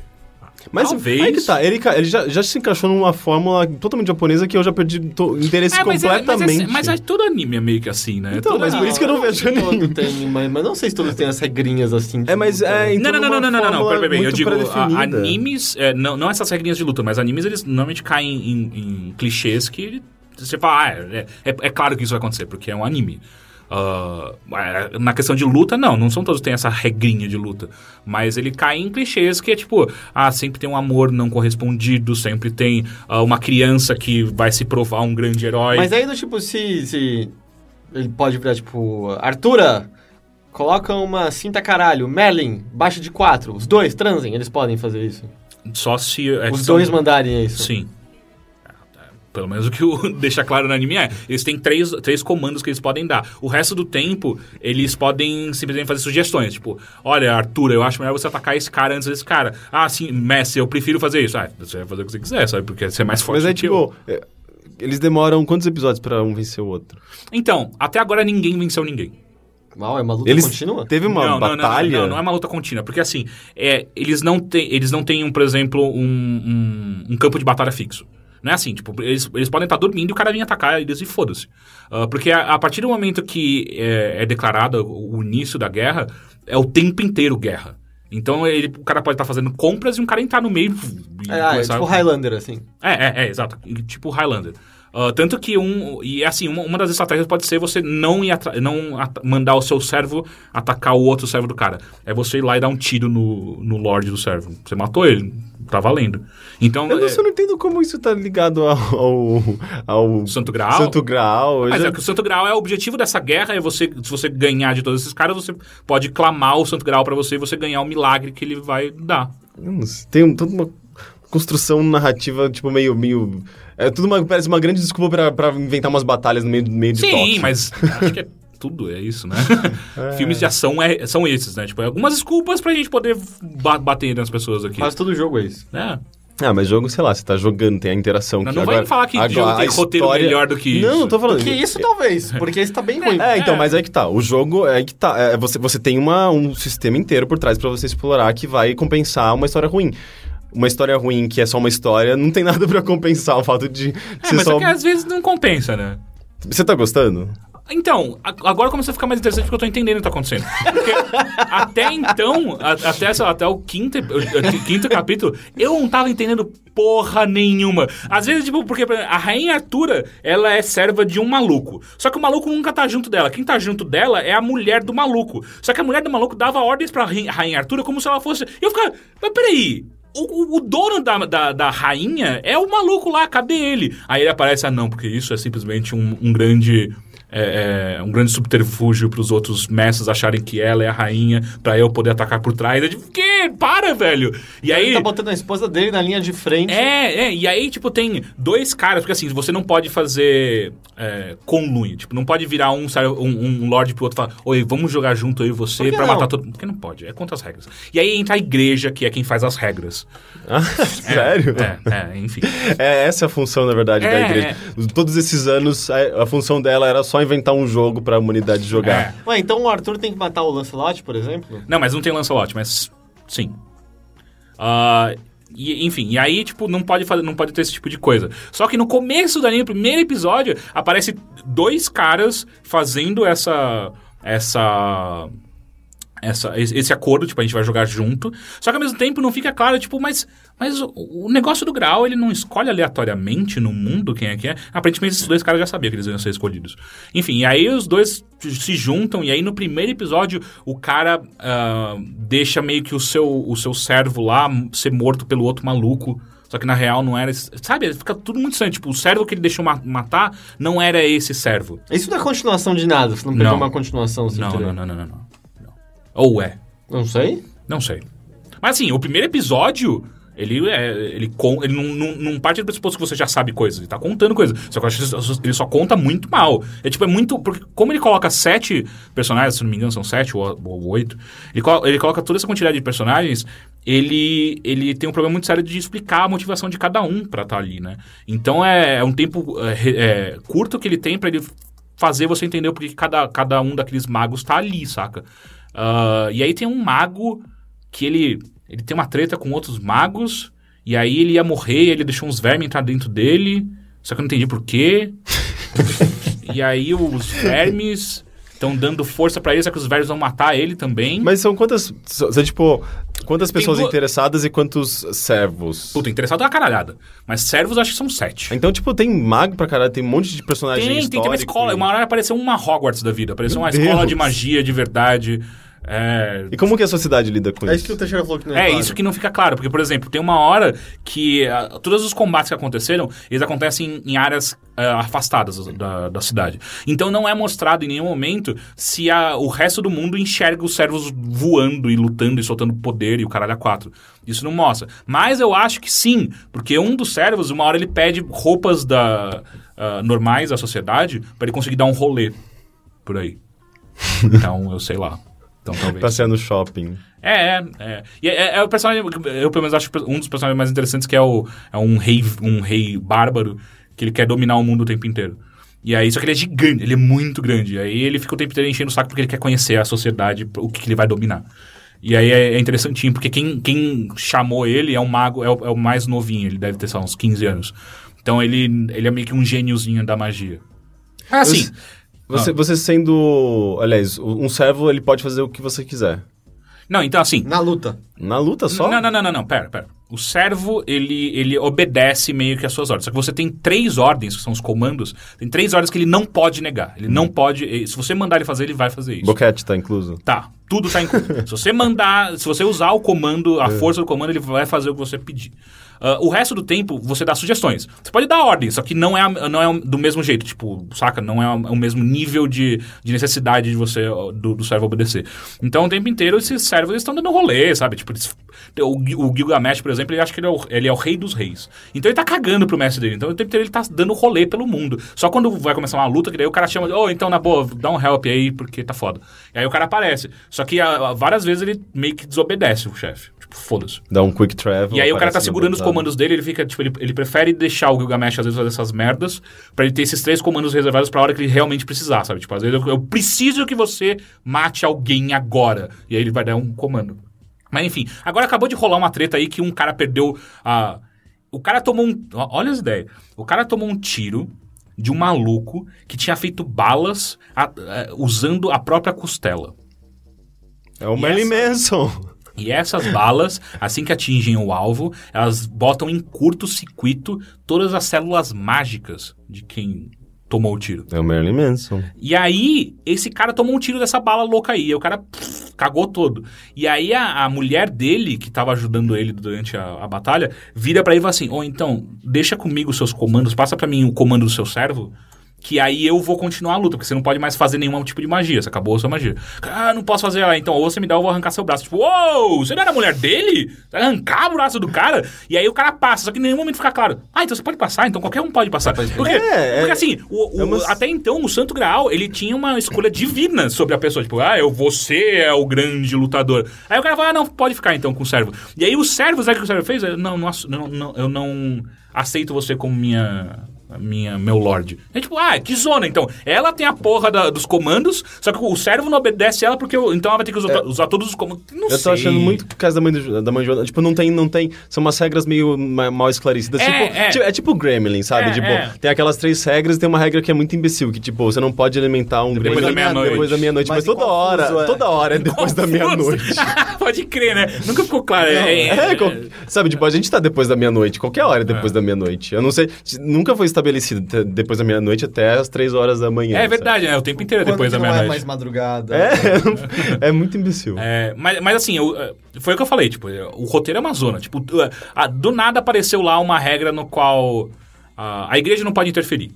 Speaker 2: Mas
Speaker 1: Talvez.
Speaker 2: aí que tá, ele, ca- ele já, já se encaixou numa fórmula totalmente japonesa que eu já perdi to- interesse
Speaker 1: É, mas é- mas é-
Speaker 2: completamente.
Speaker 1: Mas, é, todo anime é meio que assim, né?
Speaker 2: Então,
Speaker 1: Todo
Speaker 2: mas por
Speaker 1: anime-
Speaker 2: isso que eu não
Speaker 3: acho que
Speaker 2: vejo
Speaker 3: todo
Speaker 2: nenhum.
Speaker 3: tem, mas, mas não sei se todos têm as regrinhas assim.
Speaker 2: É, mas é,
Speaker 1: Não,
Speaker 2: então
Speaker 1: não, não, não,
Speaker 2: uma
Speaker 1: não, não, não,
Speaker 2: fórmula
Speaker 1: pera, pera, pera, Eu
Speaker 2: muito
Speaker 1: digo, a,
Speaker 2: pré-definida.
Speaker 1: animes, é, não, não essas regrinhas de luta, mas animes eles normalmente caem em, em clichês que você fala, ah, é, é, é claro que isso vai acontecer, porque é um anime. Ah, é, na questão de luta, não, não são todos que têm essa regrinha de luta. Mas ele cai em clichês que é tipo, ah, sempre tem um amor não correspondido, sempre tem ah, uma criança que vai se provar um grande herói.
Speaker 3: Mas aí, do tipo, se, se. Ele pode virar, tipo. Artura! Coloca uma cinta caralho. Merlin, baixa de quatro. Os dois transem, eles podem fazer isso.
Speaker 2: um.
Speaker 1: Só se. é que
Speaker 3: Os
Speaker 1: são-
Speaker 3: dois mandarem isso.
Speaker 1: Sim. Pelo menos o que o deixa claro no anime é. Eles têm três, três comandos que eles podem dar. O resto do tempo, eles podem simplesmente fazer sugestões. Tipo, olha, Arthur, eu acho melhor você atacar esse cara antes desse cara. Ah, sim, Messi, eu prefiro fazer isso. Ah, você vai fazer o que você quiser, sabe? Porque você é mais forte
Speaker 2: Mas é
Speaker 1: que eu.
Speaker 2: tipo. é, Eles demoram quantos episódios pra um vencer o outro?
Speaker 1: Então, até agora ninguém venceu ninguém.
Speaker 3: Uau, é uma luta
Speaker 2: Eles
Speaker 3: contínua?
Speaker 2: teve uma batalha.
Speaker 1: Não, não, não é uma luta contínua, porque assim, é, eles, não têm, eles não têm, um, por exemplo, um, um- um campo de batalha fixo. Não é assim, tipo, eles, eles podem estar dormindo e o cara vem atacar eles e foda-se. Ah, porque a, a partir do momento que é, é declarado o, o início da guerra, é o tempo inteiro guerra. Então ele, o cara pode estar fazendo compras e um cara entrar no meio e
Speaker 3: É, ah, é tipo Highlander, assim.
Speaker 1: é, é, é, exato. E, Tipo Highlander. Ah, tanto que um. E assim, uma, uma das estratégias pode ser você não, ir atra- não at- mandar o seu servo atacar o outro servo do cara. É você ir lá e dar um tiro no, no Lorde do servo. Você matou ele, tá valendo. Então.
Speaker 2: Eu não,
Speaker 1: é-
Speaker 2: só não entendo como isso tá ligado ao. ao, ao
Speaker 1: Santo Graal?
Speaker 2: Santo Graal. Eu
Speaker 1: Mas
Speaker 2: já-
Speaker 1: é que o Santo Graal é o objetivo dessa guerra, é você, se você ganhar de todos esses caras, você pode clamar o Santo Graal pra você e você ganhar o milagre que ele vai dar.
Speaker 2: eu não sei, Tem um- toda uma construção narrativa, tipo, meio. meio é tudo uma, parece uma grande desculpa pra, pra inventar umas batalhas no meio, no meio de
Speaker 1: Sim,
Speaker 2: Tóquio.
Speaker 1: mas acho que é tudo, é isso, né? Filmes de ação é- são esses, né? Tipo, é algumas desculpas pra gente poder ba- bater nas pessoas aqui.
Speaker 3: Quase todo jogo é isso.
Speaker 1: né?
Speaker 2: Ah, mas jogo, sei lá, você tá jogando, tem a interação.
Speaker 1: Não,
Speaker 2: que
Speaker 1: não vai
Speaker 2: agora,
Speaker 1: me falar que
Speaker 2: agora,
Speaker 1: jogo
Speaker 2: a
Speaker 1: tem roteiro
Speaker 2: história-
Speaker 1: melhor do que
Speaker 2: Não,
Speaker 1: isso.
Speaker 2: não tô falando.
Speaker 3: Que isso talvez, porque isso tá bem ruim.
Speaker 2: É, então,
Speaker 1: É.
Speaker 2: mas é que tá. O jogo é que tá. É, você, você tem uma, um sistema inteiro por trás pra você explorar que vai compensar uma história ruim. Uma história ruim que é só uma história, não tem nada pra compensar o fato de
Speaker 1: É,
Speaker 2: ser
Speaker 1: mas
Speaker 2: só.
Speaker 1: é que às vezes não compensa, né?
Speaker 2: Você tá gostando?
Speaker 1: Então, a- agora começou a ficar mais interessante porque eu tô entendendo o que tá acontecendo. Porque até então, a- até, sei lá, até o quinto, ep- o quinto capítulo, eu não tava entendendo porra nenhuma. Às vezes, tipo, porque por exemplo, a Rainha Artura, ela é serva de um maluco. Só que o maluco nunca tá junto dela. Quem tá junto dela é a mulher do maluco. Só que a mulher do maluco dava ordens pra Rain- Rainha Artura como se ela fosse... E eu ficava, mas peraí... O, o- o dono da, da, da rainha é o maluco lá, cadê ele? Aí ele aparece, ah não, porque isso é simplesmente um- um grande é, é, um grande subterfúgio pros outros mestres acharem que ela é a rainha pra eu poder atacar por trás. É tipo, que? Para, velho! E aí.
Speaker 3: Ele tá botando a esposa dele na linha de frente.
Speaker 1: É, é, e aí, tipo, tem dois caras, porque assim, você não pode fazer é, conluio, tipo, não pode virar um, sai- um, um lorde pro outro e falar, oi, vamos jogar junto eu e você
Speaker 3: que
Speaker 1: pra
Speaker 3: não?
Speaker 1: matar todo mundo. Porque não pode, é contra as regras. E aí entra a igreja, que é quem faz as regras. É,
Speaker 2: Sério?
Speaker 1: É, é, enfim.
Speaker 2: É essa é a função, na verdade,
Speaker 1: É,
Speaker 2: da igreja. Todos esses anos, a, a função dela era só inventar um jogo pra humanidade jogar.
Speaker 1: É.
Speaker 3: Ué, então o Arthur tem que matar o Lancelot, por exemplo?
Speaker 1: Não, mas não tem Lancelot, mas sim. Ah, e, enfim, e aí, tipo, não pode, fazer, não pode ter esse tipo de coisa. Só que no começo do anime, no primeiro episódio, aparece dois caras fazendo essa. essa. Essa, es- esse acordo, tipo, a gente vai jogar junto. Só que ao mesmo tempo não fica claro, tipo, mas, mas o, o negócio do Graal, ele não escolhe aleatoriamente no mundo quem é que é. Aparentemente esses dois caras já sabiam que eles iam ser escolhidos. Enfim, e aí os dois se juntam, e aí no primeiro episódio o cara ah, deixa meio que o seu, o seu servo lá ser morto pelo outro maluco. Só que na real não era. esse- Sabe, fica tudo muito estranho. Tipo, o servo que ele deixou ma- matar não era esse servo.
Speaker 3: Isso não é continuação de nada, você não pegou
Speaker 1: Não.
Speaker 3: uma continuação. Você
Speaker 1: Não,
Speaker 3: entendeu?
Speaker 1: não, não, não, não, não. não. Ou é.
Speaker 3: Não sei.
Speaker 1: Não sei. Mas assim, o primeiro episódio, ele é. Ele, con- ele não, não, não parte do pressuposto que você já sabe coisas, ele tá contando coisas. Só que eu acho que ele só conta muito mal. É tipo, é muito. Porque como ele coloca sete personagens, se não me engano, são sete ou, ou oito, ele, colo- ele coloca toda essa quantidade de personagens. Ele, ele tem um problema muito sério de explicar a motivação de cada um pra estar ali, né? Então é, é um tempo é, re- é, curto que ele tem pra ele fazer você entender porque cada, cada um daqueles magos tá ali, saca? Ah, e aí tem um mago que ele, ele tem uma treta com outros magos, e aí ele ia morrer, e ele deixou uns vermes entrar dentro dele, só que eu não entendi porquê. e aí os vermes estão dando força pra ele, só que os vermes vão matar ele também.
Speaker 2: Mas são quantas. São, são, tipo, quantas
Speaker 1: Tem
Speaker 2: pessoas
Speaker 1: duas-
Speaker 2: interessadas e quantos servos?
Speaker 1: Puta, interessado é uma caralhada. Mas servos acho que são sete.
Speaker 2: Então, tipo, tem mago pra caralho, tem um monte de personagem
Speaker 1: Tem, tem, tem uma
Speaker 2: histórico
Speaker 1: escola.
Speaker 2: e-
Speaker 1: Uma hora apareceu uma Hogwarts da vida. Apareceu uma
Speaker 2: Meu
Speaker 1: escola
Speaker 2: Deus.
Speaker 1: de magia de verdade. É,
Speaker 2: E como que a sociedade lida com
Speaker 3: É isso
Speaker 2: isso?
Speaker 3: que o Teixeira falou que não é
Speaker 1: É,
Speaker 3: claro.
Speaker 1: isso que não fica claro, porque, por exemplo, tem uma hora que ah, todos os combates que aconteceram, eles acontecem em, em áreas ah, afastadas da, da cidade. Então não é mostrado em nenhum momento se a- o resto do mundo enxerga os servos voando e lutando e soltando poder e o caralho a quatro. Isso não mostra. Mas eu acho que sim, porque um dos servos, uma hora ele pede roupas da, ah, normais da sociedade pra ele conseguir dar um rolê por aí. Então, eu sei lá. Então, talvez.
Speaker 2: Passear no shopping.
Speaker 1: É, é, é. E é, é o personagem. que Eu, pelo menos, acho um dos personagens mais interessantes, que é, o, é um, rei, um rei bárbaro, que ele quer dominar o mundo o tempo inteiro. E aí, só que ele é gigante, ele é muito grande. E aí ele fica o tempo inteiro enchendo o saco porque ele quer conhecer a sociedade, o que, que ele vai dominar. E aí é, é interessantinho, porque quem, quem chamou ele é um mago, é o, é o mais novinho, ele deve ter, sei lá, uns 15 anos. Então ele, ele é meio que um gêniozinho da magia. Ah, sim. Ah.
Speaker 2: Você, você sendo. Aliás, um servo ele pode fazer o que você quiser.
Speaker 1: Não, então assim.
Speaker 3: Na luta.
Speaker 2: Na luta só?
Speaker 1: Não, não, não, não, não, pera, pera. O servo, ele, ele obedece meio que as suas ordens. Só que você tem três ordens, que são os comandos, tem três ordens que ele não pode negar. Ele não pode. eh, Se você mandar ele fazer, ele vai fazer isso.
Speaker 2: Boquete tá incluso.
Speaker 1: Tá, tudo tá incluído. se você mandar, se você usar o comando, a força do comando, ele vai fazer o que você pedir. Ah, o resto do tempo, você dá sugestões. Você pode dar ordem, só que não é, a- não é do mesmo jeito, tipo, saca? Não é o mesmo nível de, de necessidade de você, ó, do, do servo obedecer. Então, o tempo inteiro, esses servos eles estão dando rolê, sabe? Tipo, eles- o, Gil- o Gilgamesh, por exemplo, ele acha que ele é, o, ele é o rei dos reis. Então, ele tá cagando pro mestre dele. Então, o tempo inteiro, ele tá dando rolê pelo mundo. Só quando vai começar uma luta, que daí o cara chama, ô, então, na boa, dá um help aí, porque tá foda. E aí o cara aparece. Só que ah, várias vezes ele meio que desobedece o chefe. Tipo, foda-se.
Speaker 2: Dá um quick travel.
Speaker 1: E aí o cara tá
Speaker 2: aparece
Speaker 1: segurando os
Speaker 2: levantado.
Speaker 1: comandos dele, ele fica, tipo, ele, ele prefere deixar o Gilgamesh às vezes fazer essas merdas pra ele ter esses três comandos reservados pra hora que ele realmente precisar, sabe? Tipo, às vezes eu, eu preciso que você mate alguém agora. E aí ele vai dar um comando. Mas enfim, agora acabou de rolar uma treta aí que um cara perdeu a. O cara tomou um. ó, Olha as ideias. O cara tomou um tiro de um maluco que tinha feito balas a- a- usando a própria costela.
Speaker 2: É o Merlin Manson.
Speaker 1: E essas balas, assim que atingem o alvo, elas botam em curto circuito todas as células mágicas de quem tomou o tiro.
Speaker 2: É o Merlin Manson.
Speaker 1: E aí, esse cara tomou um tiro dessa bala louca aí. E o cara pff, cagou todo. E aí, a, a mulher dele, que tava ajudando ele durante a, a batalha, vira pra ele e fala assim: Ô, então, deixa comigo os seus comandos, passa pra mim o comando do seu servo. Que aí eu vou continuar a luta, porque você não pode mais fazer nenhum tipo de magia, você acabou a sua magia. Ah, não posso fazer ela, então ou você me dá ou eu vou arrancar seu braço. Tipo, uou, você não era a mulher dele? Você vai arrancar o braço do cara? E aí o cara passa, só que em nenhum momento fica claro. Ah, então você pode passar, então qualquer um pode passar. Por quê?
Speaker 2: É, é-
Speaker 1: porque assim, o- o-
Speaker 2: É uma-
Speaker 1: até então, o Santo Graal, ele tinha uma escolha divina sobre a pessoa. Tipo, ah, eu, você é o grande lutador. Aí o cara fala, ah, não, pode ficar então com o servo. E aí o servo, sabe o que o servo fez? Eu, não, não, ass- não, não, eu não aceito você como minha... Minha, meu lorde. É tipo, ah, que zona então. Ela tem a porra da- dos comandos, só que o servo não obedece ela porque o- então ela vai ter que usar, usar todos os comandos. Não
Speaker 2: É. Eu tô achando muito por causa da mãe, do Jo- da mãe Joana. Tipo, não tem, não tem. São umas regras meio ma- mal esclarecidas.
Speaker 1: É,
Speaker 2: tipo,
Speaker 1: é.
Speaker 2: ti- é tipo o Gremlin, sabe?
Speaker 1: É,
Speaker 2: tipo,
Speaker 1: é.
Speaker 2: tem aquelas três regras e tem uma regra que é muito imbecil, que tipo, você não pode alimentar um
Speaker 1: Depois
Speaker 2: Gremlin
Speaker 1: da meia-noite.
Speaker 2: depois da meia-noite. Mas,
Speaker 3: Mas
Speaker 2: toda
Speaker 3: confuso,
Speaker 2: hora,
Speaker 3: é.
Speaker 2: toda hora é depois da meia-noite.
Speaker 1: Pode crer, né? Nunca ficou claro. é,
Speaker 2: É, qual- sabe, tipo, a gente tá depois da meia-noite, qualquer hora é depois da meia-noite. Eu não sei, t- nunca foi estabelecido t- depois da meia-noite até as três horas da manhã.
Speaker 1: é
Speaker 2: sabe?
Speaker 1: verdade, né? O tempo inteiro é depois da
Speaker 3: Quando que
Speaker 1: meia-noite.
Speaker 3: Não é mais madrugada.
Speaker 2: É, é muito imbecil.
Speaker 1: É, mas, mas assim, eu, eh, foi o que eu falei, tipo, eh, o roteiro é uma zona. Tipo, tu, eh, ah, do nada apareceu lá uma regra no qual ah, a igreja não pode interferir.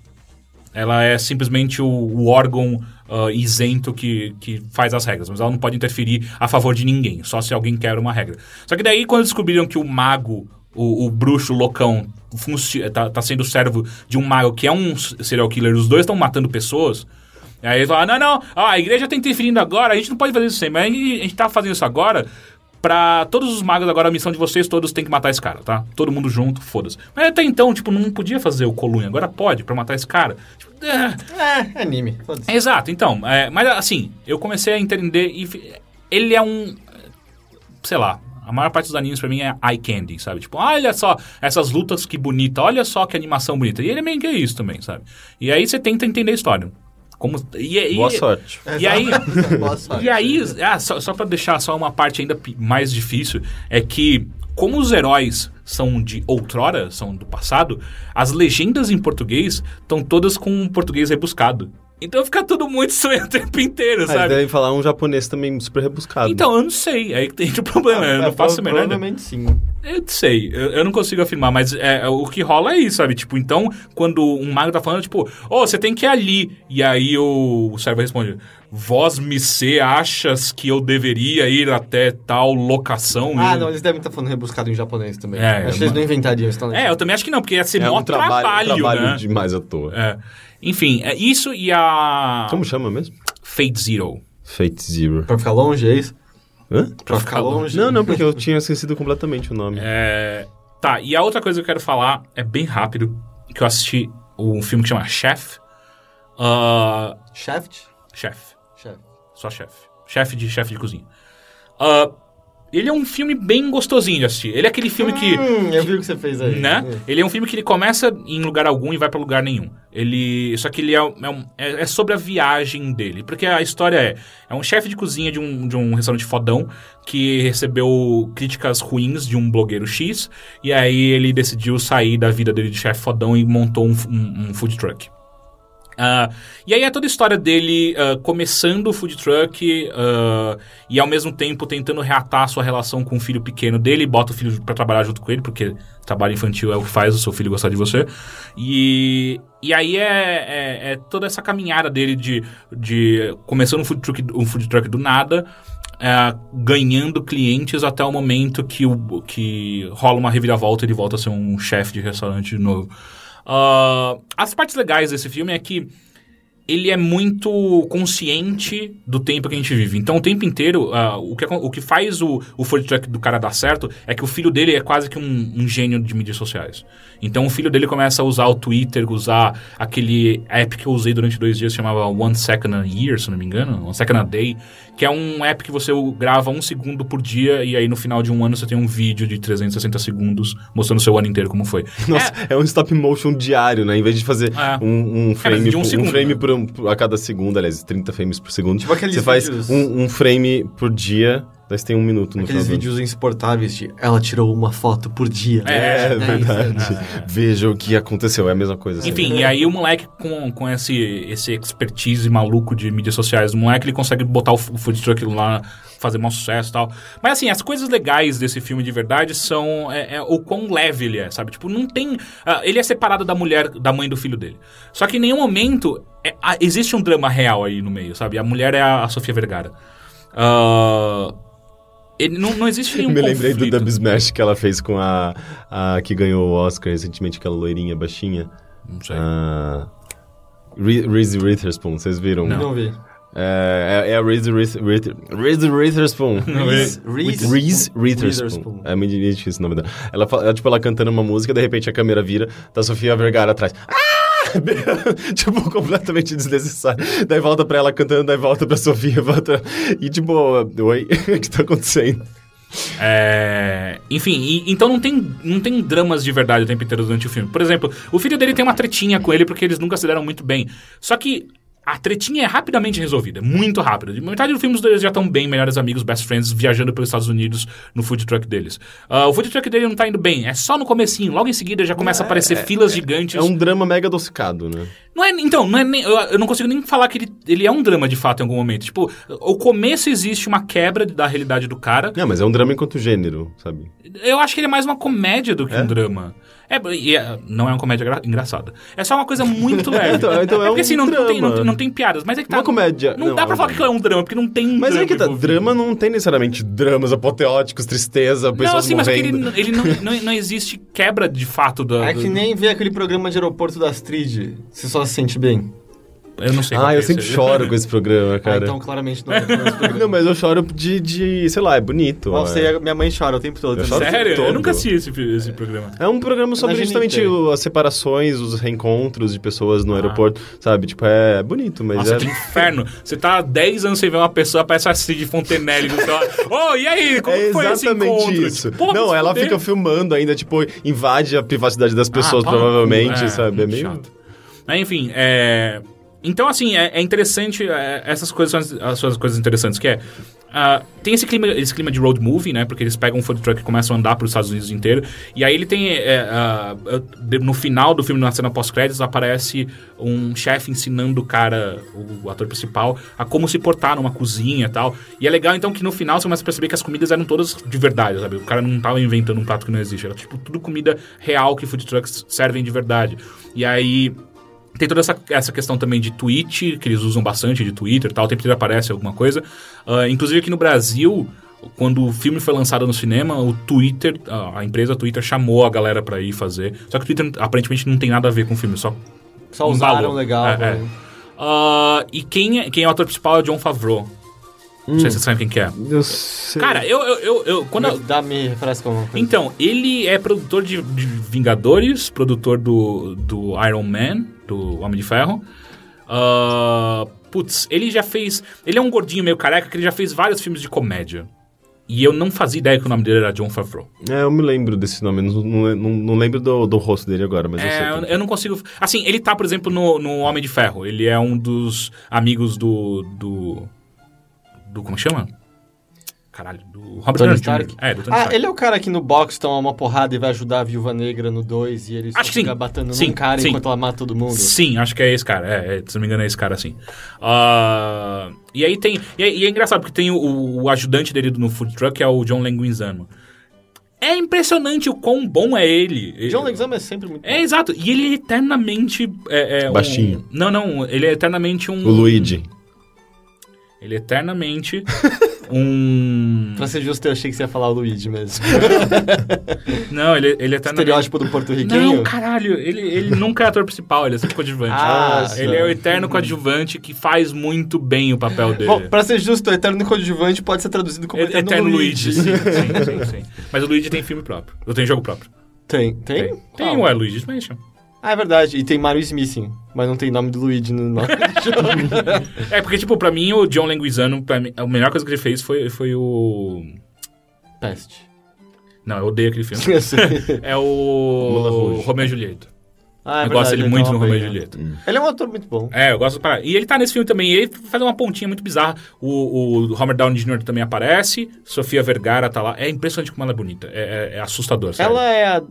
Speaker 1: Ela é simplesmente o, o órgão ah, isento que, que faz as regras, mas ela não pode interferir a favor de ninguém, só se alguém quer uma regra. Só que daí, quando descobriram que o mago, o, o bruxo loucão, funci- tá, tá sendo servo de um mago que é um s- serial killer, os dois estão matando pessoas. Aí eles falaram: não, não, ó, a igreja tá interferindo agora, a gente não pode fazer isso sempre, mas a gente- a gente tá fazendo isso agora. Pra todos os magos, agora a missão de vocês todos tem que matar esse cara, tá? Todo mundo junto, foda-se. Mas até então, tipo, não podia fazer o colunha, agora pode, pra matar esse cara. Tipo, ah,
Speaker 3: É, é anime. Foda-se.
Speaker 1: Exato, então. é, mas assim, eu comecei a entender e fi- ele é um. Sei lá. A maior parte dos animes pra mim é eye candy, sabe? Tipo, olha só essas lutas que bonita, olha só que animação bonita. E ele é meio que é isso também, sabe? E aí você tenta entender a história. Como, e, é, e-
Speaker 2: Boa sorte.
Speaker 1: E aí,
Speaker 3: Boa sorte.
Speaker 1: e aí ah, só, só para deixar só uma parte ainda pi- mais difícil, é que como os heróis são de outrora, são do passado, as legendas em português estão todas com um português rebuscado. Então fica tudo muito estranho o tempo inteiro,
Speaker 2: Ah, eles
Speaker 1: sabe?
Speaker 2: devem falar um japonês também super rebuscado.
Speaker 1: Então, eu não sei. Aí que tem o problema. né? eu não faço a menor ideia.
Speaker 3: É, Provavelmente sim.
Speaker 1: Eu não sei, eu, eu não consigo afirmar, mas é, é, o que rola é isso, sabe? Tipo, então, quando um mago tá falando, tipo, ô, você tem que ir ali. E aí o, o servo responde, vós me se achas que eu deveria ir até tal locação?
Speaker 3: Ah,
Speaker 1: E-
Speaker 3: não, eles devem estar falando rebuscado em japonês também.
Speaker 1: Hum. É,
Speaker 3: Acho que eles
Speaker 1: mano.
Speaker 3: não inventariam isso, tá
Speaker 1: É, eu também acho que não, porque ia ser
Speaker 2: é
Speaker 1: mó
Speaker 2: um trabalho,
Speaker 1: trabalho,
Speaker 2: trabalho
Speaker 1: né?
Speaker 2: demais à toa.
Speaker 1: É. Enfim, é isso e a
Speaker 2: Como chama mesmo?
Speaker 1: Fate Zero.
Speaker 2: Fate Zero.
Speaker 3: Pra ficar longe, é isso?
Speaker 2: Hã?
Speaker 3: Pra ficar longe?
Speaker 2: Não, não, porque eu tinha esquecido completamente o nome.
Speaker 1: É, tá, e a outra coisa que eu quero falar é bem rápido, que eu assisti um filme que chama Chef. Ah,
Speaker 3: Shaft?
Speaker 1: Chef.
Speaker 3: Shaft.
Speaker 1: Só chefe. Chefe de chefe de cozinha. Ah, ele é um filme bem gostosinho de assistir. Ele é aquele filme que.
Speaker 3: Hum, eu vi o que você fez aí.
Speaker 1: Né? Ele é um filme que ele começa em lugar algum e vai pra lugar nenhum. Ele. Só que ele é, é um- é- é sobre a viagem dele. Porque a história é. É um chefe de cozinha de um, de um restaurante fodão que recebeu críticas ruins de um blogueiro X. E aí ele decidiu sair da vida dele de chefe fodão e montou um f- um- um food truck. Ah, e aí é toda a história dele ah, começando o food truck ah, e ao mesmo tempo tentando reatar a sua relação com o filho pequeno dele, bota o filho pra trabalhar junto com ele, porque trabalho infantil é o que faz o seu filho gostar de você. E, e aí é, é- é toda essa caminhada dele de, de começando um food truck, um food truck do nada, ah, ganhando clientes até o momento que, o, que rola uma reviravolta e ele volta a ser um chefe de restaurante de novo. Ah, as partes legais desse filme é que ele é muito consciente do tempo que a gente vive. Então, o tempo inteiro, ah, o, que, acon- o que faz o, o food truck do cara dar certo é que o filho dele é quase que um, um gênio de mídias sociais. Então, o filho dele começa a usar o Twitter, usar aquele app que eu usei durante dois dias, chamava One Second a Year, se não me engano, One Second a Day, que é um app que você grava um segundo por dia e aí no final de um ano você tem um vídeo de 360 segundos mostrando seu ano inteiro como foi.
Speaker 2: Nossa, é. um stop motion diário, né? Em vez de fazer
Speaker 1: É.
Speaker 2: um, um frame,
Speaker 1: de um
Speaker 2: por,
Speaker 1: segundo,
Speaker 2: frame
Speaker 1: né?
Speaker 2: por um- por- a cada segundo, aliás, 30 frames por segundo.
Speaker 3: Tipo aqueles
Speaker 2: você faz
Speaker 3: vídeos-
Speaker 2: um, um frame por dia, daí você tem um minuto no
Speaker 3: Aqueles
Speaker 2: final do-
Speaker 3: vídeos insuportáveis de ela tirou uma foto por dia.
Speaker 1: É,
Speaker 2: É,
Speaker 1: é
Speaker 2: verdade. Veja o que aconteceu, é a mesma coisa. assim.
Speaker 1: Enfim, e aí o moleque com, com esse, esse expertise maluco de mídias sociais do moleque, ele consegue botar o f- o food truck lá, fazer maior sucesso e tal. Mas assim, as coisas legais desse filme de verdade são é, é o quão leve ele é, sabe? Tipo, não tem... ah, ele é separado da mulher, da mãe do filho dele. Só que em nenhum momento é- ah, existe um drama real aí no meio, sabe? A mulher é a, a Sofia Vergara. Ah, ele, não, não existe nenhum
Speaker 2: Me lembrei do
Speaker 1: um conflito.
Speaker 2: Dub Smash que ela fez com a, a que ganhou o Oscar recentemente, aquela loirinha baixinha.
Speaker 1: Não sei.
Speaker 2: A Ah, Re- Reese Witherspoon, vocês viram?
Speaker 3: Não vi.
Speaker 2: É, é, é a Reese Reese- Reese- Reese Witherspoon. Reese
Speaker 3: Reese- é Reese-
Speaker 2: Reese Witherspoon.
Speaker 3: Witherspoon.
Speaker 2: É muito difícil o nome dela. Ela, fa- ela, tipo, ela cantando uma música, de repente a câmera vira, tá a Sofia Vergara atrás. Ah! tipo, completamente desnecessário. Daí volta pra ela cantando, daí volta pra Sofia. Volta... E tipo, oi, o que tá acontecendo?
Speaker 1: É, enfim, e- então não tem, não tem dramas de verdade o tempo inteiro durante o filme. Por exemplo, o filho dele tem uma tretinha com ele porque eles nunca se deram muito bem. Só que a tretinha é rapidamente resolvida, muito rápido. De metade do filme os dois já estão bem, melhores amigos, best friends, viajando pelos Estados Unidos no food truck deles. Ah, o food truck dele não tá indo bem, é só no comecinho. Logo em seguida já começa a aparecer filas gigantes.
Speaker 2: É um drama mega adocicado, né?
Speaker 1: Não é, então, não é nem, eu, eu não consigo nem falar que ele, ele é um drama de fato em algum momento. Tipo, o começo existe uma quebra da realidade do cara.
Speaker 2: Não, mas é um drama enquanto gênero, sabe?
Speaker 1: Eu acho que ele é mais uma comédia do que um drama. É, e é- não é uma comédia gra- engraçada. É só uma coisa muito leve.
Speaker 2: Então- então é
Speaker 1: porque
Speaker 2: um
Speaker 1: assim, não, não tem, não,
Speaker 2: drama.
Speaker 1: tem- não tem piadas, mas é que tá.
Speaker 2: Uma comédia.
Speaker 1: Não,
Speaker 2: Não,
Speaker 1: dá
Speaker 2: é
Speaker 1: pra
Speaker 2: um
Speaker 1: falar que é um drama, porque não tem um
Speaker 2: Mas
Speaker 1: drama.
Speaker 2: é que tá,
Speaker 1: envolvido.
Speaker 2: drama não tem necessariamente dramas apoteóticos, tristeza, pessoas
Speaker 1: Não, assim, mas porque
Speaker 2: morrendo.
Speaker 1: ele, ele não, não, não existe quebra de fato da.
Speaker 3: É que nem ver aquele programa de aeroporto da Astrid. Você só se sente bem.
Speaker 1: Eu não sei. qual
Speaker 2: Ah,
Speaker 1: que é
Speaker 2: eu
Speaker 1: esse.
Speaker 2: sempre choro com esse programa,
Speaker 3: Ah,
Speaker 2: cara.
Speaker 3: então claramente não é esse programa.
Speaker 2: Não, mas eu choro de, de sei lá, é bonito.
Speaker 3: Nossa,
Speaker 2: é.
Speaker 3: e a minha mãe chora o tempo todo.
Speaker 2: Eu choro
Speaker 1: Sério?
Speaker 2: todo.
Speaker 1: Eu nunca assisti esse, esse programa.
Speaker 2: É um programa sobre
Speaker 3: Imagina
Speaker 2: justamente
Speaker 3: inteiro.
Speaker 2: o- as separações, os reencontros de pessoas no aeroporto, sabe? Tipo, é bonito, mas
Speaker 1: Ah. Nossa,
Speaker 2: é...
Speaker 1: que inferno. Você tá há 10 anos sem ver uma pessoa, parece a Cid Fontenelle do seu lado. Oh, e aí? Como
Speaker 2: É
Speaker 1: foi esse
Speaker 2: exatamente
Speaker 1: encontro?
Speaker 2: isso.
Speaker 1: Tipo, porra,
Speaker 2: não,
Speaker 1: se
Speaker 2: ela
Speaker 1: fuder.
Speaker 2: fica filmando ainda, tipo, invade a privacidade das pessoas,
Speaker 1: Ah, pau no cu.
Speaker 2: provavelmente,
Speaker 1: É,
Speaker 2: sabe? É
Speaker 1: muito
Speaker 2: meio.
Speaker 1: chato. Mas, enfim, é, Então, assim, é, é interessante, é, essas coisas são as, as suas coisas interessantes, que é... ah, tem esse clima, esse clima de road movie, né? Porque eles pegam um food truck e começam a andar para os Estados Unidos inteiro. E aí ele tem... é, ah, eu- de- no final do filme, na cena pós-créditos, aparece um chefe ensinando o cara, o, o ator principal, a como se portar numa cozinha e tal. E é legal, então, que no final você começa a perceber que as comidas eram todas de verdade, sabe? O cara não tava inventando um prato que não existe. Era, tipo, tudo comida real que food trucks servem de verdade. E aí... Tem toda essa, essa questão também de tweet, que eles usam bastante, de Twitter e tal, o tempo inteiro aparece alguma coisa. Ah, inclusive aqui no Brasil, quando o filme foi lançado no cinema, o Twitter, a, a empresa Twitter chamou a galera pra ir fazer. Só que o Twitter aparentemente não tem nada a ver com o filme, só.
Speaker 3: Só usaram
Speaker 1: embalou.
Speaker 3: legal.
Speaker 1: É, é.
Speaker 3: né?
Speaker 1: Ah, e quem é, quem é o ator principal é o John Favreau.
Speaker 3: Hum.
Speaker 1: Não sei se vocês sabem quem que é.
Speaker 2: Eu sei.
Speaker 1: Cara, eu. eu, eu, eu- quando eu-
Speaker 3: Me, dá, me refresca alguma coisa.
Speaker 1: Então, ele é produtor de, de Vingadores, produtor do, do Iron Man, do Homem de Ferro. Ah, putz, ele já fez. Ele é um gordinho meio careca que ele já fez vários filmes de comédia. E eu não fazia ideia que o nome dele era John Favreau.
Speaker 2: É, eu me lembro desse nome, não, não, não- não lembro do, do rosto dele agora, mas
Speaker 1: É,
Speaker 2: eu
Speaker 1: eu,
Speaker 2: sei.
Speaker 1: eu não consigo. Assim, ele tá, por exemplo, no, no Homem de Ferro. Ele é um dos amigos do. do. do como chama? Caralho, do Robert
Speaker 3: Tony
Speaker 1: Downey
Speaker 3: Stark?
Speaker 1: Jr. É, do Tony
Speaker 3: Ah,
Speaker 1: Stark.
Speaker 3: ele é o cara que no box toma uma porrada e vai ajudar a Viúva Negra no 2 e ele só
Speaker 1: Acho que
Speaker 3: fica
Speaker 1: sim.
Speaker 3: batendo
Speaker 1: Sim,
Speaker 3: num cara
Speaker 1: sim.
Speaker 3: enquanto ela mata todo mundo.
Speaker 1: Sim, acho que é esse cara. É, é, se não me engano, é esse cara, sim. Ah, e aí tem. E é, e é engraçado, porque tem o, o ajudante dele no food truck, que é o John Lenguizamo. É impressionante o quão bom é ele. Ele-
Speaker 3: John Leguizamo é sempre muito
Speaker 1: É, exato. E ele é eternamente. é, é, um-
Speaker 2: Baixinho.
Speaker 1: não, não. Ele é eternamente um.
Speaker 2: O Luigi.
Speaker 1: Ele é eternamente um.
Speaker 3: Pra ser justo, eu achei que você ia falar o Luigi mesmo.
Speaker 1: Não, ele, ele é eternamente.
Speaker 3: Estereótipo do porto-riquenho.
Speaker 1: Não, caralho, ele, ele nunca é ator principal, ele é sempre coadjuvante.
Speaker 3: Ah,
Speaker 1: ele é o eterno coadjuvante que faz muito bem o papel dele.
Speaker 3: Bom, pra ser justo, o Eterno Coadjuvante pode ser traduzido como
Speaker 1: Eterno,
Speaker 3: Eterno,
Speaker 1: Luigi.
Speaker 3: Luigi.
Speaker 1: Sim, sim, sim, sim. Mas o Luigi tem filme próprio. Eu tenho jogo próprio.
Speaker 3: Tem, tem?
Speaker 1: Tem
Speaker 3: Qual?
Speaker 1: o é, Luigi's Mansion.
Speaker 3: Ah, é verdade. E tem Mario Smith, sim. mas não tem nome do Luigi no nome.
Speaker 1: É, porque, tipo, pra mim, o John Leguizano, pra mim, a melhor coisa que ele fez foi, foi o...
Speaker 3: Peste.
Speaker 1: Não, eu odeio aquele filme.
Speaker 3: Eu sei.
Speaker 1: É o...
Speaker 2: Rouge.
Speaker 1: Romeo e Julieta.
Speaker 3: Ah, é
Speaker 1: eu gosto dele
Speaker 3: ele
Speaker 1: muito
Speaker 3: tá
Speaker 1: no
Speaker 3: uma
Speaker 1: Romeo e
Speaker 3: briga.
Speaker 1: Julieta.
Speaker 3: Ele é um ator muito bom.
Speaker 1: É, eu gosto pra... E ele tá nesse filme também. E ele faz uma pontinha muito bizarra. O, o Robert Downey Jr. também aparece. Sofia Vergara tá lá. É impressionante como ela é bonita. É, é- é assustador, sério.
Speaker 3: Ela é a... Do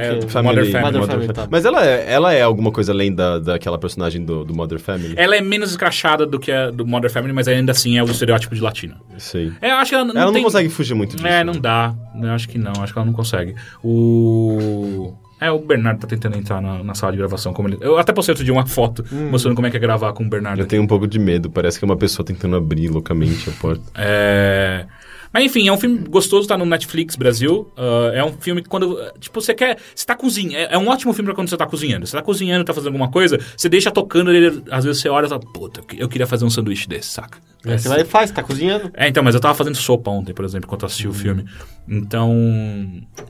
Speaker 1: É,
Speaker 3: quê?
Speaker 1: Family. Modern Family.
Speaker 3: Modern Family, tá.
Speaker 2: Mas ela é, ela é alguma coisa além da, daquela personagem do, do Mother Family?
Speaker 1: Ela é menos escrachada do que a do Modern Family, mas ainda assim é o estereótipo de latina.
Speaker 2: Sei.
Speaker 1: É, eu acho que ela não,
Speaker 2: ela não
Speaker 1: tem-
Speaker 2: consegue fugir muito disso.
Speaker 1: É,
Speaker 2: né?
Speaker 1: não dá. Eu acho que não, acho que ela não consegue. O. É, o Bernardo tá tentando entrar na, na sala de gravação. Como ele... Eu até postei outro dia uma foto
Speaker 2: Hum.
Speaker 1: mostrando como é que é gravar com o Bernardo.
Speaker 2: Eu tenho um pouco de medo, parece que é uma pessoa tentando abrir loucamente a porta.
Speaker 1: É... Mas enfim, é um filme gostoso, tá no Netflix Brasil. Ah, é um filme que quando. Tipo, você quer. Você tá cozinhando. É, é um ótimo filme pra quando você tá cozinhando. Você tá cozinhando, tá fazendo alguma coisa, você deixa tocando ele. Às vezes você olha e fala, puta, eu que- eu queria fazer um sanduíche desse, saca?
Speaker 2: É,
Speaker 3: Aí Você vai e faz, tá cozinhando.
Speaker 1: É, então, mas eu tava fazendo sopa ontem, por exemplo, enquanto eu assisti o filme. Então.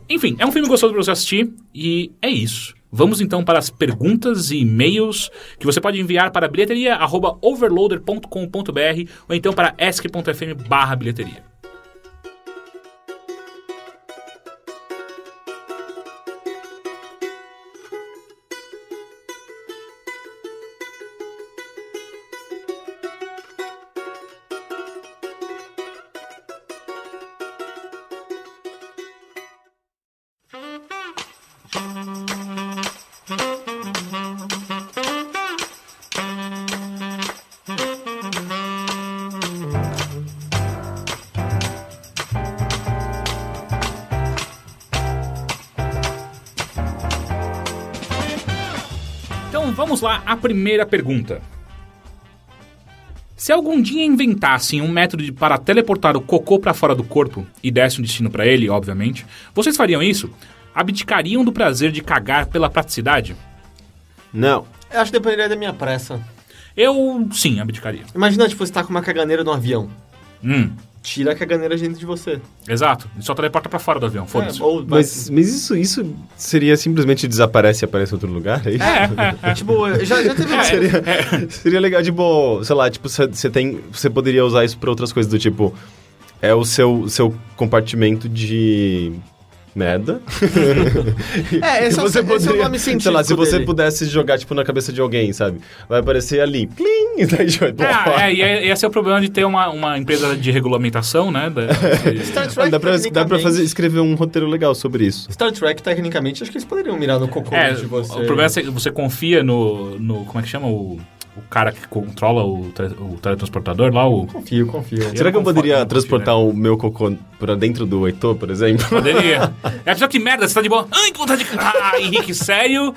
Speaker 1: Enfim, é um filme gostoso pra você assistir e é isso. Vamos então para as perguntas e e-mails que você pode enviar para bilheteria.overloader.com.br ou então para esc.fm barra bilheteria. Então vamos lá à primeira pergunta. Se algum dia inventassem um método de- para teleportar o cocô para fora do corpo e desse um destino para ele, obviamente, vocês fariam isso? Abdicariam do prazer de cagar pela praticidade?
Speaker 2: Não.
Speaker 3: Eu acho que dependeria da minha pressa.
Speaker 1: Eu sim, abdicaria.
Speaker 3: Imagina, tipo, você tá com uma caganeira no avião.
Speaker 1: Hum,
Speaker 3: Tira a caganeira dentro de você.
Speaker 1: exato. Só teleporta pra fora do avião, foda-se.
Speaker 3: É, ou vai-
Speaker 2: Mas, mas isso, isso seria simplesmente desaparece e aparece em outro lugar? É isso?
Speaker 3: É, tipo, eu já, já teve...
Speaker 2: Seria, seria legal, tipo, sei lá, tipo, você tem. Você poderia usar isso pra outras coisas do tipo. É o seu, seu compartimento de. merda.
Speaker 3: É, esse,
Speaker 2: Se
Speaker 3: é o- esse é o nome científico
Speaker 2: Sei lá, se você
Speaker 3: dele.
Speaker 2: pudesse jogar, tipo, na cabeça de alguém, sabe? Vai aparecer ali, plim, e daí já vai pra fora.
Speaker 1: É, é, e é- esse é o problema de ter uma, uma empresa de regulamentação, né? da-
Speaker 3: Star
Speaker 2: Olha, dá,
Speaker 3: Trek,
Speaker 2: pra, dá pra
Speaker 3: tecnicamente-
Speaker 2: fazer, escrever um roteiro legal sobre isso.
Speaker 3: Star Trek, tecnicamente, acho que eles poderiam mirar no cocô
Speaker 1: é,
Speaker 3: de você.
Speaker 1: o problema é que você confia no, no como é que chama? O, o cara que controla o, tra- o teletransportador lá, o...
Speaker 3: Confio, confio.
Speaker 2: Será que eu
Speaker 1: não
Speaker 2: poderia
Speaker 1: concordo, né?
Speaker 2: transportar o meu cocô pra dentro do Heitor, por exemplo?
Speaker 1: Poderia. É a pessoa que merda, você tá de boa. Ai, que vontade de... Ah, Henrique, sério?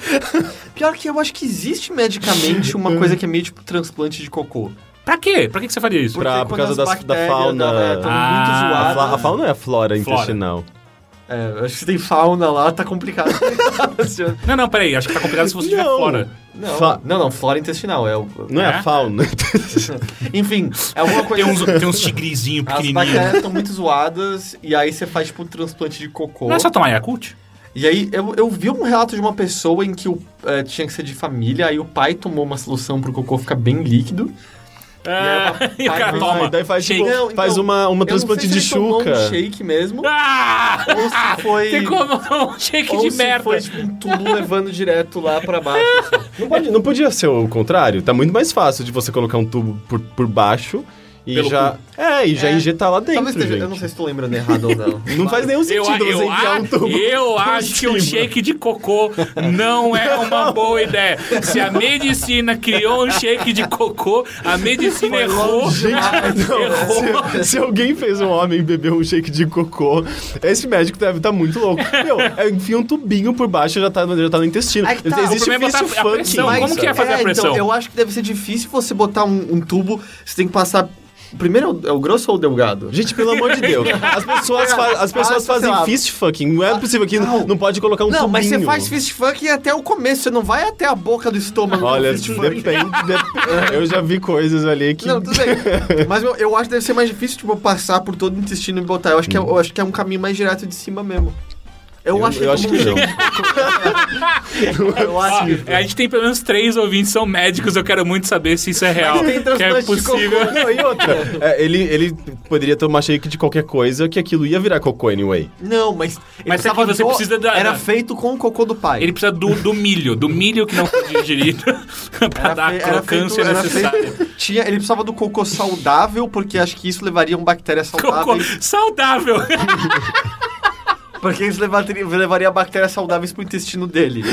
Speaker 3: Pior que eu acho que existe medicamente uma coisa que é meio tipo transplante de cocô.
Speaker 1: Pra quê? Pra que que você faria isso?
Speaker 2: Pra- por
Speaker 3: quando
Speaker 2: causa
Speaker 3: as
Speaker 2: das- da
Speaker 3: bactérias
Speaker 2: fauna.
Speaker 3: da- é, tão muito
Speaker 1: Ah,
Speaker 2: A,
Speaker 3: zoadas.
Speaker 2: fa- a fauna é a
Speaker 1: Flora.
Speaker 2: flora, intestinal.
Speaker 3: É, acho que se tem fauna lá, tá complicado.
Speaker 1: Não, não, peraí. Acho que tá complicado se você estiver
Speaker 2: Não.
Speaker 1: fora.
Speaker 3: não,
Speaker 2: Fa-
Speaker 3: não, não, flora intestinal. É o...
Speaker 2: Não é,
Speaker 1: É?
Speaker 2: a fauna.
Speaker 3: Enfim, é alguma coisa...
Speaker 1: Tem uns, tem uns tigrizinhos
Speaker 3: As
Speaker 1: pequenininhos.
Speaker 3: bactérias estão muito zoadas, e aí você faz, tipo, um transplante de cocô.
Speaker 1: Não é só tomar Yakult?
Speaker 3: E aí, eu, eu vi um relato de uma pessoa em que o, eh, tinha que ser de família, aí o pai tomou uma solução pro cocô ficar bem líquido.
Speaker 1: É, e o cara
Speaker 3: Ai,
Speaker 1: toma.
Speaker 2: daí faz,
Speaker 1: shake.
Speaker 2: tipo,
Speaker 3: Não, então,
Speaker 2: faz uma, uma
Speaker 3: Eu não sei
Speaker 2: transplante de
Speaker 3: se ele tomou
Speaker 2: chuca.
Speaker 3: um shake mesmo,
Speaker 1: Ah!
Speaker 3: ou se foi...
Speaker 1: Tem como um shake
Speaker 3: ou
Speaker 1: de
Speaker 3: se
Speaker 1: merda.
Speaker 3: foi, tipo, um tubo levando direto lá pra baixo. assim.
Speaker 2: Não, pode- não podia ser o contrário? Tá muito mais fácil de você colocar um tubo por, por baixo e
Speaker 1: Pelo
Speaker 2: já. É, e já
Speaker 3: É.
Speaker 2: injetar lá dentro.
Speaker 3: Talvez esteja...
Speaker 2: gente.
Speaker 3: Eu não sei se tô lembrando errado ou não.
Speaker 2: Não faz nenhum
Speaker 1: Eu,
Speaker 2: sentido
Speaker 1: eu,
Speaker 2: você enfiar
Speaker 1: a-
Speaker 2: um tubo.
Speaker 1: eu acho que um
Speaker 2: cima.
Speaker 1: shake de cocô não é uma boa ideia. Se a medicina criou um shake de cocô, a medicina errou. errou.
Speaker 2: Se, se alguém fez um homem beber um shake de cocô, esse médico deve estar muito louco. Meu, enfia um tubinho por baixo já tá, já tá no intestino.
Speaker 3: Aí que tá,
Speaker 1: o
Speaker 2: Existe
Speaker 1: problema é
Speaker 2: vício
Speaker 1: botar a
Speaker 2: funk.
Speaker 1: pressão,
Speaker 2: nisso.
Speaker 1: como que é fazer a pressão?
Speaker 3: Então, eu acho que deve ser difícil você botar um, um tubo, você tem que passar... Primeiro é o- é o grosso ou o delgado?
Speaker 2: Gente, pelo amor de Deus. As pessoas, fa- as pessoas
Speaker 3: Ah, sei
Speaker 2: fazem
Speaker 3: lá.
Speaker 2: fist fucking. Não é possível que
Speaker 3: Não.
Speaker 2: não, pode colocar um
Speaker 3: Não,
Speaker 2: tubinho.
Speaker 3: mas você faz fist funk até o começo, você não vai até a boca do estômago.
Speaker 2: Olha,
Speaker 3: do fist funk.
Speaker 2: depende, dep- Eu já vi coisas ali que...
Speaker 3: Não, tudo bem. Mas eu, eu acho que deve ser mais difícil, tipo, passar por todo o intestino e botar. Eu acho, que, é, eu acho que é um caminho mais direto de cima mesmo. Eu,
Speaker 2: Eu,
Speaker 3: acho que
Speaker 2: eu acho que não.
Speaker 3: Eu acho que...
Speaker 1: A gente tem pelo menos três ouvintes que são médicos, eu quero muito saber se isso é real.
Speaker 3: tem
Speaker 1: que é
Speaker 3: transplante de
Speaker 1: possível.
Speaker 3: cocô.
Speaker 2: Não, e outra, é, ele, ele poderia tomar shake de qualquer coisa que aquilo ia virar cocô anyway.
Speaker 3: Não, mas... ele
Speaker 1: Mas é que
Speaker 3: precisava
Speaker 1: você
Speaker 3: do-
Speaker 1: precisa da-
Speaker 3: Era
Speaker 1: da-
Speaker 3: feito com o cocô do pai.
Speaker 1: Ele precisa do, do milho, do milho que não foi digerido pra dar a
Speaker 3: fe- era
Speaker 1: crocância
Speaker 3: feito- era
Speaker 1: necessária.
Speaker 3: feito- tinha, ele precisava do cocô saudável, porque acho que isso levaria um bactéria saudável.
Speaker 1: Cocô saudável.
Speaker 3: Porque isso levaria, levaria bactérias saudáveis pro intestino dele.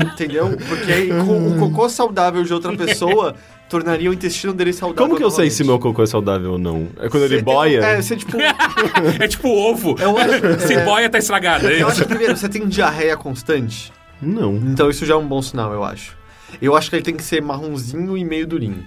Speaker 3: Entendeu? Porque aí, com o cocô saudável de outra pessoa tornaria o intestino dele saudável.
Speaker 2: Como que eu sei
Speaker 3: novamente.
Speaker 2: se meu cocô é saudável ou não? É quando
Speaker 3: Você
Speaker 2: ele
Speaker 3: tem-
Speaker 2: boia?
Speaker 3: É, você tipo.
Speaker 1: É tipo ovo.
Speaker 3: Eu acho.
Speaker 1: Se
Speaker 3: é,
Speaker 1: boia, tá estragado. é
Speaker 3: Eu
Speaker 1: isso.
Speaker 3: acho que primeiro, você tem diarreia constante.
Speaker 2: Não.
Speaker 3: Então isso já é um bom sinal, eu acho. Eu acho que ele tem que ser marronzinho e meio durinho.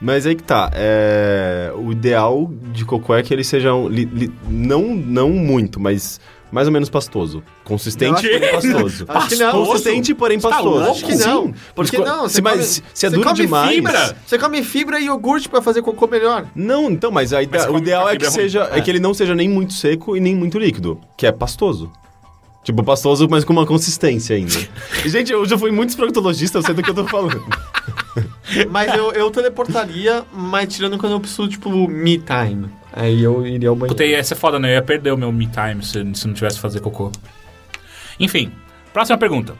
Speaker 2: Mas aí que tá. é, O ideal de cocô é que ele seja um, li- li- não, não muito, mas mais ou menos pastoso. Consistente,
Speaker 1: Eu acho
Speaker 2: porém
Speaker 1: que-
Speaker 2: pastoso.
Speaker 3: Acho que não.
Speaker 2: Consistente, porém
Speaker 1: Você tá
Speaker 2: pastoso.
Speaker 1: louco?
Speaker 3: Acho que não.
Speaker 2: Sim.
Speaker 3: Porque
Speaker 2: Mas co-
Speaker 3: não,
Speaker 2: se, mas, se- se é
Speaker 3: você
Speaker 2: duro
Speaker 3: come
Speaker 2: demais...
Speaker 1: fibra.
Speaker 3: Você come fibra e iogurte pra fazer cocô melhor.
Speaker 2: Não, então, mas, a ide-
Speaker 1: Mas
Speaker 2: o
Speaker 1: come
Speaker 2: ideal
Speaker 1: com a
Speaker 2: é que,
Speaker 1: fibra ruim.
Speaker 2: seja, é. que ele não seja nem muito seco e nem muito líquido, que é pastoso. Tipo, pastoso, mas com uma consistência ainda. Gente, eu já fui muito proctologista, eu sei do que eu tô falando.
Speaker 3: Mas eu, eu teleportaria, mas tirando quando eu preciso, tipo, me time. Aí eu iria ao banheiro.
Speaker 1: Puta, e essa é foda, né? Eu ia perder o meu me time se, se não tivesse que fazer cocô. Enfim, próxima pergunta.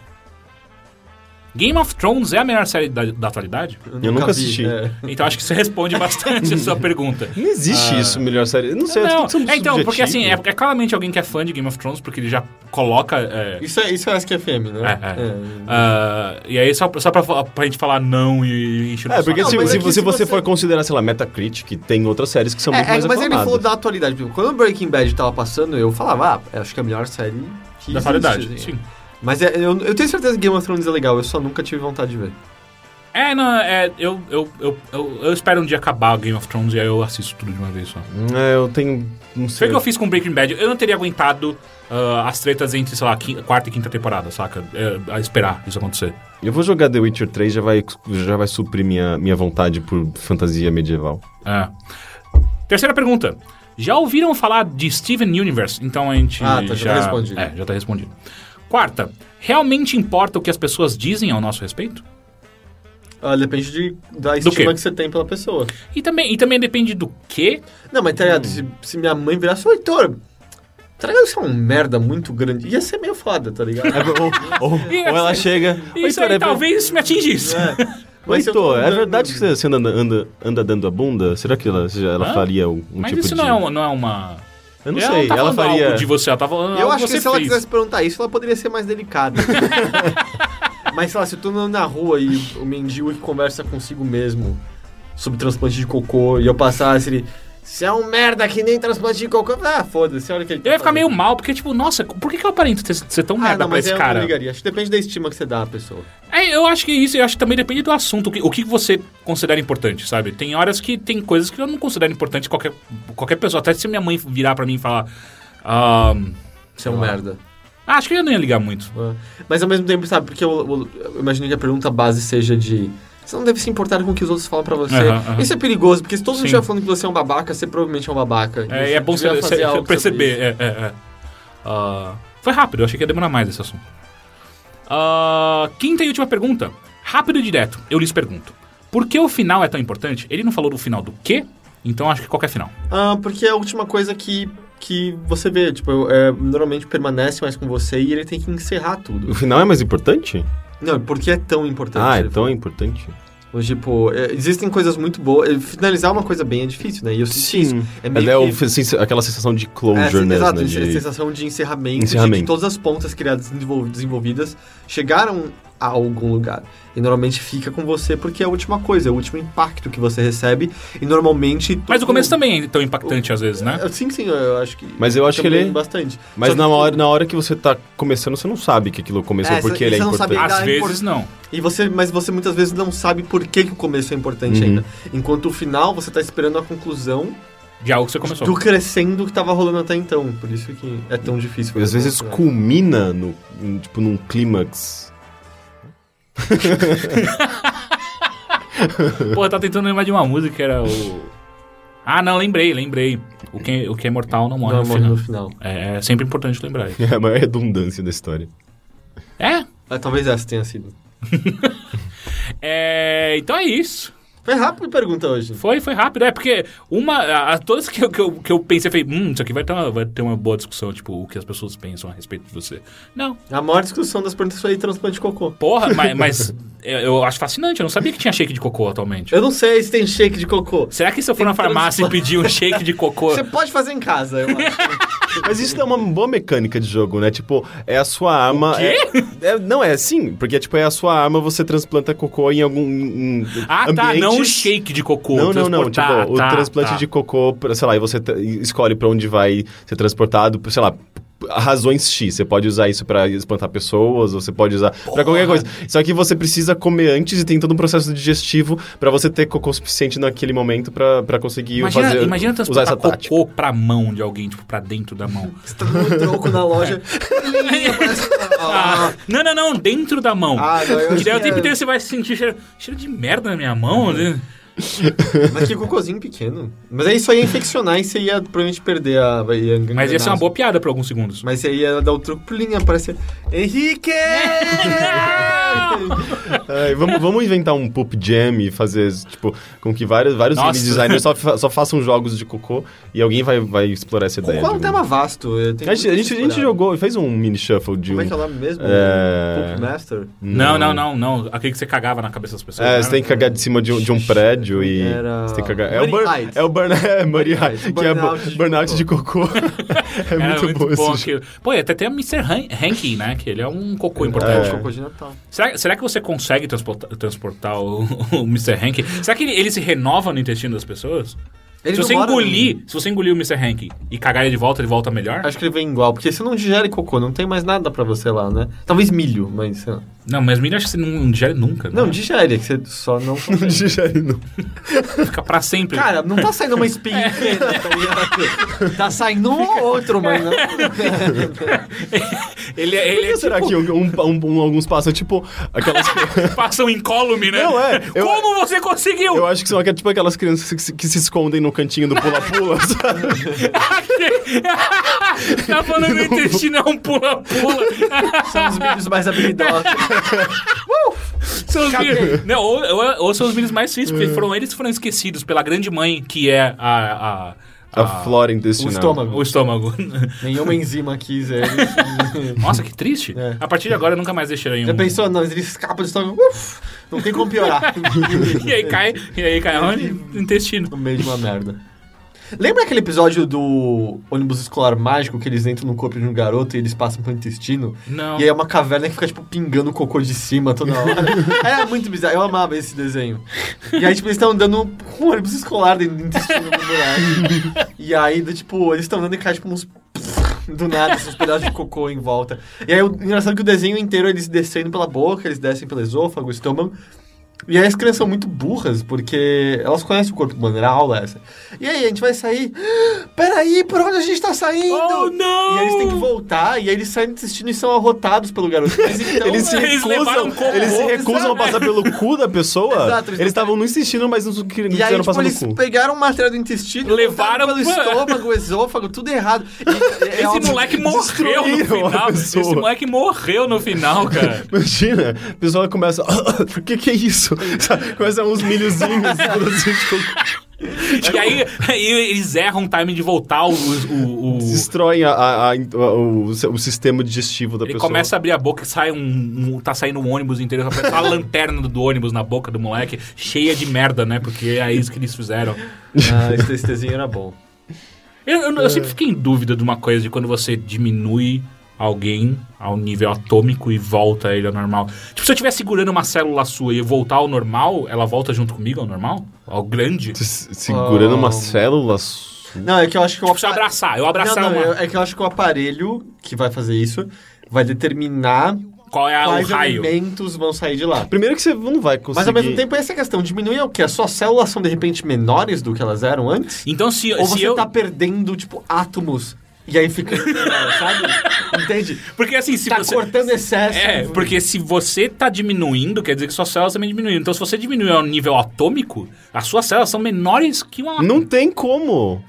Speaker 1: Game of Thrones é a melhor série da, da atualidade?
Speaker 2: Eu nunca assisti.
Speaker 3: é.
Speaker 1: Então acho que isso responde bastante a sua pergunta.
Speaker 2: Não existe isso, melhor série. Não sei, é
Speaker 1: Ah. Não,
Speaker 2: tudo sub-
Speaker 1: é, então, porque assim, é,
Speaker 2: subjetivo.
Speaker 1: é claramente alguém que é fã de Game of Thrones, porque ele já coloca. é,
Speaker 3: Isso é, isso é SQFM, né?
Speaker 1: É, é. ah, e aí, só, só pra, pra gente falar não e, e encher o
Speaker 2: É, porque
Speaker 1: saco.
Speaker 2: se,
Speaker 3: mas
Speaker 2: se,
Speaker 3: é que
Speaker 2: você-
Speaker 3: se
Speaker 2: se você
Speaker 3: você-
Speaker 2: for considerar, sei lá, Metacritic, tem outras séries que são
Speaker 3: É,
Speaker 2: muito
Speaker 3: é,
Speaker 2: mais
Speaker 3: mas ele
Speaker 2: aclamadas.
Speaker 3: falou da atualidade. Tipo, Quando o Breaking Bad tava passando, eu falava, ah, acho que é a melhor série que
Speaker 1: Da
Speaker 3: existe,
Speaker 1: atualidade,
Speaker 3: assim.
Speaker 1: sim.
Speaker 3: Mas é- eu, eu tenho certeza que Game of Thrones é legal, eu só nunca tive vontade de ver.
Speaker 1: É, não, é, eu, eu, eu, eu, eu espero um dia acabar o Game of Thrones e aí eu assisto tudo de uma vez só.
Speaker 2: É, eu tenho...
Speaker 1: Foi
Speaker 2: Não sei.
Speaker 1: o que eu fiz com Breaking Bad. Eu não teria aguentado ah, as tretas entre, sei lá, quin- quarta e quinta temporada, saca? É, a esperar isso acontecer.
Speaker 2: Eu vou jogar The Witcher 3, já vai, já vai suprir minha, minha vontade por fantasia medieval.
Speaker 1: É. Terceira pergunta. Já ouviram falar de Steven Universe? Então a gente
Speaker 3: Ah, tá, já tá respondido.
Speaker 1: É, já tá respondido. Quarta. Realmente importa o que as pessoas dizem ao nosso respeito?
Speaker 3: Ah, depende de, da estima
Speaker 1: quê?
Speaker 3: que você tem pela pessoa.
Speaker 1: E também, e também depende do quê?
Speaker 2: Hum.
Speaker 3: Não, mas tá ligado, se, se minha mãe virasse, ô Heitor, Tá ligado? Isso é um merda muito grande. Ia ser meio foda, tá ligado?
Speaker 2: É, ou, ou-
Speaker 1: E
Speaker 2: ou ela
Speaker 1: assim,
Speaker 2: chega. "Oi,
Speaker 1: Isso aí
Speaker 3: é
Speaker 2: Toré,
Speaker 1: talvez me atingisse.
Speaker 2: Oi,
Speaker 3: Mas se eu
Speaker 2: Tô,
Speaker 3: tô
Speaker 2: é
Speaker 3: andando-
Speaker 2: verdade que você anda, anda, anda dando a bunda? Será que ela, já- ela
Speaker 1: Hã?
Speaker 2: faria um, um
Speaker 1: Mas
Speaker 2: tipo
Speaker 1: isso
Speaker 2: de...
Speaker 1: não, é uma, não é uma.
Speaker 2: Eu não
Speaker 1: Ela
Speaker 2: sei,
Speaker 1: tá
Speaker 2: ela
Speaker 1: falando
Speaker 2: faria...
Speaker 1: algo de você, ela tá falando
Speaker 3: Eu
Speaker 1: algo
Speaker 3: acho
Speaker 1: que
Speaker 3: que
Speaker 1: você
Speaker 3: se ela
Speaker 1: fez.
Speaker 3: quisesse perguntar isso, ela poderia ser mais delicada. Mas sei lá, se eu tô andando na rua e o mendigo que conversa consigo mesmo sobre transplante de cocô e eu passasse ele. Você é um merda que nem transplante de cocô. Ah, foda-se, olha o que ele tá
Speaker 1: Eu ia ficar meio
Speaker 3: fazendo."
Speaker 1: mal, porque, tipo, nossa, por que, que eu aparento ter- ser tão
Speaker 3: Ah,
Speaker 1: merda
Speaker 3: não,
Speaker 1: pra
Speaker 3: mas
Speaker 1: esse
Speaker 3: eu não
Speaker 1: cara?
Speaker 3: ligaria. Acho que depende da estima que você dá à pessoa.
Speaker 1: É, eu acho que isso, eu acho que também depende do assunto, o que, o que você considera importante, sabe? Tem horas que tem coisas que eu não considero importante qualquer, qualquer pessoa. Até se minha mãe virar pra mim e falar. ah,
Speaker 3: Você é um merda.
Speaker 1: ah, acho que eu não ia ligar muito.
Speaker 3: Ah. Mas ao mesmo tempo, sabe, porque eu, eu- eu imagino que a pergunta base seja de. Você não deve se importar com o que os outros falam pra você.
Speaker 1: Aham, aham.
Speaker 3: Isso é perigoso, porque se todo mundo
Speaker 1: Sim.
Speaker 3: estiver falando que você é um babaca, você provavelmente é um babaca.
Speaker 1: É, e é bom
Speaker 3: Devia
Speaker 1: você,
Speaker 3: fazer
Speaker 1: você-
Speaker 3: algo sobre
Speaker 1: perceber.
Speaker 3: isso.
Speaker 1: É, é, é. Ah, foi rápido, eu achei que ia demorar mais esse assunto. Ah, quinta e última pergunta. Rápido e direto, eu lhes pergunto. Por que o final é tão importante? Ele não falou do final do quê? Então acho que qualquer final.
Speaker 3: Ah, porque é a última coisa que, que você vê. Tipo, é, normalmente permanece mais com você e ele tem que encerrar
Speaker 2: O
Speaker 3: tudo.
Speaker 2: final é mais importante?
Speaker 3: Não, porque é tão importante.
Speaker 2: ah,
Speaker 3: ele
Speaker 2: é tão
Speaker 3: falou.
Speaker 2: importante.
Speaker 3: Tipo, é, existem coisas muito boas. Finalizar uma coisa bem é difícil, né? E eu senti isso. É meio
Speaker 2: Ela é o-
Speaker 3: que-
Speaker 2: sensa- aquela sensação de
Speaker 3: É,
Speaker 2: closure,
Speaker 3: sim,
Speaker 2: né?
Speaker 3: exato,
Speaker 2: né,
Speaker 3: a
Speaker 2: de-
Speaker 3: sensação de encerramento, de
Speaker 2: Encerramento.
Speaker 3: que todas as pontas criadas e desenvol- desenvolvidas chegaram a algum lugar. E normalmente fica com você porque é a última coisa, é o último impacto que você recebe. E normalmente.
Speaker 1: Mas o
Speaker 3: todo-
Speaker 1: começo também é tão impactante às vezes, né?
Speaker 3: É, Sim, sim, eu acho que.
Speaker 2: Mas eu acho que
Speaker 3: também
Speaker 2: ele-
Speaker 3: Bastante.
Speaker 2: Mas
Speaker 3: Só
Speaker 2: na
Speaker 3: que-
Speaker 2: hora, na hora que você tá começando, você não sabe que aquilo começou
Speaker 3: É,
Speaker 2: porque
Speaker 3: você-
Speaker 2: ele é
Speaker 3: você não sabe
Speaker 2: importante.
Speaker 3: ainda-
Speaker 1: Às
Speaker 3: é
Speaker 1: vezes não.
Speaker 3: E você, mas você muitas vezes não sabe por que, que o começo é importante
Speaker 2: Uhum.
Speaker 3: ainda. Enquanto o final, você tá esperando a conclusão
Speaker 1: De algo que você começou.
Speaker 3: do crescendo que tava rolando até então. Por isso que é tão difícil.
Speaker 2: Às vezes
Speaker 3: né?
Speaker 2: culmina no, em, tipo, num clímax.
Speaker 1: Porra, tá tentando lembrar de uma música que era o. Ah, não, lembrei, lembrei. O que, o que é mortal não morre
Speaker 3: Não,
Speaker 1: no
Speaker 3: morre
Speaker 1: final.
Speaker 3: no final.
Speaker 1: É, é sempre importante lembrar isso.
Speaker 2: É a maior redundância da história.
Speaker 1: É?
Speaker 3: Ah, talvez essa tenha sido.
Speaker 1: é. Então é isso.
Speaker 3: Foi rápido a pergunta hoje.
Speaker 1: Foi, foi rápido. É porque uma. a- a- todas que eu, que, eu, que eu pensei, eu falei, hum, isso aqui vai ter, uma, vai ter uma boa discussão, tipo, o que as pessoas pensam a respeito de você. Não.
Speaker 3: A maior discussão das perguntas foi transplante de cocô.
Speaker 1: Porra, mas, mas eu, eu acho fascinante. Eu não sabia que tinha shake de cocô atualmente.
Speaker 3: Eu não sei se tem shake de cocô.
Speaker 1: Será que se eu for na
Speaker 3: Tem
Speaker 1: farmácia e
Speaker 3: transplante.
Speaker 1: pedir um shake de cocô.
Speaker 3: Você pode fazer em casa, eu acho.
Speaker 2: Mas isso é uma boa mecânica de jogo, né? Tipo, é a sua arma. É, é- não, é sim, porque tipo, é a sua arma, você transplanta cocô em algum. em- em
Speaker 1: Ah, tá,
Speaker 2: ambientes-
Speaker 1: não um shake de cocô.
Speaker 2: Não, não, não. Tipo,
Speaker 1: transportar,
Speaker 2: o
Speaker 1: tá,
Speaker 2: transplante
Speaker 1: tá.
Speaker 2: de cocô, pra- sei lá, e você tra- escolhe pra onde vai ser transportado, pra, sei lá, p- razões X. Você pode usar isso pra espantar pessoas, ou você pode usar pra qualquer coisa. Só que você precisa comer antes e tem todo um processo digestivo pra você ter cocô suficiente naquele momento pra pra conseguir
Speaker 1: Imagina,
Speaker 2: fazer
Speaker 1: imagina
Speaker 2: usar
Speaker 1: transportar
Speaker 2: essa
Speaker 1: cocô
Speaker 2: tática.
Speaker 1: pra mão de alguém, tipo, pra dentro da mão.
Speaker 3: Você tá dando um troco na loja. Ih, aparece-
Speaker 1: Ah,
Speaker 3: Ah,
Speaker 1: não, não, não, dentro da mão.
Speaker 3: ah, não, eu
Speaker 1: que daí o tempo
Speaker 3: tinha-
Speaker 1: inteiro você vai sentir cheiro, cheiro de merda na minha
Speaker 2: É.
Speaker 1: mão. né?
Speaker 3: Mas que cocôzinho pequeno. Mas é aí só ia infeccionar e você ia provavelmente perder a. ia
Speaker 1: Mas ia ser uma
Speaker 3: engrenar.
Speaker 1: boa piada por alguns segundos.
Speaker 2: Hum.
Speaker 3: Mas você ia dar o troco pro linha, aparecer. Henrique!
Speaker 2: Ai, vamos, vamos inventar um poop jam e fazer, tipo, com que vários, vários
Speaker 1: Nossa.
Speaker 2: game designers só, fa- só façam jogos de cocô e alguém vai, vai explorar essa ideia.
Speaker 3: Cocô é um
Speaker 2: de
Speaker 3: tema
Speaker 2: algum-
Speaker 3: vasto. eh, tem
Speaker 2: a gente, a gente,
Speaker 3: muito
Speaker 2: a gente
Speaker 3: explorado.
Speaker 2: jogou, fez um mini shuffle de
Speaker 3: Como
Speaker 2: um...
Speaker 3: é que é o nome mesmo?
Speaker 2: É.
Speaker 3: Pulp Master?
Speaker 1: Não, não, não, não. Aquele que você cagava na cabeça das pessoas.
Speaker 2: É,
Speaker 1: né?
Speaker 2: você tem que cagar de cima de um, de um prédio e.
Speaker 3: Era-
Speaker 2: Você tem que cagar. É o,
Speaker 3: Money
Speaker 2: burn,
Speaker 3: Heights.
Speaker 2: é o burn, é, Money Heights,
Speaker 3: Heights,
Speaker 2: que é
Speaker 3: burnout
Speaker 2: bu-
Speaker 3: de
Speaker 2: burnout de cocô. é
Speaker 1: Era
Speaker 2: muito, bom esse jogo.
Speaker 1: aquilo. Pô, e até tem o Mr. Han- Hanky, né? Que ele é um cocô importante.
Speaker 3: É. Cocô de Natal.
Speaker 1: Será, será que você consegue transportar, transportar o, o Mr. Hank? Será que ele, ele se renova no intestino das pessoas?
Speaker 3: Ele
Speaker 1: se
Speaker 3: não
Speaker 1: você
Speaker 3: mora
Speaker 1: engolir, se você engolir o Mr. Hank e cagar ele de volta, ele volta melhor?
Speaker 3: Acho que ele vem igual, porque você não digere cocô, não tem mais nada pra você lá, né? Talvez milho, mas sei lá.
Speaker 1: Não, mas milho acho que você não, não digere nunca.
Speaker 3: Não,
Speaker 1: né?
Speaker 3: digere, que você só não.
Speaker 2: Não digere, não.
Speaker 1: fica pra sempre.
Speaker 3: Cara, não tá saindo uma espinha inteira, tá ligado? Tá saindo um ou outro, mas não.
Speaker 1: ele, é- ele
Speaker 2: Por que
Speaker 1: é
Speaker 2: será
Speaker 1: tipo,
Speaker 2: que um, um- um- alguns passam, tipo, aquelas.
Speaker 1: passa um incólume, né?
Speaker 2: Não, é, eu-
Speaker 1: Como você conseguiu?
Speaker 2: Eu acho que são aquelas- tipo aquelas crianças que se, que se escondem no cantinho do pula-pula, sabe?
Speaker 1: tá falando que o intestino é um pula-pula.
Speaker 3: São os milhos mais habilidosos.
Speaker 1: São os milhos- Não, ou, ou- ou são os milhos mais tristes, porque foram eles que foram esquecidos pela grande mãe, que é a. a-
Speaker 2: flora intestinal.
Speaker 3: O estômago.
Speaker 1: O estômago.
Speaker 3: Nenhuma enzima quis ele.
Speaker 1: Nossa, que triste.
Speaker 3: É.
Speaker 1: A partir de agora nunca mais deixarei um.
Speaker 3: Já pensou? Não, ele escapa do estômago. Uf, não tem como piorar.
Speaker 1: E aí cai, e aí cai onde? No Intestino.
Speaker 3: No meio de uma merda. Lembra aquele episódio do ônibus escolar mágico que eles entram no corpo de um garoto e eles passam pelo intestino?
Speaker 1: Não.
Speaker 3: E aí é uma caverna que fica, tipo, pingando o cocô de cima toda hora. Era muito bizarro. Eu amava esse desenho. E aí, tipo, eles estão andando com um ônibus escolar dentro do intestino do buraco. E aí, do, tipo, eles estão andando e cai, tipo, uns... Do nada, esses pedaços de cocô em volta. E aí, o engraçado é que o desenho inteiro, eles descendo pela boca, eles descem pelo esôfago, estômago. E aí as crianças são muito burras, porque elas conhecem o corpo humano, era aula é essa. E aí, a gente vai sair... "Ah, Peraí, por onde a gente tá saindo?
Speaker 1: Oh, não!
Speaker 3: E aí eles têm que voltar, e aí eles saem do intestino e são arrotados pelo garoto. Mas então,
Speaker 2: Eles se
Speaker 1: Eles
Speaker 2: recusam,
Speaker 1: levaram como
Speaker 2: eles se
Speaker 1: ovo,
Speaker 2: recusam a
Speaker 1: sabe?
Speaker 2: passar pelo cu da pessoa.
Speaker 3: Exato, eles
Speaker 2: eles estavam não insistindo, mas não, não
Speaker 3: E aí,
Speaker 2: quiseram
Speaker 3: tipo,
Speaker 2: passar
Speaker 3: eles
Speaker 2: no cu.
Speaker 3: pegaram o material do intestino,
Speaker 1: Levaram
Speaker 3: botaram pelo
Speaker 1: pra-
Speaker 3: estômago, esôfago, tudo errado. E- é- é
Speaker 1: Esse
Speaker 3: óbvio-
Speaker 1: moleque morreu no
Speaker 2: destruíram a
Speaker 1: final.
Speaker 2: pessoa.
Speaker 1: Esse moleque morreu no final, cara.
Speaker 2: Imagina, o pessoal começa. O que, que é isso? Sabe, Começa uns milhozinhos. tudo assim, tipo,
Speaker 1: E aí, aí eles erram o time de voltar o. o, o-
Speaker 2: destroem a- a- a- o, o sistema digestivo da
Speaker 1: Ele
Speaker 2: pessoa.
Speaker 1: começa a abrir a boca e sai um, um- Tá saindo um ônibus inteiro. Só parece uma lanterna do ônibus na boca do moleque, cheia de merda, né? Porque é isso que eles fizeram.
Speaker 3: Ah, esse esse desenho era bom.
Speaker 1: Eu, eu-
Speaker 2: É.
Speaker 1: eu sempre fiquei em dúvida de uma coisa, de quando você diminui alguém ao nível atômico e volta ele ao normal. Tipo, se eu estiver segurando uma célula sua e eu voltar ao normal, ela volta junto comigo ao normal? Ao grande?
Speaker 2: Se- Segurando
Speaker 3: Oh.
Speaker 2: uma célula. su-
Speaker 3: Não, é que eu acho que o
Speaker 1: Tipo, se eu
Speaker 3: aparelho...
Speaker 1: abraçar, eu abraçar
Speaker 3: Não, não,
Speaker 1: uma-
Speaker 3: eu- é que eu acho que o aparelho que vai fazer isso vai determinar
Speaker 1: Qual é a- o
Speaker 3: quais
Speaker 1: raio?
Speaker 3: elementos vão sair de lá.
Speaker 2: Primeiro que você não vai conseguir.
Speaker 3: Mas ao mesmo tempo, essa é a questão. Diminuir é o quê? As suas células são, de repente, menores do que elas eram antes?
Speaker 1: Então, se,
Speaker 3: Ou
Speaker 1: se
Speaker 3: você
Speaker 1: eu.
Speaker 3: tá perdendo, tipo, átomos e aí fica. sabe? Entende?
Speaker 1: Porque assim, se
Speaker 3: tá
Speaker 1: você.
Speaker 3: cortando excesso.
Speaker 1: É, porque se você tá diminuindo, quer dizer que suas células também diminuíram. Então, se você diminuir ao nível atômico, as suas células são menores que uma.
Speaker 2: Não tem como.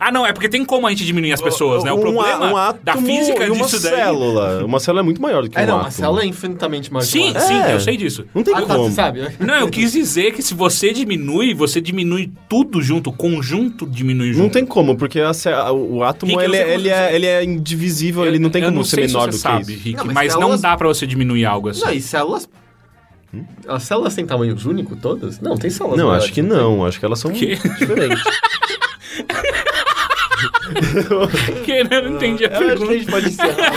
Speaker 1: Ah, não, é porque tem como a gente diminuir as pessoas, né? O
Speaker 2: um,
Speaker 1: problema
Speaker 2: a- um átomo
Speaker 1: da física é
Speaker 2: e uma
Speaker 1: disso daí.
Speaker 2: célula. Uma célula é muito maior do que
Speaker 3: É,
Speaker 2: um
Speaker 3: não,
Speaker 2: átomo.
Speaker 3: a célula é infinitamente maior. que
Speaker 1: Sim,
Speaker 3: um átomo.
Speaker 1: sim,
Speaker 2: É.
Speaker 1: eu sei disso.
Speaker 2: Não tem
Speaker 3: Ah, tá,
Speaker 2: como.
Speaker 3: você sabe.
Speaker 1: Não, eu quis dizer que se você diminui, você diminui tudo junto, o conjunto diminui junto.
Speaker 2: Não tem como, porque a cé- a- o átomo
Speaker 1: Rick, eu
Speaker 2: ele,
Speaker 1: sei como
Speaker 2: ele,
Speaker 1: você-
Speaker 2: é, ele é indivisível, ele não tem
Speaker 1: Eu
Speaker 2: como
Speaker 1: sei
Speaker 2: ser
Speaker 1: se
Speaker 2: menor do
Speaker 1: você
Speaker 2: que
Speaker 1: sabe,
Speaker 2: isso.
Speaker 1: Rick,
Speaker 3: Não, mas
Speaker 1: mas,
Speaker 3: células-
Speaker 1: não dá pra você diminuir algo assim.
Speaker 3: Não, e células. As células têm tamanhos únicos todas? Não, tem células.
Speaker 2: Hum? Não,
Speaker 3: maiores.
Speaker 2: acho que não. Acho que elas são
Speaker 1: Quê?
Speaker 2: diferentes.
Speaker 1: Porque né? eu não entendi a
Speaker 3: Eu acho que a
Speaker 1: pergunta.
Speaker 3: gente pode encerrar.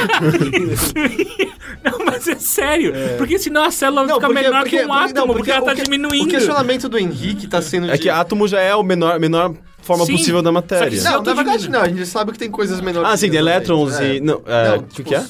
Speaker 1: Não, mas é sério. Porque senão a célula
Speaker 3: Não,
Speaker 1: fica
Speaker 3: porque-
Speaker 1: menor que
Speaker 3: porque-
Speaker 1: um
Speaker 3: porque- não,
Speaker 1: átomo, porque, ela
Speaker 3: o
Speaker 1: tá
Speaker 3: que-
Speaker 1: diminuindo.
Speaker 3: O questionamento do Henrique tá sendo.
Speaker 2: É que
Speaker 3: a.
Speaker 2: átomo já é a menor, menor forma
Speaker 1: Sim,
Speaker 2: possível da matéria.
Speaker 1: só que-
Speaker 3: Não,
Speaker 1: eu tô
Speaker 3: na verdade
Speaker 1: diminuindo.
Speaker 3: não, a gente sabe que tem coisas menores.
Speaker 2: Ah, sim,
Speaker 3: que
Speaker 2: de elétrons
Speaker 3: é.
Speaker 2: e. Não, é,
Speaker 3: Não,
Speaker 2: o que
Speaker 3: tipo,
Speaker 2: que é?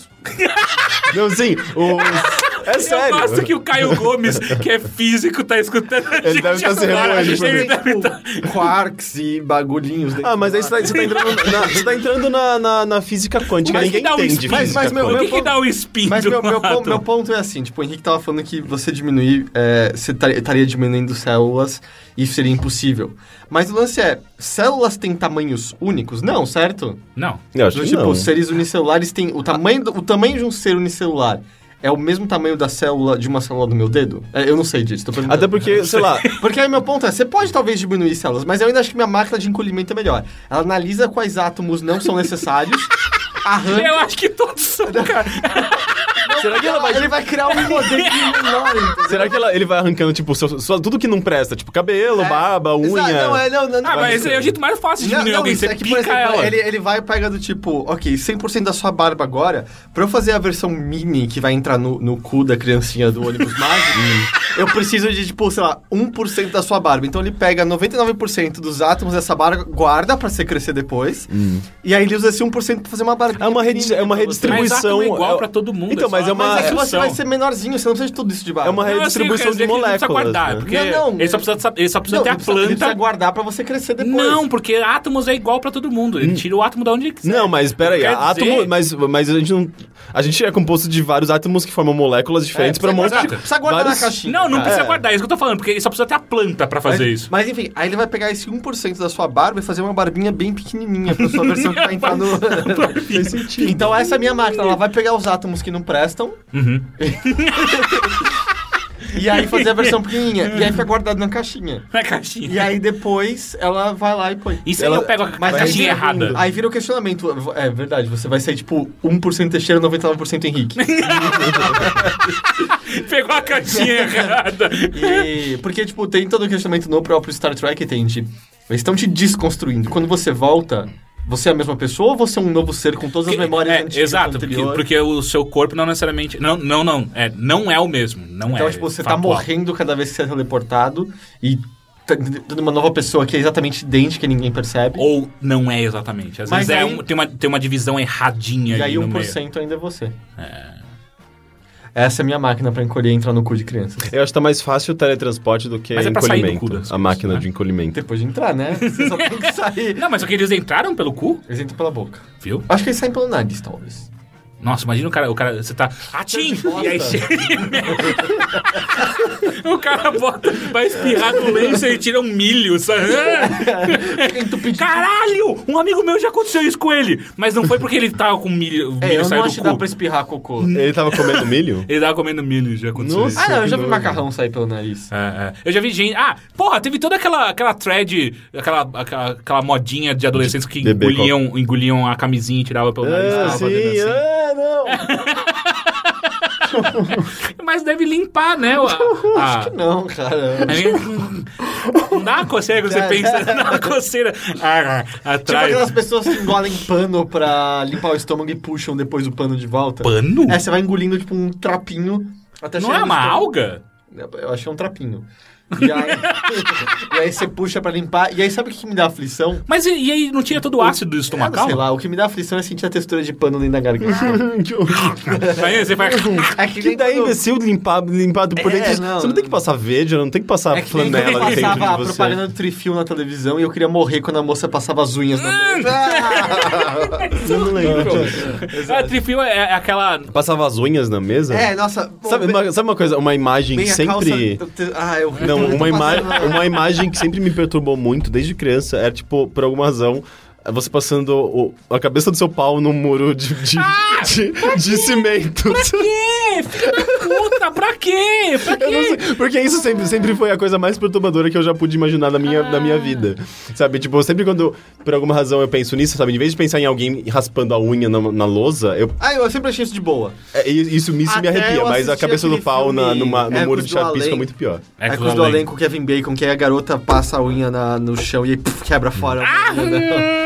Speaker 2: Não, sim, os. É sério.
Speaker 1: Eu gosto que o Caio Gomes, que é físico, tá escutando a
Speaker 2: Ele
Speaker 1: gente
Speaker 2: deve estar se
Speaker 1: agora.
Speaker 2: remoendo pra
Speaker 1: Ele
Speaker 2: mim.
Speaker 1: deve tá estar...
Speaker 3: tipo, quarks e bagulhinhos. né? dentro
Speaker 2: Ah, mas
Speaker 3: do
Speaker 2: aí você tá, você tá entrando, na, você tá entrando na, na- na física quântica.
Speaker 1: Mas que
Speaker 2: Ninguém
Speaker 1: dá um
Speaker 2: entende
Speaker 1: espírito.
Speaker 2: física
Speaker 1: Mas-
Speaker 3: mas meu-
Speaker 1: O
Speaker 2: quântica.
Speaker 1: que, que dá o espinho
Speaker 3: Mas
Speaker 1: do
Speaker 3: meu, meu, pon-
Speaker 1: átomo?
Speaker 3: meu ponto é assim, tipo, o Henrique tava falando que você diminuir, é, você tar- estaria diminuindo células e isso seria impossível. Mas o lance é, células têm tamanhos únicos? Não, certo?
Speaker 1: Não.
Speaker 2: Eu acho que
Speaker 3: tipo,
Speaker 2: não.
Speaker 3: seres unicelulares têm o tamanho, do- o tamanho de um ser unicelular é o mesmo tamanho da célula de uma célula do meu dedo? É, eu não sei disso, tô perguntando.
Speaker 2: Até porque, sei lá,
Speaker 3: Porque aí meu ponto é, você pode talvez diminuir células, mas eu ainda acho que minha máquina de encolhimento é melhor. Ela analisa quais átomos não são necessários, arranca
Speaker 1: Eu acho que todos são, cara.
Speaker 2: será que ela vai.
Speaker 3: Ele vai criar um modelo menor, entendeu?
Speaker 2: Será que ela- ele vai arrancando, tipo, seu- sua- tudo que não presta? Tipo,
Speaker 1: É.
Speaker 2: cabelo, barba, unha.
Speaker 3: Exato, Não, é, não, não, não.
Speaker 1: Ah, mas esse é o jeito mais fácil de
Speaker 3: Não,
Speaker 1: diminuir
Speaker 3: não,
Speaker 1: alguém.
Speaker 3: isso
Speaker 1: Você
Speaker 3: é que, por
Speaker 1: pica
Speaker 3: exemplo,
Speaker 1: ela.
Speaker 3: Ele, ele vai e pega do tipo, ok, 100% da sua barba agora, pra eu fazer a versão mini que vai entrar no, no cu da criancinha do ônibus mágico, eu preciso de, tipo, sei lá, 1% da sua barba. Então ele pega 99% dos átomos dessa barba, guarda pra você crescer depois,
Speaker 1: Hum.
Speaker 3: e aí ele usa esse 1% pra fazer uma barba.
Speaker 2: É uma, redi- é uma
Speaker 1: Mas
Speaker 2: redistribuição.
Speaker 1: átomo é igual
Speaker 2: é-
Speaker 1: pra todo mundo,
Speaker 2: Então,
Speaker 1: é só
Speaker 2: mas é
Speaker 1: uma
Speaker 2: uma.
Speaker 3: Mas é que você
Speaker 1: redução.
Speaker 3: vai ser menorzinho, você não precisa de tudo isso de barba.
Speaker 2: É uma re-
Speaker 1: Não, eu sei, eu quero
Speaker 2: redistribuição
Speaker 1: assim, dizer
Speaker 2: de
Speaker 1: que ele não precisa
Speaker 2: moléculas,
Speaker 1: guardar,
Speaker 2: né?
Speaker 1: porque
Speaker 3: Não, não.
Speaker 1: ele só precisa, sab- ele só precisa
Speaker 3: Não,
Speaker 1: ter a
Speaker 3: ele precisa- ele precisa
Speaker 1: planta.
Speaker 3: guardar pra você crescer depois. Hum.
Speaker 1: Não, porque átomos é igual pra todo mundo. Ele tira o átomo de onde ele quiser.
Speaker 2: Não, mas peraí,
Speaker 1: Quer
Speaker 2: átomo.
Speaker 1: dizer-
Speaker 2: Mas, mas a gente não. A gente é composto de vários átomos que formam moléculas diferentes pra um monte de.
Speaker 3: Precisa guardar
Speaker 2: vários-
Speaker 3: na caixinha.
Speaker 1: Não, não
Speaker 3: cara.
Speaker 1: precisa guardar, é isso que eu tô falando, porque ele só precisa ter a planta pra fazer
Speaker 3: mas,
Speaker 1: isso.
Speaker 3: Mas enfim, aí ele vai pegar esse 1% da sua barba e fazer uma barbinha bem pequenininha pra sua versão que vai entrar no...
Speaker 2: Faz sentido.
Speaker 3: então
Speaker 1: Uhum.
Speaker 3: essa é a minha máquina, ela vai pegar os átomos que não prestam E aí fazer a versão pequenininha. E aí fica guardado na caixinha.
Speaker 1: Na caixinha.
Speaker 3: E aí depois ela vai lá e põe.
Speaker 1: E se
Speaker 2: Ela-
Speaker 1: eu pego a
Speaker 3: Mas
Speaker 1: é caixinha
Speaker 3: aí-
Speaker 1: errada?
Speaker 3: Aí vira o questionamento. É verdade, você vai ser tipo 1% Teixeira, 99% Henrique.
Speaker 1: Pegou a caixinha errada.
Speaker 3: E- porque, tipo, tem todo o questionamento no próprio Star Trek, tem de... Eles estão te desconstruindo. Quando você volta, você é a mesma pessoa ou você é um novo ser com todas as memórias
Speaker 1: é,
Speaker 3: antigas do
Speaker 1: exato, porque,
Speaker 3: anterior?
Speaker 1: porque o seu corpo não necessariamente. Não, não, não. É, não é o mesmo. Não é.
Speaker 3: Então, tipo, você tá
Speaker 1: factual.
Speaker 3: morrendo cada vez que você é teleportado e tá tendo uma nova pessoa que é exatamente idêntica e ninguém percebe.
Speaker 1: Ou não é exatamente. Às
Speaker 3: Mas
Speaker 1: vezes é
Speaker 3: aí-
Speaker 1: um- tem, uma, tem uma divisão erradinha
Speaker 3: E
Speaker 1: ali
Speaker 3: aí
Speaker 1: no meio.
Speaker 3: 1% ainda é você. Essa é a minha máquina pra encolher e entrar no cu de criança.
Speaker 2: Eu acho que tá mais fácil o teletransporte do que
Speaker 1: Mas é pra sair do
Speaker 2: encolhimento.
Speaker 1: cu das
Speaker 2: a máquina
Speaker 1: coisas,
Speaker 2: de encolhimento.
Speaker 3: Depois de entrar, né? Você só tem que sair.
Speaker 1: Não, mas só que eles entraram pelo cu,
Speaker 3: Eles entram pela boca.
Speaker 1: viu?
Speaker 3: Acho que eles saem pelo nariz, talvez.
Speaker 1: Nossa, imagina o cara, o cara, você tá.
Speaker 3: Ah,
Speaker 1: Atim! E aí O cara bota, vai espirrar no laser e tira um milho, sabe? É.
Speaker 3: Entupido.
Speaker 1: Caralho! Um amigo meu já aconteceu isso com ele. Mas não foi porque ele tava com milho, milho
Speaker 3: É, eu
Speaker 1: saiu
Speaker 3: não
Speaker 1: do
Speaker 3: acho que dá
Speaker 1: cu.
Speaker 3: pra espirrar cocô.
Speaker 2: Ele tava comendo milho?
Speaker 1: Ele tava comendo milho, já aconteceu isso.
Speaker 2: Nossa.
Speaker 3: Ah, não, eu já
Speaker 2: que
Speaker 3: vi
Speaker 2: nojo.
Speaker 3: macarrão sair pelo nariz.
Speaker 1: É, é. Eu já vi gente. Ah, porra, teve toda aquela, aquela thread, aquela, aquela, aquela modinha de adolescentes que
Speaker 2: beber
Speaker 1: engoliam, engoliam a camisinha e tiravam pelo nariz.
Speaker 2: Ah,
Speaker 1: tava fazendo assim.
Speaker 2: ah, não.
Speaker 1: Mas deve limpar, né? o- a- a-
Speaker 3: Não,
Speaker 1: É,
Speaker 3: cara.
Speaker 1: Aí- Dá uma coceira que você pensa, dá uma coceira ah, ah,
Speaker 3: Tipo aquelas
Speaker 1: atrás.
Speaker 3: pessoas que engolem pano pra limpar o estômago e puxam depois o pano de volta.
Speaker 1: Pano?
Speaker 3: É, você vai engolindo tipo um trapinho até
Speaker 1: Não
Speaker 3: chegar
Speaker 1: é
Speaker 3: no
Speaker 1: uma
Speaker 3: estômago.
Speaker 1: alga?
Speaker 3: Eu achei um trapinho. E aí, e aí você puxa pra limpar. E aí sabe o que me dá aflição?
Speaker 1: Mas e, e aí não tinha todo o ácido estomacal?
Speaker 3: É, Sei lá, o que me dá aflição é sentir a textura de pano dentro da garganta.
Speaker 1: Aí você faz.
Speaker 3: É que,
Speaker 2: Que
Speaker 3: nem
Speaker 2: daí,
Speaker 3: quando-
Speaker 2: imbecil, limpar, limpado por
Speaker 3: É,
Speaker 2: dentro.
Speaker 3: não,
Speaker 2: você não tem que passar verde, não tem que passar
Speaker 3: É que nem quando eu
Speaker 2: flanela dentro
Speaker 3: passava a
Speaker 2: de você.
Speaker 3: propaganda do Trifil na televisão e eu queria morrer quando a moça passava as unhas
Speaker 1: Hum.
Speaker 3: na mesa.
Speaker 2: Eu não lembro.
Speaker 1: A trifil é, é aquela.
Speaker 2: Passava as unhas na mesa?
Speaker 3: É, nossa. bom,
Speaker 2: Sabe
Speaker 3: bem-
Speaker 2: uma, sabe uma coisa, uma imagem
Speaker 3: bem
Speaker 2: que
Speaker 3: a
Speaker 2: sempre...
Speaker 3: calça- eu te- Ah, eu
Speaker 2: Não,
Speaker 3: eu tô
Speaker 2: uma, ima
Speaker 3: passando-
Speaker 2: uma imagem que sempre me perturbou muito desde criança era, tipo, por alguma razão, você passando o- a cabeça do seu pau num muro de, de,
Speaker 3: Ah,
Speaker 2: de, de cimento.
Speaker 1: Que? Filha da puta, pra quê? Pra
Speaker 2: Eu não
Speaker 1: quê?
Speaker 2: sei, porque isso sempre, sempre foi a coisa mais perturbadora que eu já pude imaginar na minha, na
Speaker 3: Ah.
Speaker 2: minha vida. Sabe, tipo, sempre quando, por alguma razão, eu penso nisso, sabe, em vez de pensar em alguém raspando a unha na, na lousa, eu,
Speaker 3: Ah, eu sempre achei isso de boa.
Speaker 2: é, isso, isso me
Speaker 3: Até
Speaker 2: arrepia,
Speaker 3: eu
Speaker 2: mas a
Speaker 3: assisti
Speaker 2: cabeça do
Speaker 3: aquele
Speaker 2: pau na,
Speaker 3: filme
Speaker 2: numa, no muro
Speaker 3: Ecos
Speaker 2: de
Speaker 3: do
Speaker 2: chapisco é
Speaker 3: Além.
Speaker 2: muito pior.
Speaker 3: É com os do além com o Kevin Bacon, que aí a garota passa a unha na- no chão e aí puf, quebra fora.
Speaker 1: Ah,
Speaker 3: a unha
Speaker 1: hum.
Speaker 3: dela.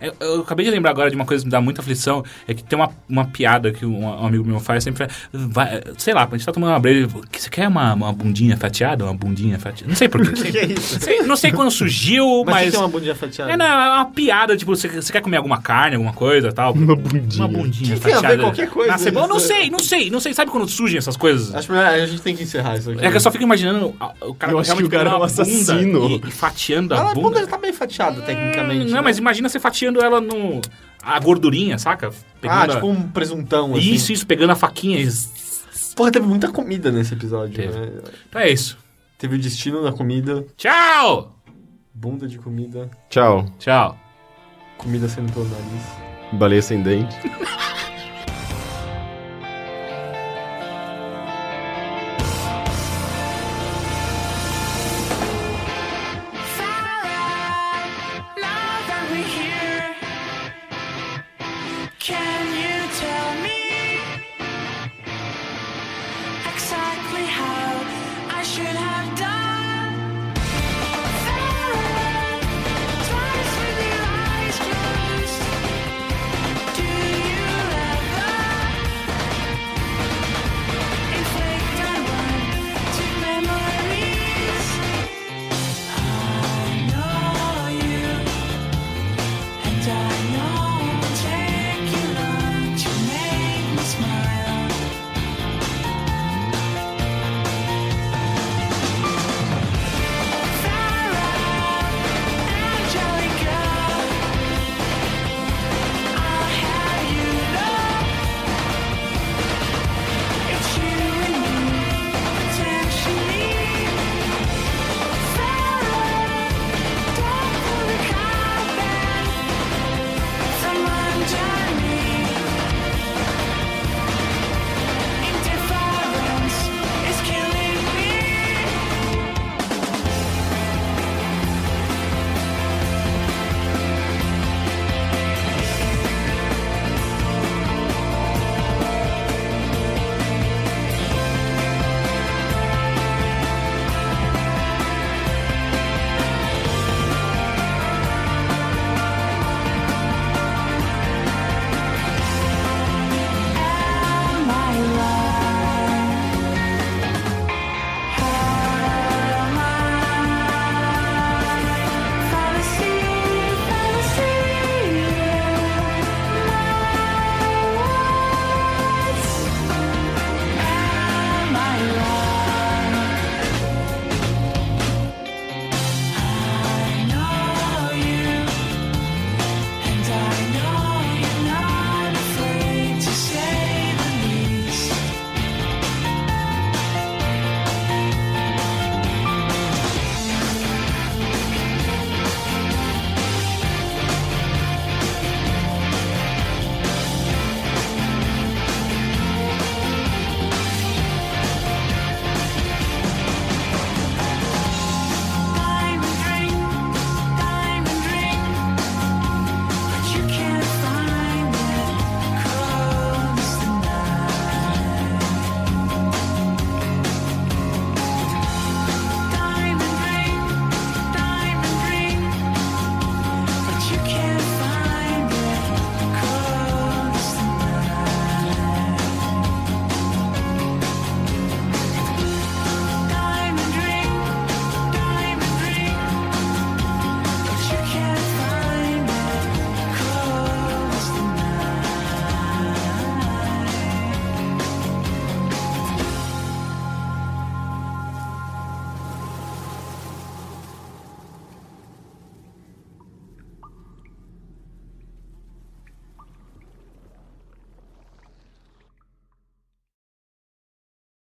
Speaker 1: É, Eu, eu acabei de lembrar agora de uma coisa que me dá muita aflição, é que tem uma, uma piada que um, um amigo meu faz, sempre fala, vai, sei lá, a gente tá tomando uma breja, ele fala, "Que- você quer uma, uma bundinha fatiada? Uma bundinha fatiada? Não sei porquê.
Speaker 3: que é isso?
Speaker 1: não sei quando surgiu,
Speaker 3: Mas, o que
Speaker 1: mas...
Speaker 3: que é uma bundinha fatiada?
Speaker 1: é, não, é uma piada, tipo, você, você quer comer alguma carne, alguma coisa tal? Uma
Speaker 2: bundinha.
Speaker 1: Uma bundinha
Speaker 3: Que tem a ver
Speaker 1: fatiada.
Speaker 3: qualquer coisa
Speaker 1: Na cebola, não
Speaker 3: isso? é-
Speaker 1: sei, não sei, não sei. Sabe quando surgem essas coisas?
Speaker 3: Acho melhor a gente tem que encerrar isso aqui.
Speaker 1: É que eu só fico imaginando ah, o cara
Speaker 2: Eu acho que
Speaker 1: realmente
Speaker 2: o cara
Speaker 1: pegando
Speaker 2: é um
Speaker 1: uma bunda
Speaker 2: assassino.
Speaker 1: E, e fatiando
Speaker 3: Ela,
Speaker 1: a
Speaker 3: a
Speaker 1: bunda. Hum,
Speaker 3: bunda já tá bem fatiada, tecnicamente.
Speaker 1: Não,
Speaker 3: né?
Speaker 1: mas imagina você fatiando ela no. A gordurinha, saca?
Speaker 3: Ah,
Speaker 1: Pegando a-
Speaker 3: tipo um presuntão, assim.
Speaker 1: Isso, isso, pegando a faquinha. isso.
Speaker 3: Porra, teve muita comida nesse episódio,
Speaker 1: Teve.
Speaker 3: né?
Speaker 1: Então é isso.
Speaker 3: Teve o destino da comida,
Speaker 1: Tchau!
Speaker 3: bunda de comida,
Speaker 2: Tchau,
Speaker 1: Tchau.
Speaker 3: comida sendo pelo nariz.
Speaker 2: baleia sem dente.
Speaker 4: Now that we're here, can